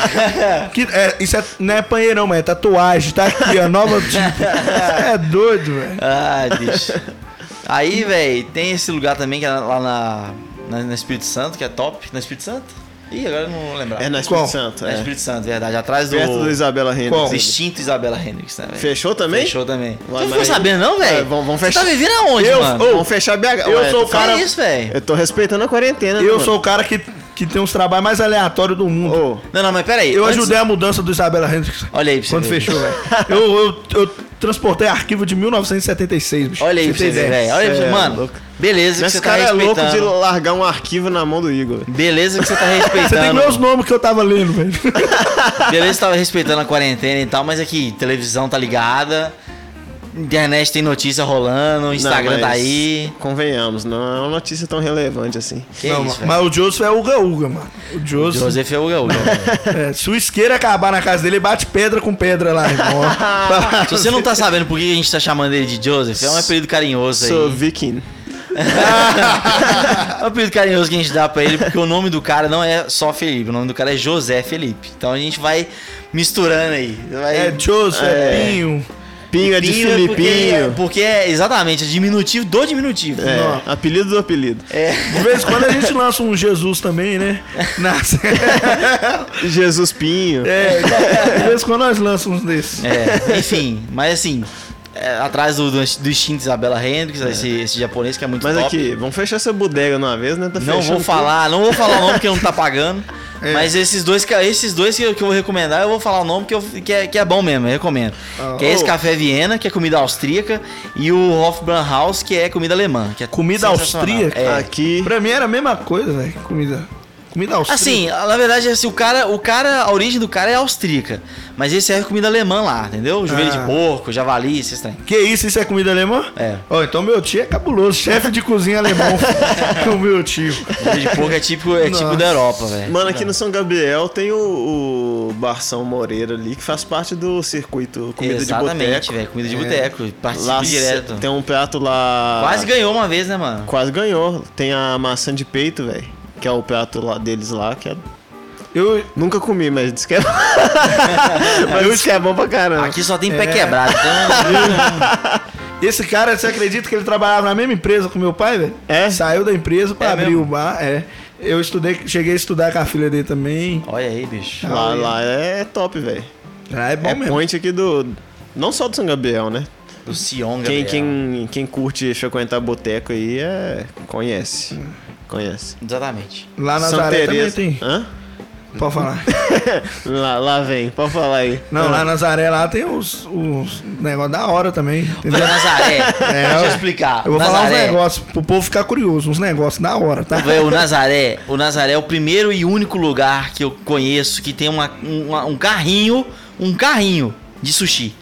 S2: (laughs)
S3: Que, é, isso é, não é apanhei, não, mano. É tatuagem, tá aqui,
S1: (laughs)
S3: ó. Nova tipo. É doido, velho.
S1: Ah, bicho. Aí, velho, tem esse lugar também que é lá na, na, na Espírito Santo, que é top. Na Espírito Santo? Ih, agora eu não vou lembrar.
S2: É na
S3: Qual?
S2: Espírito Santo,
S1: Na
S2: é.
S1: Espírito Santo, verdade. Atrás do.
S2: Perto do Isabela
S3: Qual?
S1: do
S2: Henrique.
S1: extinto Isabela Hendrix, né, velho?
S2: Fechou também?
S1: Fechou também. Você
S2: Vai,
S1: não
S2: vai.
S1: ficou sabendo, não, velho?
S2: É, vamos- vamos
S1: Você
S2: fechar.
S1: tá vivendo aonde,
S3: Eu-
S1: mano?
S3: ô,
S2: Vamos fechar BH.
S3: Eu
S2: Ué,
S3: sou
S2: tô
S3: o
S1: Fala
S3: cara-
S1: isso, velho.
S2: Eu tô respeitando a quarentena. né,
S3: Eu
S2: mano?
S3: sou o cara que, que tem uns trabalhos mais aleatórios do mundo.
S2: Ô,
S1: Não, não, mas peraí.
S3: Eu
S1: antes-
S3: ajudei a mudança do Isabela Hendrix.
S1: Olha aí pra você
S3: Quando
S1: ver. (laughs)
S3: fechou, velho. Eu, eu, eu transportei arquivo de 1976, bicho.
S1: Olha aí pra
S3: Pra
S1: você ver, velho. Olha aí pra
S2: Cê
S1: você
S2: é
S1: Mano,
S2: louco.
S1: beleza que
S2: Mas
S1: você
S2: esse
S1: tá
S2: cara é louco de
S1: respeitando.
S2: largar um arquivo na mão do Igor.
S1: Beleza
S2: (laughs)
S1: que você tá
S3: Você tem que ler os
S1: respeitando.
S3: nomes que eu tava
S1: (laughs)
S3: lendo, velho.
S1: Beleza que você tava respeitando a quarentena e tal, mas aqui, televisão tá ligada. Internet tem notícia rolando, Instagram
S2: Não, mas
S1: tá aí.
S2: Convenhamos, não é uma notícia tão relevante assim.
S1: Que
S3: Não,
S1: isso, velho.
S3: mas o Joseph é Uga Uga, mano. O Joseph.
S1: Joseph é o gaúcho.
S2: (laughs)
S1: velho.
S3: é, se o isqueiro acabar na casa dele, ele bate pedra com pedra
S1: (laughs)
S3: lá, irmão.
S1: Se você não tá sabendo por que a gente tá chamando ele de Joseph, é um apelido carinhoso aí.
S2: Sou viking.
S1: (laughs) É o apelido carinhoso que a gente dá pra ele, porque o nome do cara não é só Felipe, o nome do cara é José Felipe. Então a gente vai misturando aí. Vai...
S3: É Joseph, é Pinho.
S2: Pinho é de
S1: Pinho é porque-
S2: Filipinho.
S1: Porque, é exatamente, é diminutivo do diminutivo.
S2: É,
S1: Não.
S2: apelido do apelido.
S1: É.
S3: De vez em quando a gente lança um Jesus também, né? Nasce.
S2: Jesus Pinho.
S3: É, de vez em quando nós lançamos uns desses.
S1: É, enfim, mas assim, é, atrás do, do, do extinto Isabela Hendrix, esse, esse japonês que é muito
S2: Mas
S1: top.
S2: aqui, vamos fechar essa bodega de uma vez, né? Tá
S1: Não
S2: fechando
S1: vou
S2: tudo.
S1: falar, não vou falar o nome porque não tá pagando. Mas esses dois, ca- esses dois que eu, que eu vou recomendar, eu vou falar o nome que, eu, que, é, que é bom mesmo, eu recomendo. que é esse
S2: oh.
S1: Café Viena, que é comida austríaca, e o Hofbrauhaus, que é comida alemã. que é
S3: Comida
S1: sensacional.
S3: austríaca?
S1: É.
S2: Aqui.
S3: Pra mim era a mesma coisa, velho. Comida. Comida austríaca.
S1: Assim, na verdade, assim, o cara, o cara, a origem do cara é austríaca, mas ele serve comida alemã lá, entendeu? Joelho
S3: Ah.
S1: de porco, javali, esses trem.
S3: Que isso, isso é comida alemã?
S1: É.
S3: Ó, então meu tio é cabuloso, chefe de cozinha alemão. que o meu tio.
S1: Joelho de porco é tipo, é tipo
S3: Nossa.
S1: da Europa, velho.
S2: Mano, é aqui no São Gabriel tem o, o Barção Moreira ali, que faz parte do circuito Comida
S1: Exatamente,
S2: de
S1: velho, comida de
S3: É.
S1: boteco,
S2: Boteco.
S1: participa
S2: Lá
S1: direto.
S2: tem um prato lá.
S1: Quase ganhou uma vez, né, mano?
S2: Quase ganhou. Tem a maçã de peito, velho. Que é o prato lá deles lá, que é.
S3: Eu,
S2: Nunca comi, mas diz que é. (laughs) mas diz que é bom pra caramba.
S1: Aqui só tem
S3: É.
S1: pé quebrado.
S3: (laughs)
S1: Então,
S3: esse cara, você acredita que ele trabalhava na mesma empresa com meu pai, velho?
S2: É?
S3: Saiu da empresa pra
S1: É
S3: abrir
S1: mesmo?
S3: o bar, é. Eu estudei, cheguei a estudar com a filha dele também.
S1: olha aí, bicho.
S2: Lá, lá é top, velho.
S3: Ah, tá é bom
S2: É
S3: mesmo.
S2: point aqui do. Não só do São Gabriel, né?
S1: Do Sion,
S2: Quem,
S1: Gabriel.
S2: quem, quem curte frequentar boteco aí é. Conhece. Conhece.
S1: Exatamente.
S3: Lá na
S2: Santa
S3: Nazaré também tem.
S2: Hã?
S3: Pode falar.
S2: Lá, lá vem, pode falar aí.
S1: É.
S3: Não, lá na Nazaré lá tem os, os negócios da hora também.
S1: Mas
S3: Entendeu? (laughs)
S1: Nazaré, (laughs) deixa eu explicar.
S3: É, Eu vou falar uns
S1: Nazaré,
S3: negócios pro povo ficar curioso, uns negócios da hora, tá?
S1: Véi, o Nazaré, o Nazaré é o primeiro e único lugar que eu conheço que tem uma, uma- um carrinho, um carrinho de sushi.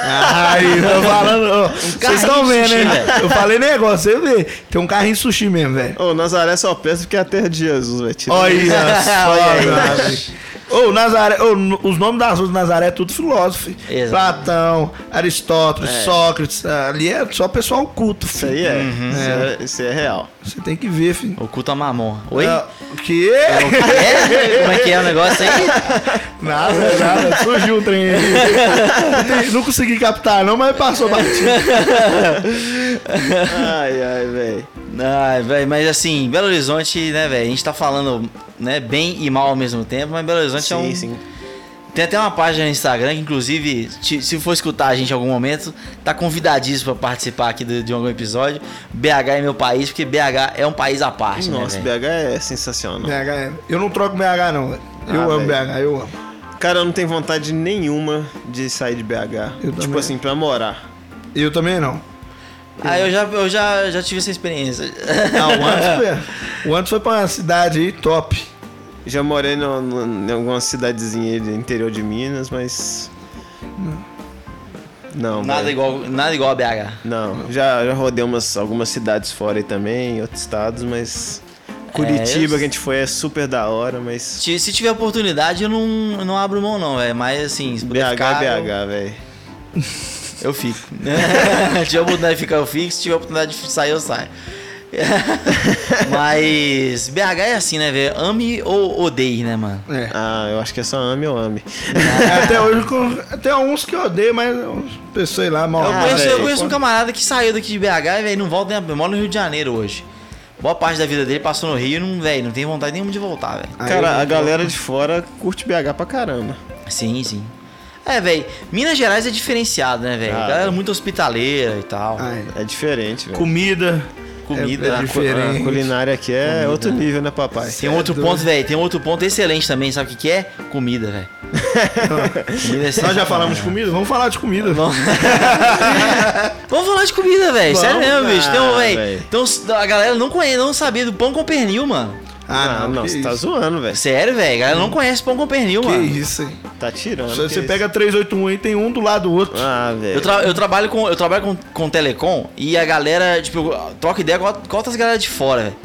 S3: Aí,
S1: (laughs)
S3: tô falando. ó, Vocês estão
S1: Um carrinho de
S3: vendo,
S1: sushi,
S3: hein?
S1: velho.
S3: Eu falei negócio, você vê. Tem um carrinho de sushi
S1: (laughs)
S3: mesmo, velho.
S2: Ô, Nazaré só peça porque é a terra de Jesus, velho. Tira-
S3: Olha
S1: (laughs)
S2: (laughs)
S1: aí.
S3: só, velho. Ô, Nazaré, ô, n- os nomes das ruas do Nazaré é tudo filósofo. filho.
S1: Exato. É.
S3: Platão, Aristóteles, Sócrates. Ali é só pessoal culto,
S2: Isso
S3: filho.
S2: aí é. Isso, é. isso é real.
S3: Você tem que ver, filho.
S1: O culto a mamon. Oi?
S3: Ah, O quê?
S1: É? Como é que é o negócio aí?
S3: Nada, nada. Surgiu o trem aí. Não tem- Não consegui captar, não, mas passou (laughs) batido.
S2: Ai, ai, velho.
S1: Ai, velho, mas assim, Belo Horizonte, né, velho? A gente tá falando né, bem e mal ao mesmo tempo, mas Belo Horizonte é um, Tem até uma página no Instagram que, inclusive, te- se for escutar a gente em algum momento, tá convidadíssimo pra participar aqui do- de algum episódio. BH é meu país, porque BH é um país à parte,
S2: Nossa,
S1: né? velho?
S2: BH é sensacional.
S3: BH, é- eu não troco BH, não, velho. Eu
S2: Ah,
S3: amo
S2: velho.
S3: BH, eu amo.
S2: Cara, eu não tenho vontade nenhuma de sair de BH.
S3: Eu
S2: tipo
S3: também.
S2: assim, pra morar.
S3: Eu também não.
S1: Ah, eu já, eu já, já tive essa experiência.
S3: Ah,
S1: (laughs)
S3: o Antes foi, o Antes foi pra uma cidade aí top.
S2: Já morei no, no- em alguma cidadezinha aí do interior de Minas, mas. Não,
S1: nada,
S2: velho.
S1: igual, nada igual a BH.
S2: Não, já, já rodei umas, algumas cidades fora aí também, em outros estados, mas. Curitiba,
S1: eu-
S2: que a gente foi, é super da hora, mas.
S1: Se, se tiver oportunidade, eu não, eu não abro mão, não, velho. Mas assim, se
S2: BH,
S1: puder ficar,
S2: BH,
S3: (laughs)
S2: velho.
S1: Eu, eu fico. (laughs) se tiver oportunidade de ficar, eu fico. Se tiver oportunidade de sair, eu saio. (laughs) Mas BH é assim, né, velho? Ame ou odeie, né, mano?
S3: É.
S2: Ah, eu acho que é só ame ou ame.
S3: Até hoje, com- tem alguns que eu odeio, mas eu sei lá, mal.
S1: Eu
S2: Ah,
S1: conheço, eu
S2: velho.
S1: conheço um camarada que saiu daqui de BH e velho, não volta, nem a- mora no Rio de Janeiro hoje. Boa parte da vida dele passou no Rio e não, velho, não tem vontade nenhuma de voltar, velho.
S3: Aí eu
S2: Cara, a
S3: não-
S2: galera de fora curte BH pra caramba.
S1: Sim, sim. É, velho, Minas Gerais é diferenciado, né, velho?
S2: Ah,
S1: A galera é
S2: velho.
S1: muito hospitaleira e tal.
S3: Ah, é.
S2: É diferente, velho.
S3: Comida.
S1: Comida,
S3: é, é
S1: a
S2: Cu-
S3: diferente.
S2: A culinária aqui é outro nível, né, papai?
S1: Tem um outro
S3: é doido.
S1: ponto, velho, tem um outro ponto excelente também, sabe o que que é? Comida,
S3: (laughs)
S1: velho. Comida é
S3: Nós já
S1: sensacional,
S3: falamos de
S1: velho.
S3: comida? Vamos falar de comida. Vamos.
S1: Vamos falar de comida, velho. Sério
S2: Vamos,
S1: mesmo, bicho. Tem um,
S2: ah,
S1: velho.
S2: velho.
S1: Então, a galera não conhece, não sabia do pão com pernil, mano. É
S2: Ah, não,
S3: que
S2: você tá
S3: isso.
S2: zoando, velho.
S1: Sério, velho. A galera não conhece pão com pernil,
S3: Que
S1: mano.
S3: isso, hein?
S2: Tá tirando.
S3: Você,
S2: que
S3: você
S2: isso.
S3: pega 381 e tem um do lado do outro.
S2: Ah, velho.
S1: Eu, tra- eu trabalho, com, eu trabalho com, com telecom e a galera, tipo, eu troca ideia com, com outras galera de fora, velho.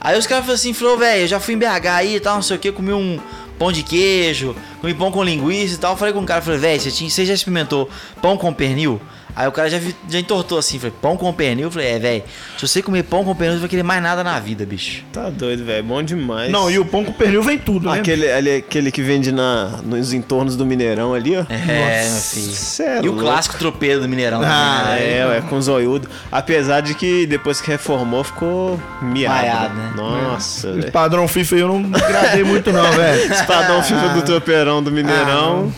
S1: Aí os caras falaram assim, falou, velho, eu já fui em BH aí e tal, não sei o que, comi um pão de queijo, comi pão com linguiça e tal. Eu Falei com o cara, falei, velho, você, tinha- você já experimentou pão com pernil? Aí o cara já, vi- já entortou assim, falei, pão com pernil? Eu Falei, é, velho, se você comer pão com pernil, você não vai querer mais nada na vida, bicho.
S2: Tá doido, velho. Bom demais.
S3: Não, e o pão com pernil vem tudo, né?
S2: É Aquele, ali, aquele que vende na, nos entornos do Mineirão ali, ó.
S1: É, meu
S2: Cê
S1: filho.
S2: é
S1: E o
S2: louco.
S1: clássico tropeiro do Mineirão.
S3: Ah,
S1: né?
S2: É, ué, com zoiudo. Apesar de que depois que reformou ficou miado.
S1: Maiado, né?
S2: Nossa,
S3: Esse
S2: velho.
S3: padrão FIFA eu não gradei muito, não, velho.
S2: (laughs) Espadão FIFA do tropeirão do Mineirão.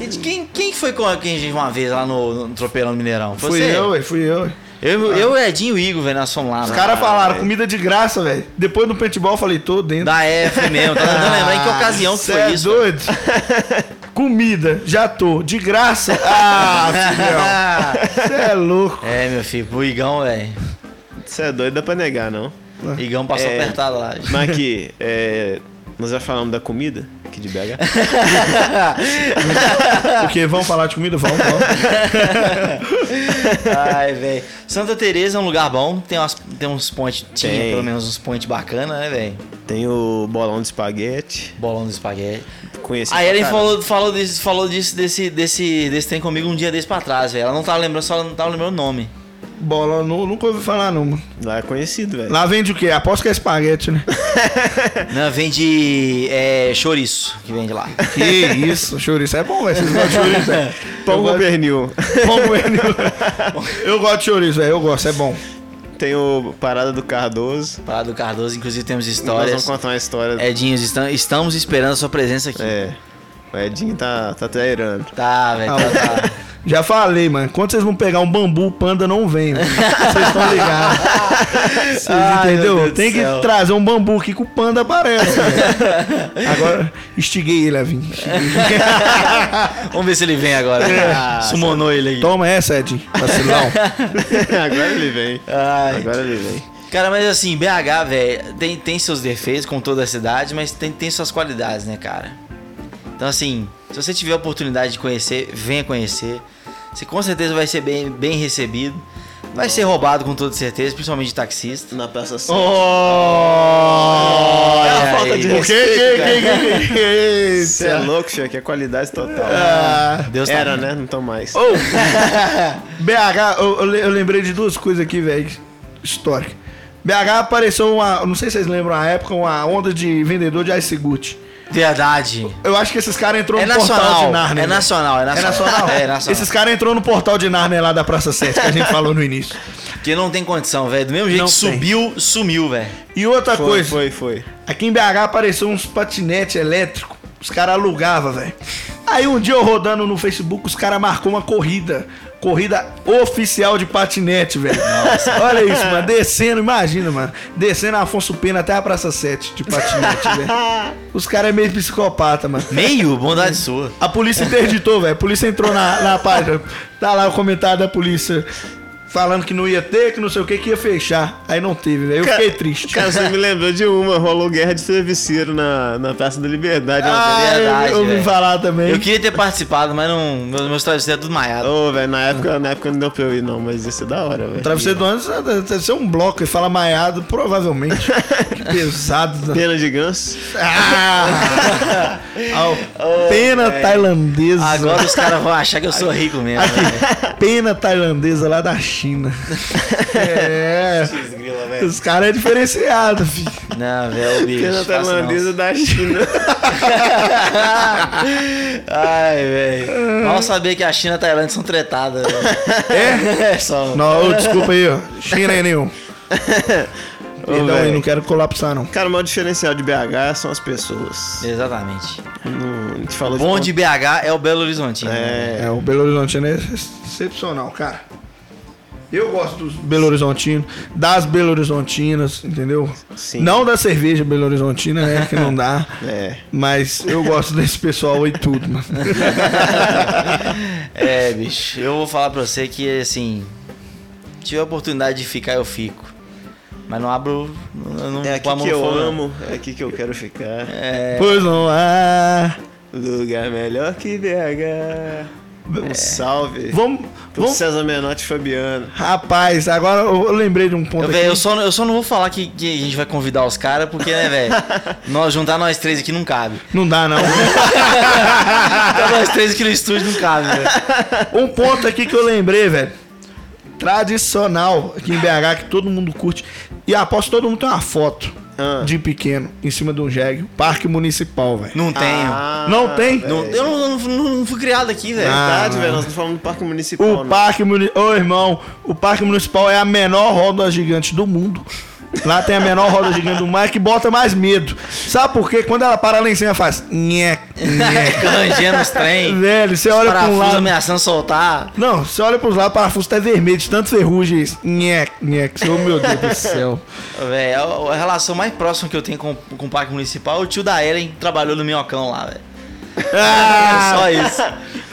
S1: Gente, Quem, quem foi com a quem a gente uma vez lá no, no Tropeirão do Mineirão? Foi
S3: Fui
S1: você? é
S3: eu, velho, fui eu. ué.
S1: Eu, eu Edinho e o Igor, velho, nós fomos lá.
S3: Os
S1: né?
S3: caras falaram,
S2: velho.
S3: comida de graça, velho. Depois do paintball eu falei, tô dentro.
S1: Da F mesmo, tá tentando lembrar em que ocasião que
S3: Cê
S1: foi
S3: é
S1: (laughs) isso.
S3: doido? comida, já tô. De graça. Ah, filhão. Você
S1: (laughs)
S3: é louco.
S1: é, meu filho, pro Igão, velho.
S2: Você é doido, dá pra negar, não?
S1: Igão passou
S2: É.
S1: apertado lá. gente.
S2: Mas aqui, é, nós já falamos da comida aqui de BH.
S1: (laughs)
S3: Porque vamos falar de comida? Vamos, vamos.
S1: Ai, velho. Santa Teresa é um lugar bom, tem, umas, tem uns pontes, tinha
S2: Tem.
S1: pelo menos uns pontes bacanas, né, velho?
S2: Tem o bolão de espaguete.
S1: Bolão do espaguete.
S2: Conheci
S1: A
S2: pra
S1: Ellen Ah,
S2: caralho.
S1: falou, falou, disso, falou disso, desse, desse, desse trem comigo um dia desse pra trás, velho. Ela não tava lembrando, só ela não tava lembrando o
S2: (laughs)
S1: nome.
S3: Bola, nu- nunca ouvi falar, não. mano.
S2: Lá é conhecido, velho.
S3: Lá vende o quê? Aposto que é espaguete, né?
S1: Não, vende é, chouriço que vende
S2: (laughs)
S1: lá.
S3: Que isso, chouriço é bom, velho. Vocês gostam de chouriço, velho?
S2: Pão
S1: um
S3: Eu
S2: com
S3: gosto-
S2: pernil.
S3: Pão com pernil. (laughs) Eu gosto de chouriço, velho. Eu gosto, é bom.
S2: (laughs) Tem o Parada do Cardoso.
S1: Parada do Cardoso, inclusive temos
S2: Nós vamos
S1: histórias.
S2: contar uma história.
S1: Edinho, estam- estamos esperando a sua presença aqui.
S2: É. O Edinho tá, tá trairando.
S1: Tá, velho, tá, tá.
S2: (laughs)
S3: Já falei, mano. Quando vocês vão pegar um bambu, o panda não vem. mano. Vocês estão
S1: (laughs)
S3: ligados. Vocês
S1: Ai, meu Deus
S3: entenderam?
S1: do
S3: Tem que
S1: céu.
S3: trazer um bambu aqui que o panda aparece.
S1: (laughs)
S3: velho. Agora, instiguei ele a vir.
S1: Vamos ver se ele vem agora.
S2: É.
S1: Ah, Sumonou ele aí.
S3: Toma essa, Edinho.
S1: (laughs)
S3: Vacilão.
S2: (laughs) Agora ele vem.
S1: Ai.
S2: Agora ele vem.
S1: Cara, mas assim, BH, velho, tem, tem seus defeitos com toda a cidade, mas tem, tem suas qualidades, né, cara? Então, assim, se você tiver a oportunidade de conhecer, venha conhecer. Você com certeza vai ser bem, bem recebido. Vai ser roubado com toda certeza, principalmente de
S3: (laughs)
S1: taxista.
S2: Na peça assim. é
S3: Oh!
S1: Olha
S2: a falta
S1: aí.
S2: de
S1: O quê?
S2: respeito, cara.
S3: que, que é isso?
S2: Você é louco, chefe. É qualidade total.
S3: Ah,
S1: Deus tá
S2: Era,
S1: vendo.
S2: né? Não tão mais.
S3: Ô, BH, eu, eu le- eu lembrei de duas coisas aqui, velho, histórica. BH apareceu uma, não sei se vocês lembram, a época, uma onda de vendedor de ice good.
S1: Verdade.
S3: Eu acho que esses caras entrou
S1: É
S3: no um portal de
S1: nacional,
S3: Narnia.
S1: é
S3: né?
S1: nacional, é
S3: É
S1: nacional. (laughs)
S3: nacional?
S1: É nacional.
S3: Esses caras entrou no portal de Narnia lá da Praça 7, que a gente falou no início.
S1: Porque não tem condição, velho. Do mesmo jeito
S3: Não
S1: que
S3: tem.
S1: subiu, sumiu, velho.
S3: E outra
S2: Foi,
S3: coisa,
S2: foi, foi.
S3: aqui em BH apareceu uns patinetes elétricos. Os caras alugavam, velho. Aí um dia eu rodando no Facebook, os caras marcou uma corrida. Corrida oficial de patinete, velho. (laughs) Olha isso, mano. Descendo, imagina, mano. Descendo a Afonso Pena até a Praça 7 de patinete,
S1: (laughs)
S3: velho. Os caras é meio psicopata, mano.
S1: Meio, bondade sua.
S3: A polícia interditou, velho. A polícia entrou na, na página. Tá lá o comentário da polícia. falando que não ia ter, que não sei o que, que ia fechar. Aí não teve, velho. Eu
S2: Ca-
S3: fiquei triste.
S2: Cara, você me lembrou de uma, rolou guerra de serviceiro na, na Praça da Liberdade.
S1: Ah,
S2: ontem.
S1: é verdade,
S3: eu ouvi
S1: velho.
S3: falar também.
S1: Eu queria ter participado, mas não. Meus, meus travesseiros é tudo maiado.
S2: Ô, velho, na época, na época não deu pra eu ir, não, mas ia ser da hora, velho.
S3: Travesseiro do ônibus é- deve ser um bloco e fala maiado,
S1: (laughs)
S3: provavelmente. Que pesado.
S2: Pena de ganso.
S1: (laughs)
S3: Ah! Ó, pena tailandesa.
S1: Agora
S2: (laughs)
S1: os caras vão achar que eu sou rico mesmo. né? velho.
S3: Pena tailandesa lá da
S1: (laughs)
S3: China. É. Os caras é diferenciado, filho.
S1: Não, velho, bicho.
S2: Pena
S1: faço não.
S2: tailandesa da China.
S1: Ai,
S2: Ah.
S1: velho. Mal sabia que a China e a Tailândia são tretadas.
S2: (laughs)
S1: (laughs) É? É, só.
S3: Não, ô, desculpa aí, ó. China
S2: (laughs)
S3: aí nenhum. Perdão aí,
S2: velho.
S3: não quero colapsar, não.
S2: Cara, o maior diferencial de BH são as pessoas.
S1: Exatamente.
S2: Não, a gente falou
S1: Bom de BH é o Belo Horizonte. né?
S2: É,
S3: É, o Belo Horizontino é excepcional, cara. Eu gosto dos Belo Horizontino, das Belo Horizontinas, entendeu?
S2: Sim.
S3: Não da cerveja Belo Horizontina, né? Que
S2: (laughs)
S3: não dá.
S2: é.
S3: Mas eu gosto desse pessoal e tudo, mano.
S1: É, bicho. Eu vou falar pra você que, assim. Tive a oportunidade de ficar, eu fico. Mas não abro. Não, não
S2: É
S1: com a mão É.
S2: aqui que
S1: no
S2: eu
S1: fogo, não.
S2: amo, é aqui que eu quero ficar.
S3: Pois não, ah.
S2: Lugar melhor que BH. Um salve.
S3: Vamos.
S2: pro
S3: vamos
S2: César Menotti e Fabiano.
S3: rapaz, agora eu lembrei de um ponto.
S1: Eu,
S3: aqui.
S1: véi, eu, só, eu só não vou falar que, que a gente vai convidar os caras, porque, né,
S2: (laughs)
S1: velho? nós, juntar nós três aqui não cabe.
S3: Não dá, não.
S1: Juntar nós três aqui no estúdio não cabe, velho.
S3: Um ponto aqui que eu lembrei, velho. Tradicional aqui em BH, que todo mundo curte. E aposto que todo mundo tem uma foto
S2: Ah.
S3: de pequeno em cima de um jegue. Parque Municipal, velho.
S1: Não tenho.
S2: Ah,
S3: Não tem?
S1: Não- eu não, não- não fui criado aqui, velho. (laughs)
S3: é. Ah.
S2: é Verdade, velho. Nós estamos falando do Parque Municipal.
S3: O
S2: né?
S3: Parque Municipal. Ô, irmão, o Parque Municipal é a menor roda gigante do mundo. Lá tem a menor roda gigante do mar que bota mais medo. Sabe por quê? Quando ela para lá em cima, ela faz. Nhec, nhec.
S1: Rangendo os trem.
S3: Velho, você
S1: Os
S3: olha pra um
S1: parafusos
S3: lado.
S1: ameaçando soltar.
S3: Não, você olha pros lados, o parafuso tá vermelho, de tanto ferrugem. isso. Nhec, nhec. Ô, Oh, meu Deus do céu.
S1: Véi, a, a relação mais próxima que eu tenho com, com o Parque Municipal, é o tio da Ellen trabalhou no Minhocão lá, velho. É
S3: Ah,
S1: Só isso.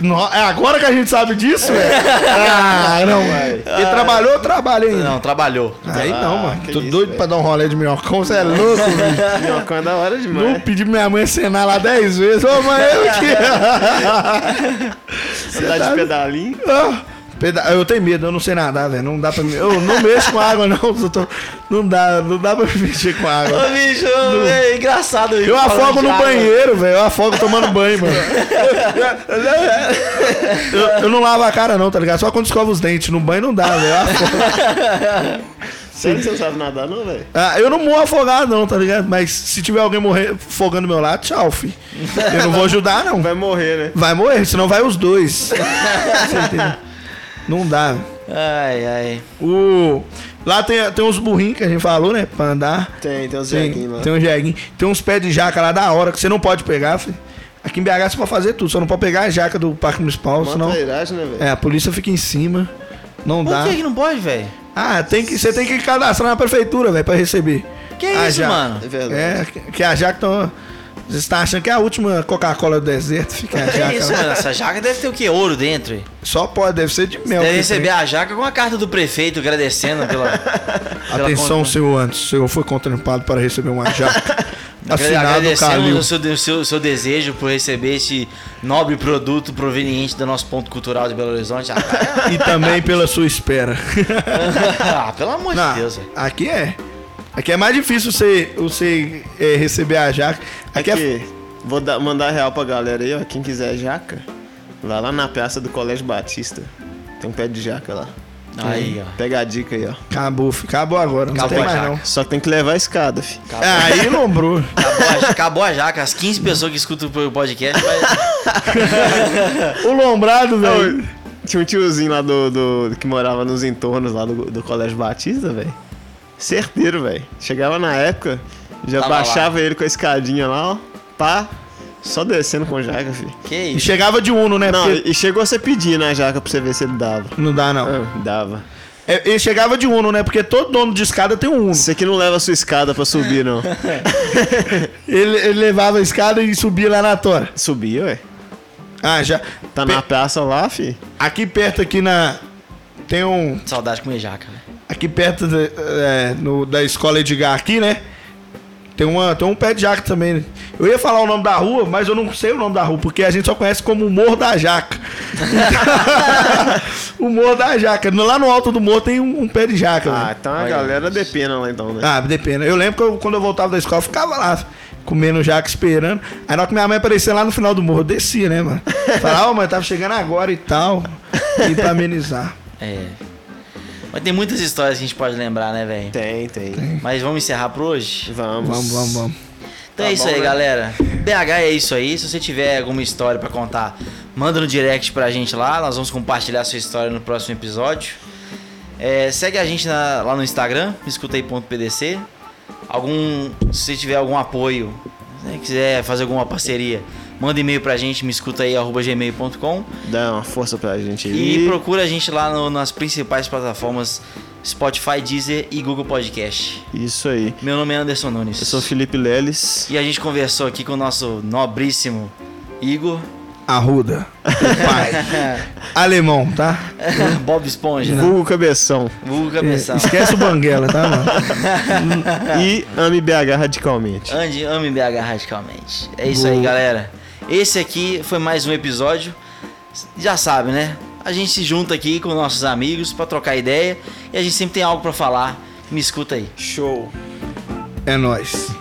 S3: No- é agora que a gente sabe disso, velho? Ah, não, velho. Ele trabalhou, eu trabalhei ainda.
S1: Não, trabalhou.
S3: Aí não,
S2: Ah,
S3: mano.
S2: que
S3: Tô
S2: isso,
S3: doido
S2: velho.
S3: pra dar um rolê de minhocão, você é (laughs) louco, velho.
S2: Minhocão é da hora
S3: Não
S2: demais.
S3: pedi pra minha mãe cenar lá 10 vezes. Ô, mãe, eu (laughs) que.
S2: Cidade de pedalinho.
S3: Ah, peda- Eu tenho medo, eu não sei nadar, velho. Não dá pra me. Eu não mexo com água, não. eu tô- Não dá, não dá pra (laughs) me mexer com água.
S1: Ô, bicho, é engraçado isso.
S3: Eu afogo
S1: Falando de
S3: no
S1: água.
S3: banheiro, velho. Eu afogo tomando banho, mano. eu, eu não lavo a cara, não, tá ligado? Só quando escovo os dentes. No banho não dá, velho. Eu afogo.
S2: Sério que você não sabe nadar, não, velho?
S3: Ah, eu não morro afogado, não, tá ligado? Mas se tiver alguém morrer afogando meu lado, tchau, fi. Eu não vou ajudar, não.
S2: Vai morrer, né?
S3: Vai morrer, senão vai os dois. Você entendeu? não dá, velho.
S1: Ai, ai.
S3: O... Lá tem, tem uns burrinhos que a gente falou, né? Pra andar.
S2: Tem, tem os
S3: Tem,
S2: velhinhos lá.
S3: tem um jeguinho. Tem uns pés de jaca lá da hora que você não pode pegar, filho. Aqui em BH você pode fazer tudo, só não pode pegar a jaca do Parque Municipal,
S2: Mó
S3: senão.
S2: trairagem, né, velho?
S3: É, a polícia fica em cima. Não
S1: Por
S3: dá.
S1: que que não pode, velho?
S3: Ah, tem que, você tem que cadastrar na prefeitura, velho, pra receber.
S1: Que
S3: a
S1: isso,
S3: jaca.
S1: mano?
S2: É verdade.
S3: É, que, que a jaca tão. Você está achando que é a última Coca-Cola do deserto? Fica a
S1: (laughs) Que
S3: jaca.
S1: isso,
S3: lá.
S1: mano? Essa jaca deve ter o quê? Ouro dentro?
S3: Só pode, deve ser de mel.
S1: Deve
S3: que
S1: receber a jaca com a carta do prefeito agradecendo pela.
S3: (laughs) tem.
S1: pela
S3: Atenção,
S1: conta.
S3: senhor antes. O senhor foi contemplado para receber uma jaca. Assinado o
S1: Agradecendo
S3: Calil.
S1: o seu, o seu- o seu desejo por receber esse nobre produto proveniente do nosso ponto cultural de Belo Horizonte. Ah,
S3: E também pela sua espera.
S1: (laughs) ah, pelo amor
S3: Não,
S1: de Deus, velho.
S3: aqui é. Aqui é mais difícil você, você é, receber a jaca. Aqui, é.
S2: Aqui, vou dar- mandar real pra galera aí, ó. Quem quiser é jaca, vai lá na praça do Colégio Batista. Tem um pé de jaca lá.
S1: Aí, ó.
S2: Pega a dica aí, ó.
S3: Acabou, fi. acabou agora. Não
S1: Acabou
S3: tem
S1: a
S3: mais,
S1: jaca.
S3: não. É,
S2: Só que tem que levar a escada, fi.
S3: Aí lombrou.
S1: Acabou a, acabou a jaca. As 15 pessoas que escutam o podcast vai.
S3: O lombrado, velho.
S2: Tinha um tiozinho lá do, do- que morava nos entornos lá do, do Colégio Batista, velho. Certeiro, velho. Chegava na época, já
S1: Tava
S2: baixava ele com a escadinha lá, ó. Pá, só descendo com jaca, fi.
S1: Que
S3: E
S1: isso?
S3: chegava de Uno, né?
S2: Não,
S3: Porque-
S2: e chegou você pedindo a né, jaca pra você ver se ele dava.
S3: Não dá, não.
S2: Ah, dava.
S3: É, Ele chegava de Uno, né? Porque todo dono de escada tem um Uno.
S2: Você que não leva a sua escada pra subir, não.
S3: Ele, ele levava a escada e subia lá na tora.
S2: Subir, ué.
S3: Ah, já.
S2: Tá
S3: Pe-
S2: na praça lá, fi.
S3: Aqui perto, aqui na. Tem um.
S1: Saudade de comer jaca, né? velho.
S3: Aqui perto de- é, no- da escola Edgar aqui, né? Tem, uma, tem um pé de jaca também. né? Eu ia falar o nome da rua, mas eu não sei o nome da rua, porque a gente só conhece como Morro da Jaca. o Morro da Jaca. Lá no alto do morro tem um, um pé de jaca.
S2: Ah,
S3: velho.
S2: então a
S1: Olha
S2: galera depena lá então, né?
S3: Ah, de pena. Eu lembro que eu- quando eu voltava da escola, eu ficava lá, comendo jaca, esperando. Aí na hora que minha mãe aparecia lá no final do morro, eu descia, né, mano? Falava, ó, mãe, tava chegando agora e tal. E pra amenizar.
S1: É. Mas tem muitas histórias que a gente pode lembrar, né, velho?
S2: Tem, tem.
S1: Mas vamos encerrar por hoje?
S2: Vamos.
S3: Vamos, vamos, vamos.
S1: Então
S2: Tá
S1: é isso
S2: bom,
S1: aí,
S2: né?
S1: galera. BH é isso aí. Se você tiver alguma história pra contar, manda no direct pra gente lá. Nós vamos compartilhar a sua história no próximo episódio. É, segue a gente na- lá no Instagram, escutei.pdc. Algum, se você tiver algum apoio, né, quiser fazer alguma parceria, manda e-mail pra gente, me escuta aí, arroba gmail.com.
S2: Dá uma força pra gente aí.
S1: E procura a gente lá no- nas principais plataformas Spotify, Deezer e Google Podcast.
S2: Isso aí.
S1: Meu nome é Anderson Nunes.
S2: Eu sou o Felipe Leles.
S1: E a gente conversou aqui com o nosso nobríssimo Igor (laughs)
S3: Arruda. O pai. Alemão, tá?
S1: É, Bob Esponja.
S2: Vulgo Cabeção.
S1: Vulgo Cabeção.
S3: É, Esquece o Banguela, tá, mano?
S2: E ame BH radicalmente.
S1: Ande, ame BH radicalmente. É isso aí, galera. Esse aqui foi mais um episódio. Já sabe, né? A gente se junta aqui com nossos amigos pra trocar ideia e a gente sempre tem algo pra falar. Me escuta aí.
S2: Show.
S3: É nóis.